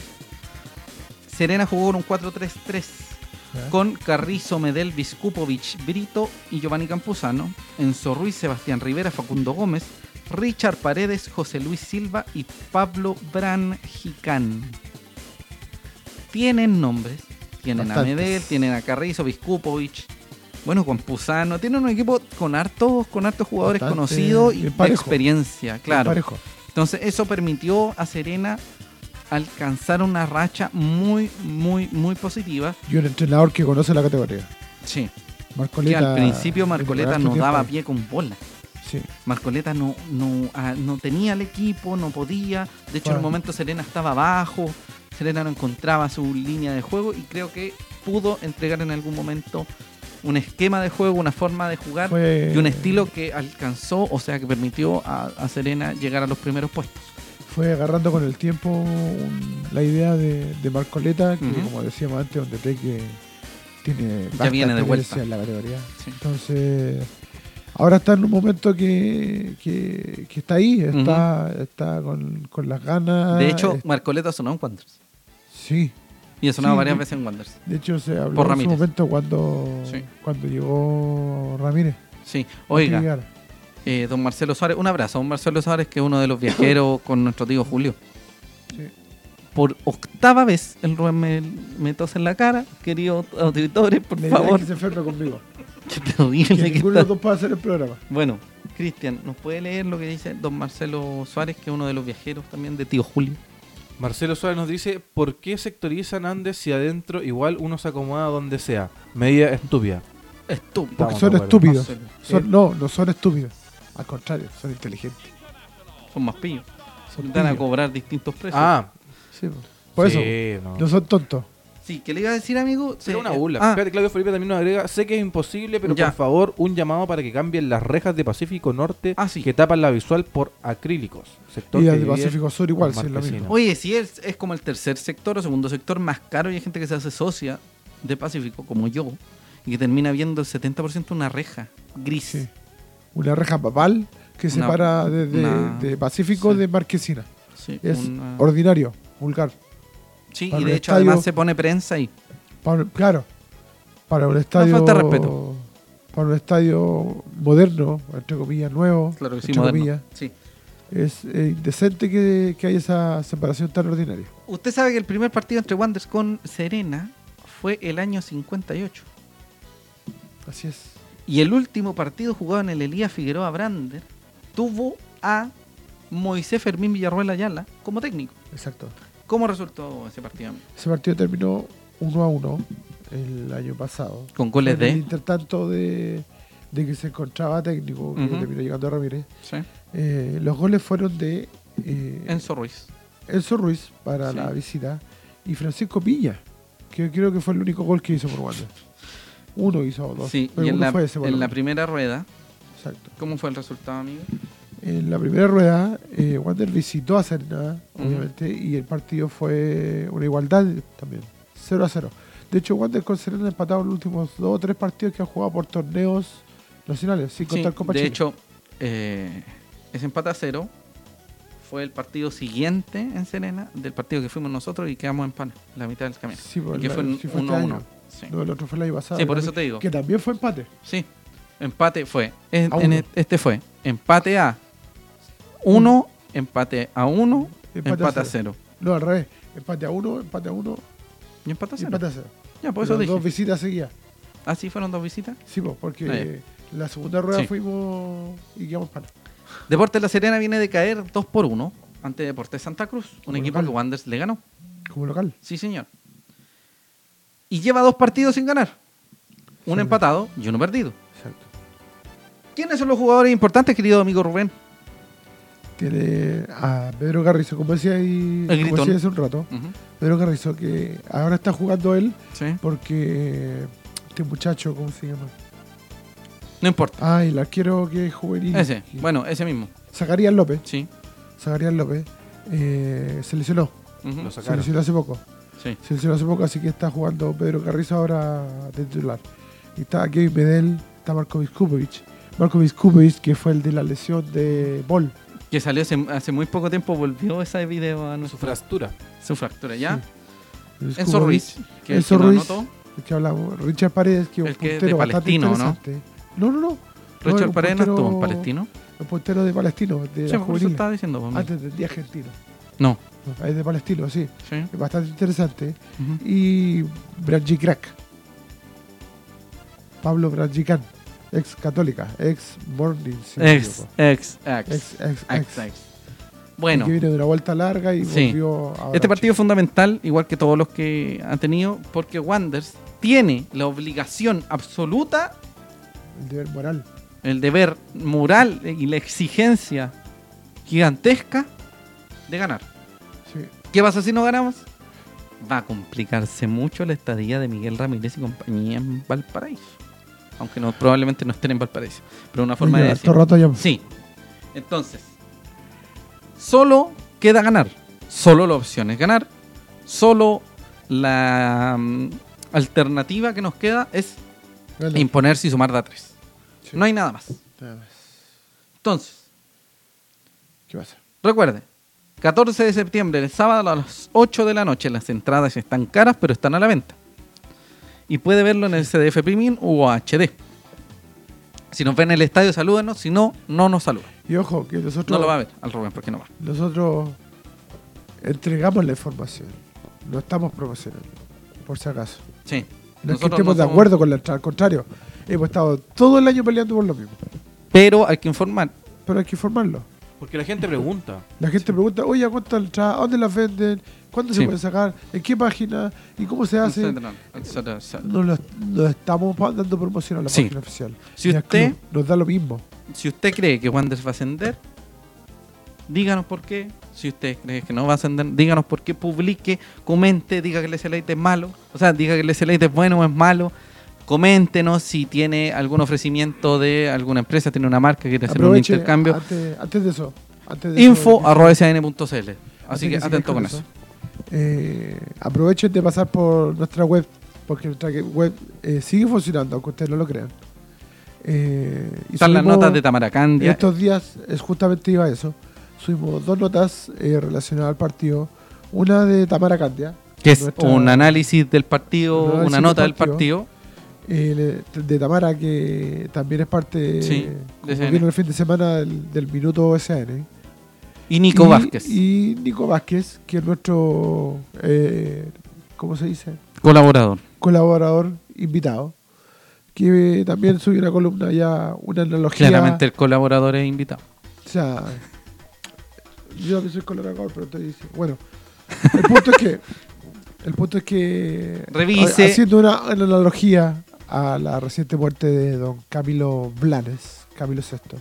B: Serena jugó con un 4-3-3.
A: Ya.
B: con Carrizo, Medel, Viskupovic, Brito y Giovanni Campuzano, Enzo Ruiz, Sebastián Rivera, Facundo Gómez, Richard Paredes, José Luis Silva y Pablo Branjicán. Tienen nombres. Tienen
A: Bastantes.
B: a Medel, tienen a Carrizo, Viskupovic, bueno, Campuzano. Tienen un equipo con hartos, con hartos jugadores
A: Bastante
B: conocidos y
A: bien
B: de
A: parejo.
B: experiencia, claro.
A: Parejo.
B: Entonces eso permitió a Serena alcanzar una racha muy, muy, muy positiva.
A: Y un entrenador que conoce la categoría.
B: Sí. Que
A: Marcoleta.
B: al principio Marcoleta
A: durante
B: no
A: tiempo
B: daba
A: ahí.
B: pie con bola.
A: Sí.
B: Marcoleta no, no, ah, no tenía el equipo, no podía. De hecho, en un
A: Bueno.
B: momento Serena estaba abajo. Serena no encontraba su línea de juego y creo que pudo entregar en algún momento un esquema de juego, una forma de jugar
A: Fue, eh,
B: y un estilo que alcanzó, o sea, que permitió a, a Serena llegar a los primeros puestos.
A: Fue agarrando con el tiempo un- la idea de, de Marcoleta, que
B: Ujú.
A: como decíamos antes, donde te que tiene
B: Ya viene
A: bastante
B: de vuelta.
A: experiencia en la categoría.
B: Sí.
A: Entonces, ahora está en un momento que, que, que está ahí, está, está con, con las ganas.
B: De hecho,
A: eh,
B: Marcoleta ha sonado en Wanderers.
A: sí.
B: Y ha sonado
A: Sí,
B: varias
A: de-
B: veces en Wanderers.
A: De hecho, se habló
B: Por
A: en su
B: Ramírez.
A: momento cuando,
B: Sí.
A: cuando llegó Ramírez.
B: Sí, oiga,
A: Llegar.
B: eh, don Marcelo Suárez, un abrazo a don Marcelo Suárez, que es uno de
A: <coughs>
B: los viajeros con nuestro tío Julio.
A: Sí.
B: Por octava vez el Rubén me, me tose en la cara, queridos auditores, por
A: La idea es
B: favor.
A: que se enferme conmigo.
B: <laughs> Qué
A: Que
B: terrible que
A: <laughs> ninguno de los
B: está.
A: dos pueda hacer el programa.
B: Bueno, Cristian, ¿nos puede leer lo que dice don Marcelo Suárez, que es uno de los viajeros también de tío Julio?
C: Marcelo Suárez nos dice, ¿por qué sectorizan Andes si adentro igual uno se acomoda donde sea? Medida estúpida.
B: Estúpido.
A: Porque
C: Estamos
A: son
C: de acuerdo.
A: estúpidos.
B: Marcelo.
A: Son- no, no son estúpidos. Al contrario, son inteligentes.
B: Son más pillos.
A: Son
B: Van a
A: pillos.
B: cobrar distintos precios.
C: Ah,
A: Sí, po. por
C: sí,
A: eso,
C: no.
A: no son tontos.
B: Sí, ¿qué le iba a decir, amigo?
C: Será
B: Sí,
C: una
B: eh,
C: burla.
B: ah,
C: Fíjate, Claudio Felipe también nos agrega, sé que es imposible, pero
B: Ya.
C: por favor, un llamado para que cambien las rejas de Pacífico Norte
B: Ah, sí.
C: que tapan la visual por acrílicos. Sector
A: Y
C: que
A: al de
C: divide-
A: Pacífico Sur igual, sí, es lo
C: Marquesina.
A: mismo.
B: Oye, si es, es como el tercer sector o segundo sector más caro y hay gente que se hace socia de Pacífico, como yo, y que termina viendo el 70% una reja gris.
A: Sí. Una reja papal que
B: Una-
A: separa de, de-
B: una-
A: de Pacífico
B: sí.
A: de Marquesina.
B: Sí,
A: Es
B: una-
A: ordinario, vulgar.
B: Sí,
A: para
B: y
A: un
B: de hecho
A: estadio-
B: además se pone prensa ahí.
A: Para- claro, para un estadio.
B: falta respeto.
A: Para un estadio moderno, entre comillas, nuevo.
B: Claro que sí,
A: entre
B: moderno.
A: comillas,
B: Sí.
A: es eh, indecente que, que haya esa separación tan ordinaria.
B: Usted sabe que el primer partido entre Wanderers con Serena fue el año 58.
A: Así es.
B: Y el último partido jugado en el Elías Figueroa Brander tuvo a Moisés Fermín Villarroel Ayala como técnico.
A: Exacto.
B: ¿Cómo resultó ese partido? amigo?
A: Ese partido terminó 1 a 1 el año pasado.
B: Con goles
A: En el
B: de...
A: intertanto de, de que se encontraba técnico, que
B: Ujú.
A: terminó llegando Ramírez.
B: Sí.
A: eh, los goles fueron de eh,
B: Enzo Ruiz.
A: Enzo Ruiz para
B: Sí.
A: la visita y Francisco Piña, que creo que fue el único gol que hizo por Wander. Uno hizo o dos.
B: Sí,
A: pero
B: y en
A: uno
B: la,
A: fue ese por
B: en
A: lo
B: la
A: menos.
B: primera rueda,
A: Exacto.
B: ¿cómo fue el resultado, amigo?
A: En la primera rueda, eh, Wander visitó a Serena,
B: Ujú.
A: obviamente, y el partido fue una igualdad también, 0 a 0. De hecho, Wander con Serena ha empatado los últimos dos o tres partidos que han jugado por torneos nacionales, sin contar
B: Sí,
A: Copa
B: de
A: Chile.
B: hecho, eh, ese empate a cero fue el partido siguiente en Serena del partido que fuimos nosotros y quedamos en pana, la mitad del camino.
A: Sí, por
B: y que
A: la-
B: fue un
A: sí fue este
B: 1-1.
A: año.
B: Sí.
A: No, el otro fue el año pasado.
B: Sí, por
A: que
B: eso
A: también-
B: te digo.
A: Que también fue empate.
B: sí, empate fue. en-
A: A
B: en
A: uno.
B: e- este fue empate a 1, empate a 1,
A: Mm. Empate a
B: empate a
A: cero.
B: 0.
A: No, al revés. Empate a uno, empate a uno,
B: Y empate a
A: y
B: 0.
A: empate a cero.
B: Ya, por
A: Pero
B: eso dije.
A: Dos visitas seguidas.
B: Así fueron dos visitas.
A: Sí, po, porque
B: Ah, ya.
A: eh, la segunda rueda
B: Sí.
A: fuimos y quedamos pana.
B: Deportes La Serena viene de caer 2 por 1 ante Deportes Santa Cruz, un
A: Como
B: equipo
A: local.
B: que Wanderers le ganó.
A: Como local.
B: Sí, señor. Y lleva dos partidos sin ganar. Un
A: Sí.
B: empatado y uno perdido.
A: Exacto.
B: ¿Quiénes son los jugadores importantes, querido amigo Rubén?
A: Tiene a Pedro Carrizo, como decía ahí
B: El
A: como
B: gritón.
A: decía hace un rato. Pedro Carrizo, que ahora está jugando él
B: Sí.
A: porque eh, este muchacho, ¿cómo se llama?
B: No importa.
A: Ah, el arquero que es juvenil.
B: Ese.
A: Que-
B: Bueno, ese mismo.
A: Zacarías López.
B: Sí.
A: Zacarías López. eh, se lesionó.
B: Ujú.
C: Lo
A: Se
C: sacaron.
A: lesionó hace poco.
B: Sí.
A: Se lesionó hace poco, así que está jugando Pedro Carrizo ahora de titular. Y está Kevin Medel, está Marco Viskupovic. Marco Viskupovic, que fue el de la lesión de Bol.
B: Que salió hace, hace muy poco tiempo, volvió ese video a
C: Su
B: nuestra
C: fractura.
B: su fractura, ¿ya?
A: Sí. Viskupovic.
B: Enzo Ruiz, que,
A: Enzo
B: que no
A: Ruiz.
B: anotó.
A: el que hablamos, Richard Paredes, que es un
B: El que es de
A: puntero bastante
B: Palestino, ¿no?
A: interesante. No, no, no. no. era
B: Richard
A: un
B: Paredes no estuvo en
A: puntero-
B: Palestino.
A: Un puntero de Palestino, de la
B: Sí, por eso
A: juvenil. Ah,
B: estaba diciendo. pues, mira.
A: Antes del día argentino.
B: No.
A: No, Es de Palestino, sí.
B: Sí.
A: Es bastante interesante.
B: Ujú.
A: Y Branji Crack. Pablo Branjican, ex católica, ex morning. si no me
B: Ex,
A: equivoco.
B: ex, ex,
A: Ex, ex,
B: ex,
A: ex.
B: ex. Bueno,
A: Que viene de una vuelta larga y
B: Sí.
A: volvió ahora
B: este
A: a
B: partido es fundamental, igual que todos los que han tenido, porque Wanders tiene la obligación absoluta,
A: Chile, El deber moral.
B: el deber moral y la exigencia gigantesca de ganar.
A: Sí.
B: ¿Qué pasa si no ganamos? Va a complicarse mucho la estadía de Miguel Ramírez y compañía en Valparaíso. Aunque no, probablemente no estén en Valparaíso. Pero una forma de
A: Lleva
B: decir.
A: harto rato ya.
B: Sí. Entonces, solo queda ganar. Solo la opción es ganar. Solo la mm, alternativa que nos queda es
A: Dale.
B: imponerse y sumar da 3.
A: Sí.
B: No hay nada más.
A: Nada más.
B: Entonces,
A: ¿Qué pasa?
B: recuerden, 14 de septiembre, el sábado a las 8 de la noche, las entradas están caras, pero están a la venta. Y puede verlo en el CDF Premium o HD. Si nos ven en el estadio, salúdenos. Si no, no nos saludan.
A: Y ojo, que nosotros,
B: No lo va a ver al Rubén porque no va.
A: nosotros entregamos la información. No estamos promocionando, por si acaso. No
B: Sí.
A: es que
B: Nosotros
A: estemos
B: no
A: de
B: somos-
A: acuerdo con la entrada, al contrario. Hemos estado todo el año peleando por lo mismo.
B: Pero hay que informar.
A: Pero hay que informarlo.
C: Porque la gente pregunta.
A: La gente pregunta, oye, ¿a ¿cuánto la entrada? ¿A ¿Dónde las venden? ¿Cuándo
B: Sí.
A: se pueden sacar? ¿En qué página? ¿Y cómo se hace?
B: etcétera, etcétera, etcétera.
A: No lo, no estamos pa- dando promoción a la
B: Sí.
A: página oficial.
B: Si
A: Ni al
B: usted-
A: club, nos da lo mismo.
B: Si usted cree que Wanderers va a ascender, díganos por qué. Si usted cree que no va a ascender, díganos por qué. Publique, comente, diga que el SLAIT es malo. O sea, diga que el SLAIT es bueno o es malo. Coméntenos si tiene algún ofrecimiento de alguna empresa, tiene una marca, quiere hacer
A: Aproveche
B: un intercambio.
A: Antes, antes de eso. Antes de
B: Info
A: eso-
B: arroba SN.cl.
A: antes
B: Así que
A: sigas
B: atento con eso.
A: Eh, aprovechen de pasar por nuestra web, porque nuestra que- web eh, sigue funcionando, aunque ustedes no lo crean. Eh, y
B: Están las
A: subimos-
B: notas de
A: En
B: Tamaracandia.
A: estos días es justamente iba a eso. Subimos dos notas eh, relacionadas al partido. Una de Tamara Candia.
B: Que es
A: nuestra-
B: un análisis del partido,
A: Un análisis
B: una
A: del
B: nota del
A: partido.
B: partido.
A: eh, le- de Tamara, que también es parte.
B: Sí,
A: como
B: de SN.
A: vino el fin de semana del, del Minuto SN.
B: Y Nico
A: Y-
B: Vázquez.
A: Y Nico Vázquez, que es nuestro. eh, ¿Cómo se dice?
B: Colaborador.
A: Colaborador invitado. Que eh, también subió una columna ya, una analogía.
B: Claramente el colaborador es invitado.
A: O sea, yo que soy colorador, pero estoy diciendo. Bueno, el punto es que. El punto es que.
B: Revise.
A: Haciendo una, una analogía a la reciente muerte de don Camilo Blanes, Camilo VI.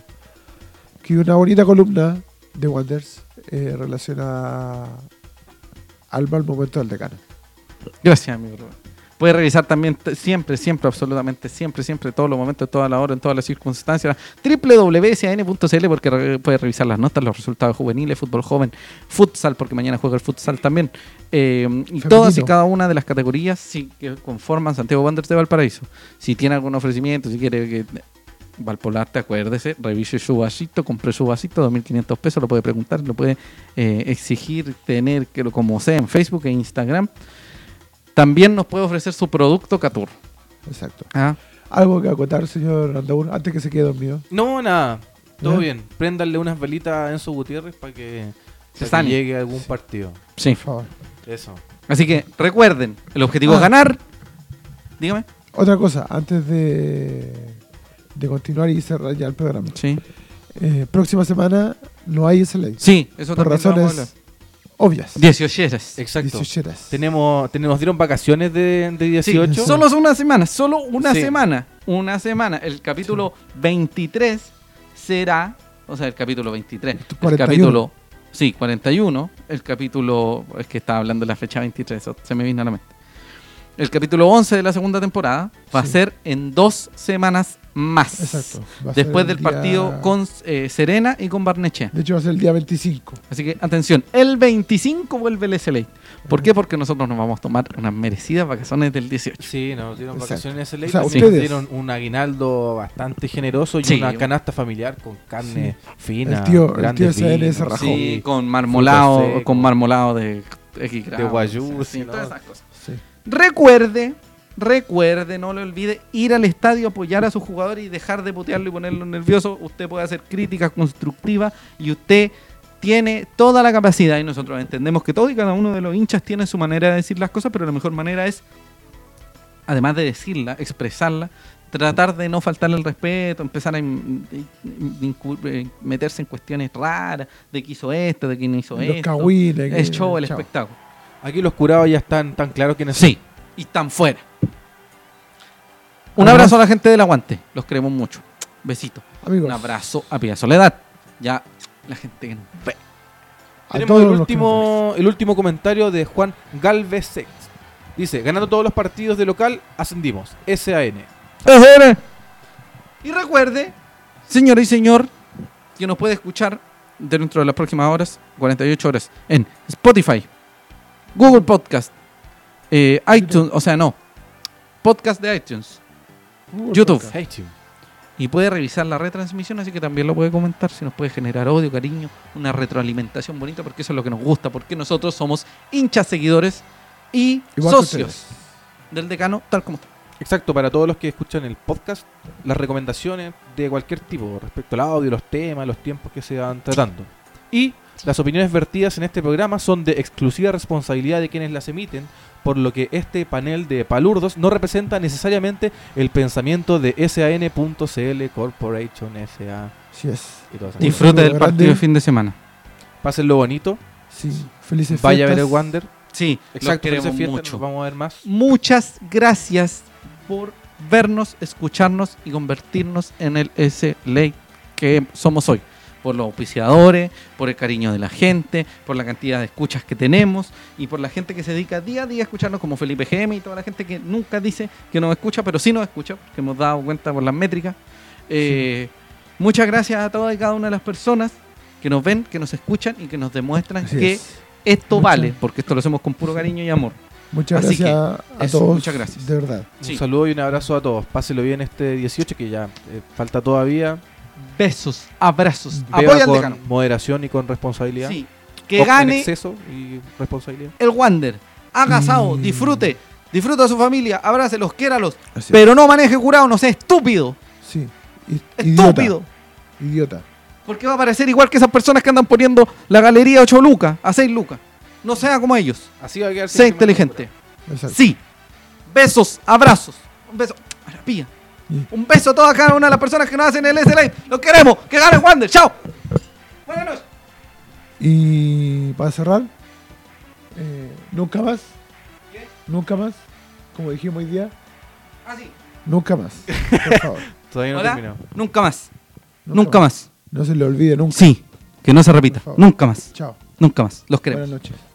A: Que una bonita columna de Wonders eh, relaciona al mal momento del decano.
B: Gracias, amigo Rubén. Puede revisar también t- siempre, siempre, absolutamente, siempre, siempre, en todos los momentos, en toda la hora, en todas las circunstancias. www.cn.cl porque re- puede revisar las notas, los resultados juveniles, fútbol joven, futsal, porque mañana juega el futsal también. Eh, y
A: Femenino.
B: todas y cada una de las categorías sí, que conforman Santiago Wanderers de Valparaíso. Si tiene algún ofrecimiento, si quiere que Valpolarte, acuérdese, revise su vasito, compre su vasito, 2.500 pesos, lo puede preguntar, lo puede eh, exigir, tener, que lo como sea, en Facebook e Instagram. También nos puede ofrecer su producto Catur.
A: Exacto.
B: Ah,
A: Algo que acotar, señor Randaur, antes que se quede dormido.
C: No, nada. Todo
A: ¿Ya?
C: bien. Préndanle unas velitas a Enzo Gutiérrez para que,
B: Se
C: pa' que
B: sane.
C: llegue a algún partido.
B: sí.
A: Por favor.
C: Eso.
B: Así que recuerden, el objetivo es
A: Ah.
B: ganar. Dígame.
A: Otra cosa, antes de, de continuar y cerrar ya el programa.
B: Sí.
A: Eh, próxima semana no hay esa ley.
B: Sí, eso
A: por
B: también lo vamos a
A: razones obvias.
B: hablar. 18
C: Exacto.
A: Dieciocheras.
C: Tenemos, ten- nos dieron vacaciones de, de 18.
A: Sí,
B: Solo es una semana, solo una
C: Sí.
B: semana. Una semana. El capítulo 23 será, o sea, el capítulo 23. El
A: 41.
B: capítulo, sí, 41. El capítulo, es que estaba hablando de la fecha 23, eso se me vino a la mente. El capítulo 11 de la segunda temporada va
A: Sí.
B: a ser en dos semanas más.
A: Exacto. Va a ser
B: Después
A: el
B: del
A: día-
B: partido con eh, Serena y con Barnechea.
A: De hecho, va a ser el día 25.
B: Así que atención, el 25 vuelve el SLA. ¿Por
A: Ah.
B: qué? Porque nosotros nos vamos a tomar unas merecidas vacaciones del 18.
C: Sí, nos dieron
A: Exacto.
C: vacaciones ese
A: O sea,
C: nos
A: ustedes-
C: dieron un aguinaldo bastante generoso y
B: Sí.
C: una canasta familiar con carne fina.
A: El tío- el
C: grandes
A: tío SN se
C: vinos,
A: rajó.
B: Sí,
C: sí,
B: con
C: Frutos
B: marmolado,
C: secos.
B: con marmolado de X
C: De guayú,
B: sí,
C: sí,
B: todas
C: ¿no?
B: esas cosas.
A: Sí.
B: Recuerde Recuerde, no lo olvide, ir al estadio, apoyar a su jugador y dejar de putearlo y ponerlo nervioso. Usted puede hacer críticas constructivas y usted tiene toda la capacidad y nosotros entendemos que todo y cada uno de los hinchas tiene su manera de decir las cosas, pero la mejor manera es, además de decirla, expresarla, tratar de no faltarle el respeto, empezar a in- in- incu- eh, meterse en cuestiones raras, de que hizo esto, de que no hizo
A: Los
B: esto.
A: cahuiles. que-
B: Es show, el
A: chao.
B: espectáculo.
C: Aquí los curados ya están tan claros quiénes
B: Sí, y están fuera. Un
A: Además-
B: abrazo a la gente del aguante, los queremos mucho. Besito.
A: Amigos,
B: Un abrazo a Pia Soledad. Ya la gente que nos ve.
A: a
C: Tenemos
A: todos
C: el
A: los que nos ven.
C: último, el último comentario de Juan Galvez Sex. Dice, ganando todos los partidos de local, ascendimos. SAN.
B: Y recuerde, señora y señor, que nos puede escuchar dentro de las próximas horas, 48 horas, en Spotify, Google Podcast, eh, iTunes, o sea, no, podcast de iTunes.
A: Google
B: YouTube.
A: Podcast.
C: Hey, chim.
B: Y puede revisar la retransmisión, así que también lo puede comentar, si nos puede generar odio, cariño, una retroalimentación bonita, porque eso es lo que nos gusta, porque nosotros somos hinchas seguidores y
A: Igual que
B: socios del decano, tal como está.
C: Exacto, para todos los que escuchan el podcast, las recomendaciones de cualquier tipo respecto al audio, los temas, los tiempos que se van tratando. Y las opiniones vertidas en este programa son de exclusiva responsabilidad de quienes las emiten, por lo que este panel de palurdos no representa necesariamente el pensamiento de SAN.cl Corporation SA
A: Sí es.
C: y todas esas cosas.
B: Disfrute del
A: saludo grande.
B: partido de fin de semana.
C: Pásenlo bonito,
A: Sí. Felices
C: vaya a ver el
A: fiestas.
C: Wander.
B: Sí, los
C: Exacto,
B: queremos
C: felices fiestas,
B: mucho.
C: nos vamos a ver más.
B: Muchas gracias por vernos, escucharnos y convertirnos en el S-Ley que somos hoy. Por los auspiciadores, por el cariño de la gente, por la cantidad de escuchas que tenemos y por la gente que se dedica día a día a escucharnos, como Felipe GM y toda la gente que nunca dice que nos escucha, pero sí nos escucha, que hemos dado cuenta por las métricas. Eh, Muchas gracias a todas y cada una de las personas que nos ven, que nos escuchan y que nos demuestran
A: Así
B: que
A: es.
B: esto
A: Muchas-
B: vale, porque esto lo hacemos con puro cariño y amor.
A: Muchas
B: Así
A: gracias a
B: eso,
A: todos.
B: muchas gracias.
A: De verdad.
B: Sí.
C: Un saludo y un abrazo a todos. Pásenlo bien este 18 que ya eh, falta todavía.
B: besos, abrazos.
C: Beba
B: Apoya al
C: con
B: decano.
C: moderación y con responsabilidad.
B: Sí.
C: O
B: Que
C: en
B: gane
C: exceso y responsabilidad.
B: el Wander. Haga asado,
A: Mm.
B: disfrute. Disfruta a su familia, abrácelos, quiéralos.
A: Así es.
B: Pero no maneje curado, no sea estúpido.
A: Sí. I-
B: Estúpido.
A: Idiota. idiota.
B: Porque va a parecer igual que esas personas que andan poniendo la galería a 8 lucas, a 6 lucas. No sea como ellos.
C: Así va a quedar.
B: Sea
C: siempre
B: inteligente.
A: Exacto.
B: Sí. Besos, abrazos. Un beso a la pía.
A: Sí.
B: Un beso a todas cada una de las personas que nos hacen el S-Line. Los queremos. Que gane Wander. Chao. Buenas noches.
A: Y para cerrar, eh, nunca más. Nunca más. Como dijimos hoy día,
B: Así.
A: nunca
B: <laughs>
A: más. Por favor.
C: Todavía no he
B: Hola.
C: terminado.
B: Nunca más. Nunca más.
A: No se le olvide nunca.
B: Sí, que no se repita.
A: Por favor.
B: Nunca más.
A: Chao.
B: Nunca más. Los queremos.
A: Buenas noches.